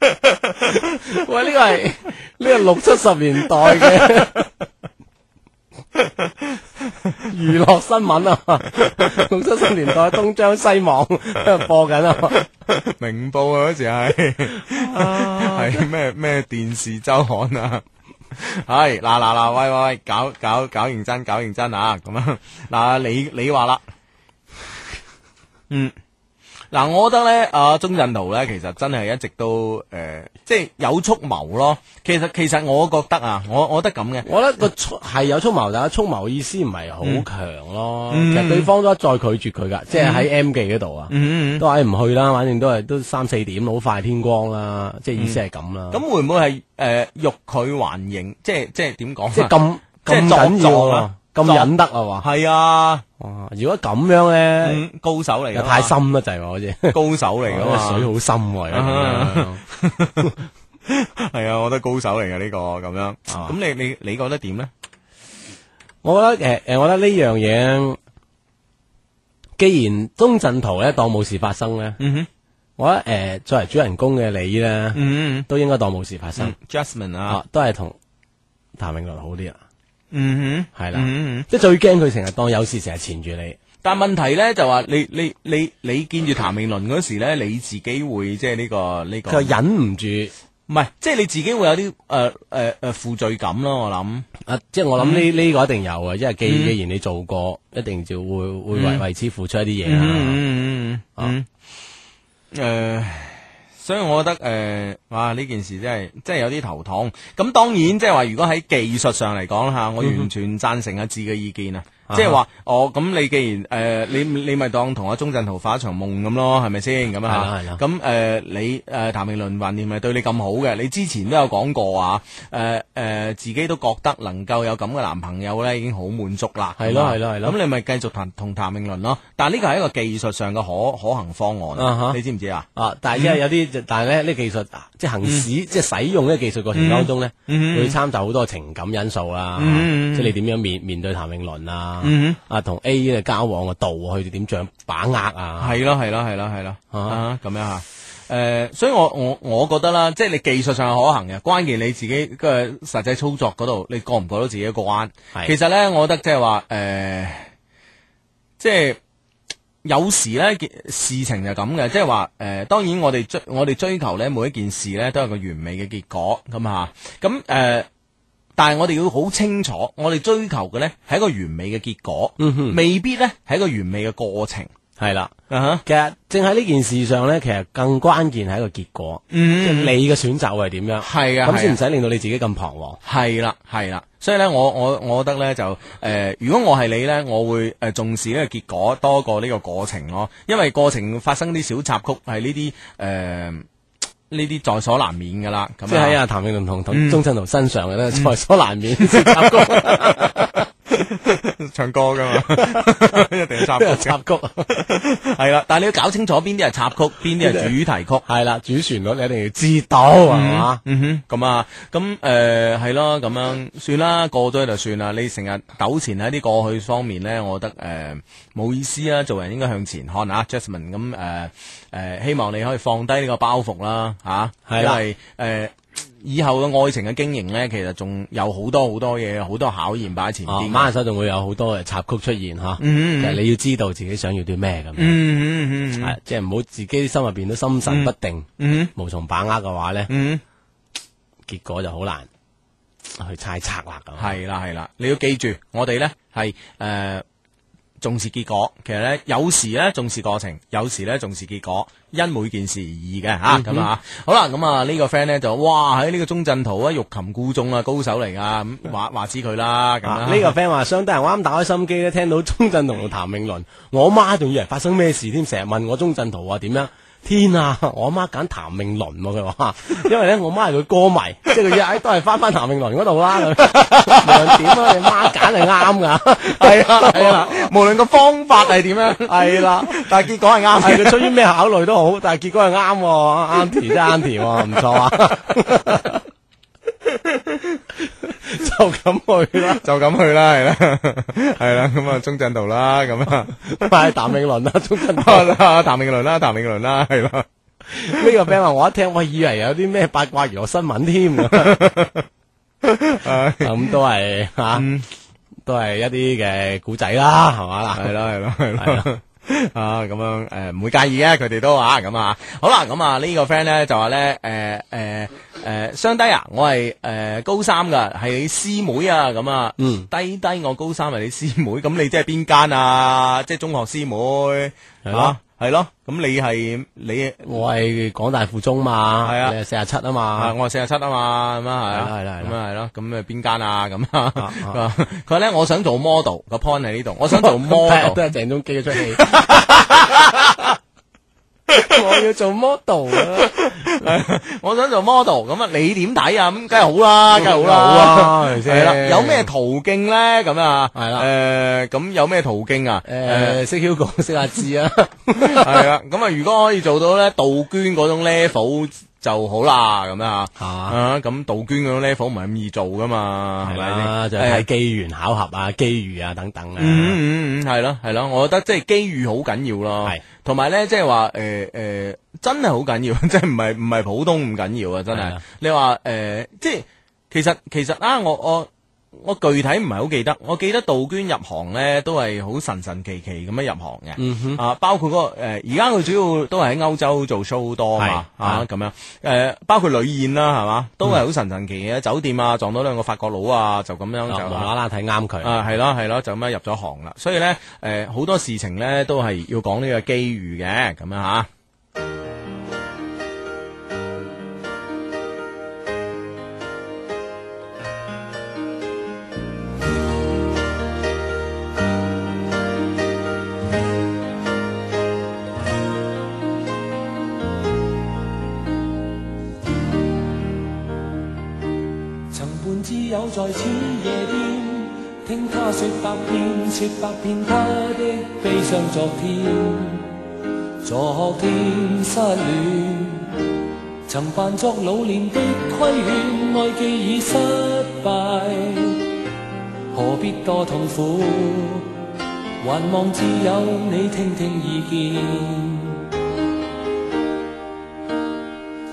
喂，呢個係呢個六七十年代嘅 娛樂新聞啊嘛，六七十年代東張西望 喺度播緊啊嘛， 明報啊，嗰時係 啊係咩咩電視周刊啊？係嗱嗱嗱，喂喂喂，搞搞搞認真，搞認真啊！咁啊，嗱你你話啦，嗯。嗱，我覺得咧，阿鐘鎮濤咧，其實真係一直都誒、呃即係有蓄謀咯。其實其實我覺得啊，我我覺得咁嘅，我覺得個蓄係有蓄謀，但係蓄謀嘅意思唔係好強咯。其實對方都一再拒絕佢噶，即係喺 M 記嗰度啊，嗯嗯嗯嗯都係唔去啦，反正都係都三四點，好快天光啦，即係意思係咁啦。嗯咁啊會唔會係誒、呃欲拒還迎？即係即係點講啊？即係咁 即係咁作緊要狀啊啊，咁作忍得啊嘛。係啊，哇如果咁樣咧，嗯啊高手嚟㗎又嘛，太深啦，就係喎好似。啊高手嚟 噶嘛，水好深喎，如啊果系啊，我覺得高手嚟嘅呢個咁樣。啊咁你你你覺得點咧？咁樣我覺得誒誒，我覺得呢樣嘢，既然鐘鎮圖咧當冇事發生咧，嗯哼，我覺得誒作為主人公嘅你咧， 嗯都應該當冇事發生，Jasmine 啊啊，，都係同譚詠麟好啲啦，啊嗯係哼，啦，嗯哼。即係最驚佢成日當有事成日纏住你，但問題咧就話你你你你見住譚詠麟嗰時咧，你自己會即係呢個呢個佢，又忍唔住唔係即係你自己會有啲誒誒誒負罪感咯。我諗啊！即係我諗嗯呢呢個一定有啊，因為既既然你做過，一定就會會為為此付出一啲嘢啊。嗯嗯嗯嗯，誒，所以我覺得誒，哇！呢件事真係真係有啲頭痛。咁當然即係話，如果喺技術上嚟講嚇，我完全贊成阿志嘅意見啊。即係話哦，咁你既然诶，你你咪當同阿鐘鎮濤發一場夢咁咯，係咪先咁係啦啊係啦？咁诶，你诶譚詠麟還念係對你咁好嘅，你之前都有講過啊，诶诶，自己都覺得能夠有咁嘅男朋友咧，已經好滿足啦。係咯咁啊係咯係咯咁你咪繼續談同譚詠麟咯。但係呢個係一個技術上嘅可可行方啊哈案，你知唔知啊？啊，但係因為有啲就，但係咧呢技術即係行使，嗯即係使用呢技術過程當中咧，會參透好多情感因素啦，嗯嗯嗯即係你點樣面面對譚詠麟啊嗯，啊同 A 嘅交往啊嘅度，去點掌把握啊，系咯系咯系咯系咯啊啊咁样吓。诶、所以我我我覺得啦，即係你技術上係可行嘅，關鍵你自己嘅實際操作嗰度，你過唔過到自己一個關？係其實咧，我覺得即係話诶，誒即係有時咧件事情就咁嘅，即係話诶，誒當然我哋追我哋追求咧每一件事咧都有個完美嘅結果咁吓，咁诶、誒但係我哋要好清楚，我哋追求嘅咧係一個完美嘅結果，嗯未必咧係一個完美嘅過程。係啦。啊哈其實正喺呢件事上咧，其實更關鍵係一個結果，即係你嘅選擇會係點樣，係嗯啊係咁啊先唔使令到你自己咁彷徨。系啦，系啦，所以咧，我我我覺得咧就诶、呃如果我係你咧，我會诶、呃重視呢個結果多過呢個過程咯，因為過程發生啲小插曲係呢啲诶呢啲在所難免噶啦，咁即係喺啊阿譚詠麟同同鍾鎮濤身上嘅咧，嗯在所難免插 曲，唱歌噶嘛， 一定要插都有插曲。系啦，但系你要搞清楚邊啲係插曲，邊啲係主題曲。係啦，主旋律你一定要知道，係嘛？嗯哼，咁啊，咁诶系咯，咁樣算啦，過咗就算啦。你成日糾纏喺啲過去方面咧，我覺得诶冇、意思啊。做人應該向前看啊，Jasmine 咁诶诶，希望你可以放低呢個包袱啦，吓、係啦因為诶。以後嘅愛情嘅經營咧，其實仲有好多好多嘢，好多考驗擺喺前啊，邊。馬手仲會有好多嘅插曲出現嚇，其實你要知道自己想要啲咩咁樣，嗯嗯嗯嗯嗯係即係唔好自己心入邊都心神不定，嗯無從把握嘅話咧，嗯。結果就好難去猜測啦咁。系啦系啦，你要記住，我哋呢係诶重視結果。其實呢，有時呢重視過程，有時呢重視結果，因每件事而異嘅吓。咁啊，好啦，咁啊呢個 friend 呢就哇喺呢個鐘鎮圖啊，欲擒故縱啊，高手嚟噶，咁話話知佢啦。咁啊！啊 呢、個 friend 話：相低人啱打開心機咧，聽到鐘鎮同譚詠麟，我媽仲以為發生咩事添，成日問我鐘鎮圖啊點樣。天啊！ 我阿媽揀譚詠麟喎， 佢話，因為咧我媽係佢歌迷，即係佢一都係翻翻譚詠麟嗰度啦。 咁無論點啊，你媽揀係啱噶，係啊係啊，無論個方法係點樣，係啦。但係結果係啱 係佢出於咩考慮都好，但係結果係啱喎，auntie 真係 auntie 喎，唔錯啊， 就咁去啦， 就咁去啦，係啦， 係啦，咁啊鐘鎮圖啦，咁啊， 快譚詠麟啦，中間呢譚詠麟啦，譚詠麟啦，係啦。個 friend 話我一聽，我以為有啲咩八卦娛樂新聞添，啊咁都係吓，嗯都係一啲嘅古仔啦，係嘛啦， 系啦，系啦，系啦。 啊，咁樣诶，唔、會介意嘅，佢哋都啊，咁啊，好啦，咁啊，呢、個 friend 咧就話咧，诶诶诶，誒雙低啊，我係诶、誒高三噶，係你師妹啊，咁啊，嗯，低低我高三係你師妹，咁你即係邊間啊？即係中學師妹係咯啊啊，係咯，咁你係你我係廣大附中嘛，係啊你係四十七啊啊，嘛，我係四十七啊嘛，咁啊係係啦係啦咁啊係咯，咁啊邊間啊咁啊，啊佢話 佢話咧我想做 model，個 point 喺呢度，我想做都 model。係鄭中基嘅出 戲。我要做 model 啊！ 我想做 model，咁啊，你點睇啊？咁梗係好啦，梗係好好啦，啊係咪先係啦，有咩途徑咧？咁啊，係啦誒，咁有咩途徑啊？诶，识 Hugo 识阿志 啊，係啦，咁啊，如果可以做到咧，杜鹃嗰種 level 就好啦，咁啊，係嘛啊，咁杜鹃嗰種 level 唔係咁易做噶嘛，係係啊咪啦，先就係睇誒機緣巧合啊、機遇啊等等啊。嗯嗯嗯，系咯系咯，我覺得即係機遇好緊要咯，係同埋咧即係話诶诶，真係好緊要，即係唔係唔係普通咁緊要啊，真係係啊。你話诶、誒即係其實其實啊，我我。我具體唔係好記得，我記得杜鹃入行咧都係好神神奇奇咁樣入行嘅，啊，包括嗰、個呃而家佢主要都係喺歐洲做 show 好多嘛，係啊咁樣，誒、包括女宴啦，係嘛，都係好神神奇嘅，酒店啊撞到兩個法國佬啊，就咁樣啊就無啦啦睇啱佢，啊，係咯係咯，就咁樣入咗行啦。所以咧，诶、好多事情咧都係要講呢個機遇嘅，咁樣吓。 Hãy subscribe cho kênh Ghiền Mì Gõ Để không bỏ lỡ 躺在此夜店，听他说百遍，说百遍他的悲伤昨天，昨天失恋，曾扮作老练的规劝，爱既已失败，何必多痛苦？还望挚友你听听意見。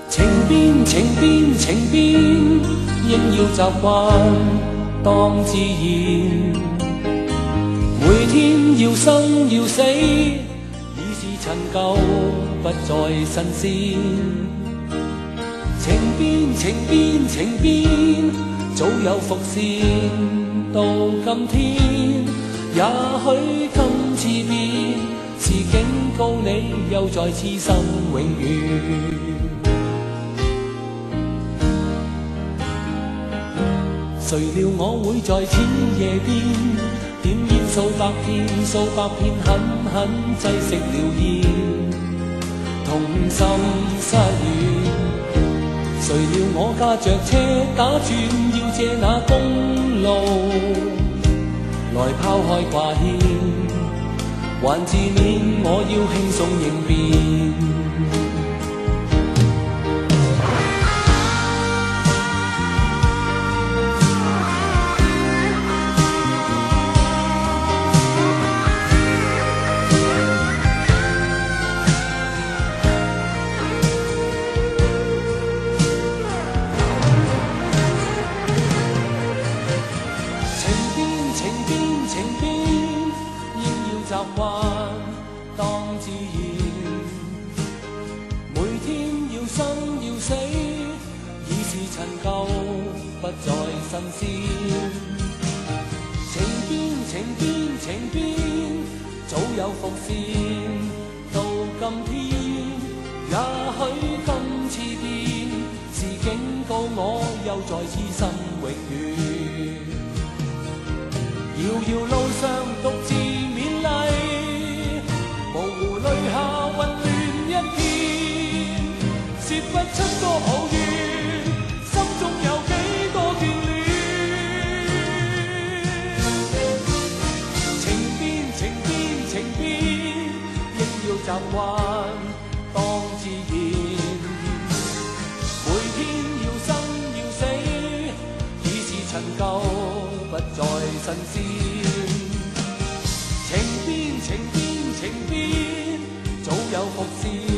情邊情邊情邊，應要習慣當自然。每天要生要死，已是陳舊，不再新鮮。情邊情邊情邊，早有伏線到今天。也許今次變，是警告你又再痴心永遠。谁料我會在此夜邊點煙數百遍，數百遍狠狠擠熄了煙，痛心失戀。誰料我駕着車打轉，要借那公路來拋開掛牽，還自勉我要輕鬆應變。情邊情邊情邊，應要習慣當自然。每天要生要死，已是陳舊，不再新鮮。情邊情邊情邊，早有伏線，到今天，也許今次變，是警告我又再痴心永遠。遙遙路上獨自勉勵，模糊淚下混亂一片，說不出個好怨，心中有幾多眷戀。情邊情邊情邊，應要習慣當自然。每天要生要死，已是陳舊，不再新鮮。情邊情邊情邊，早有伏線，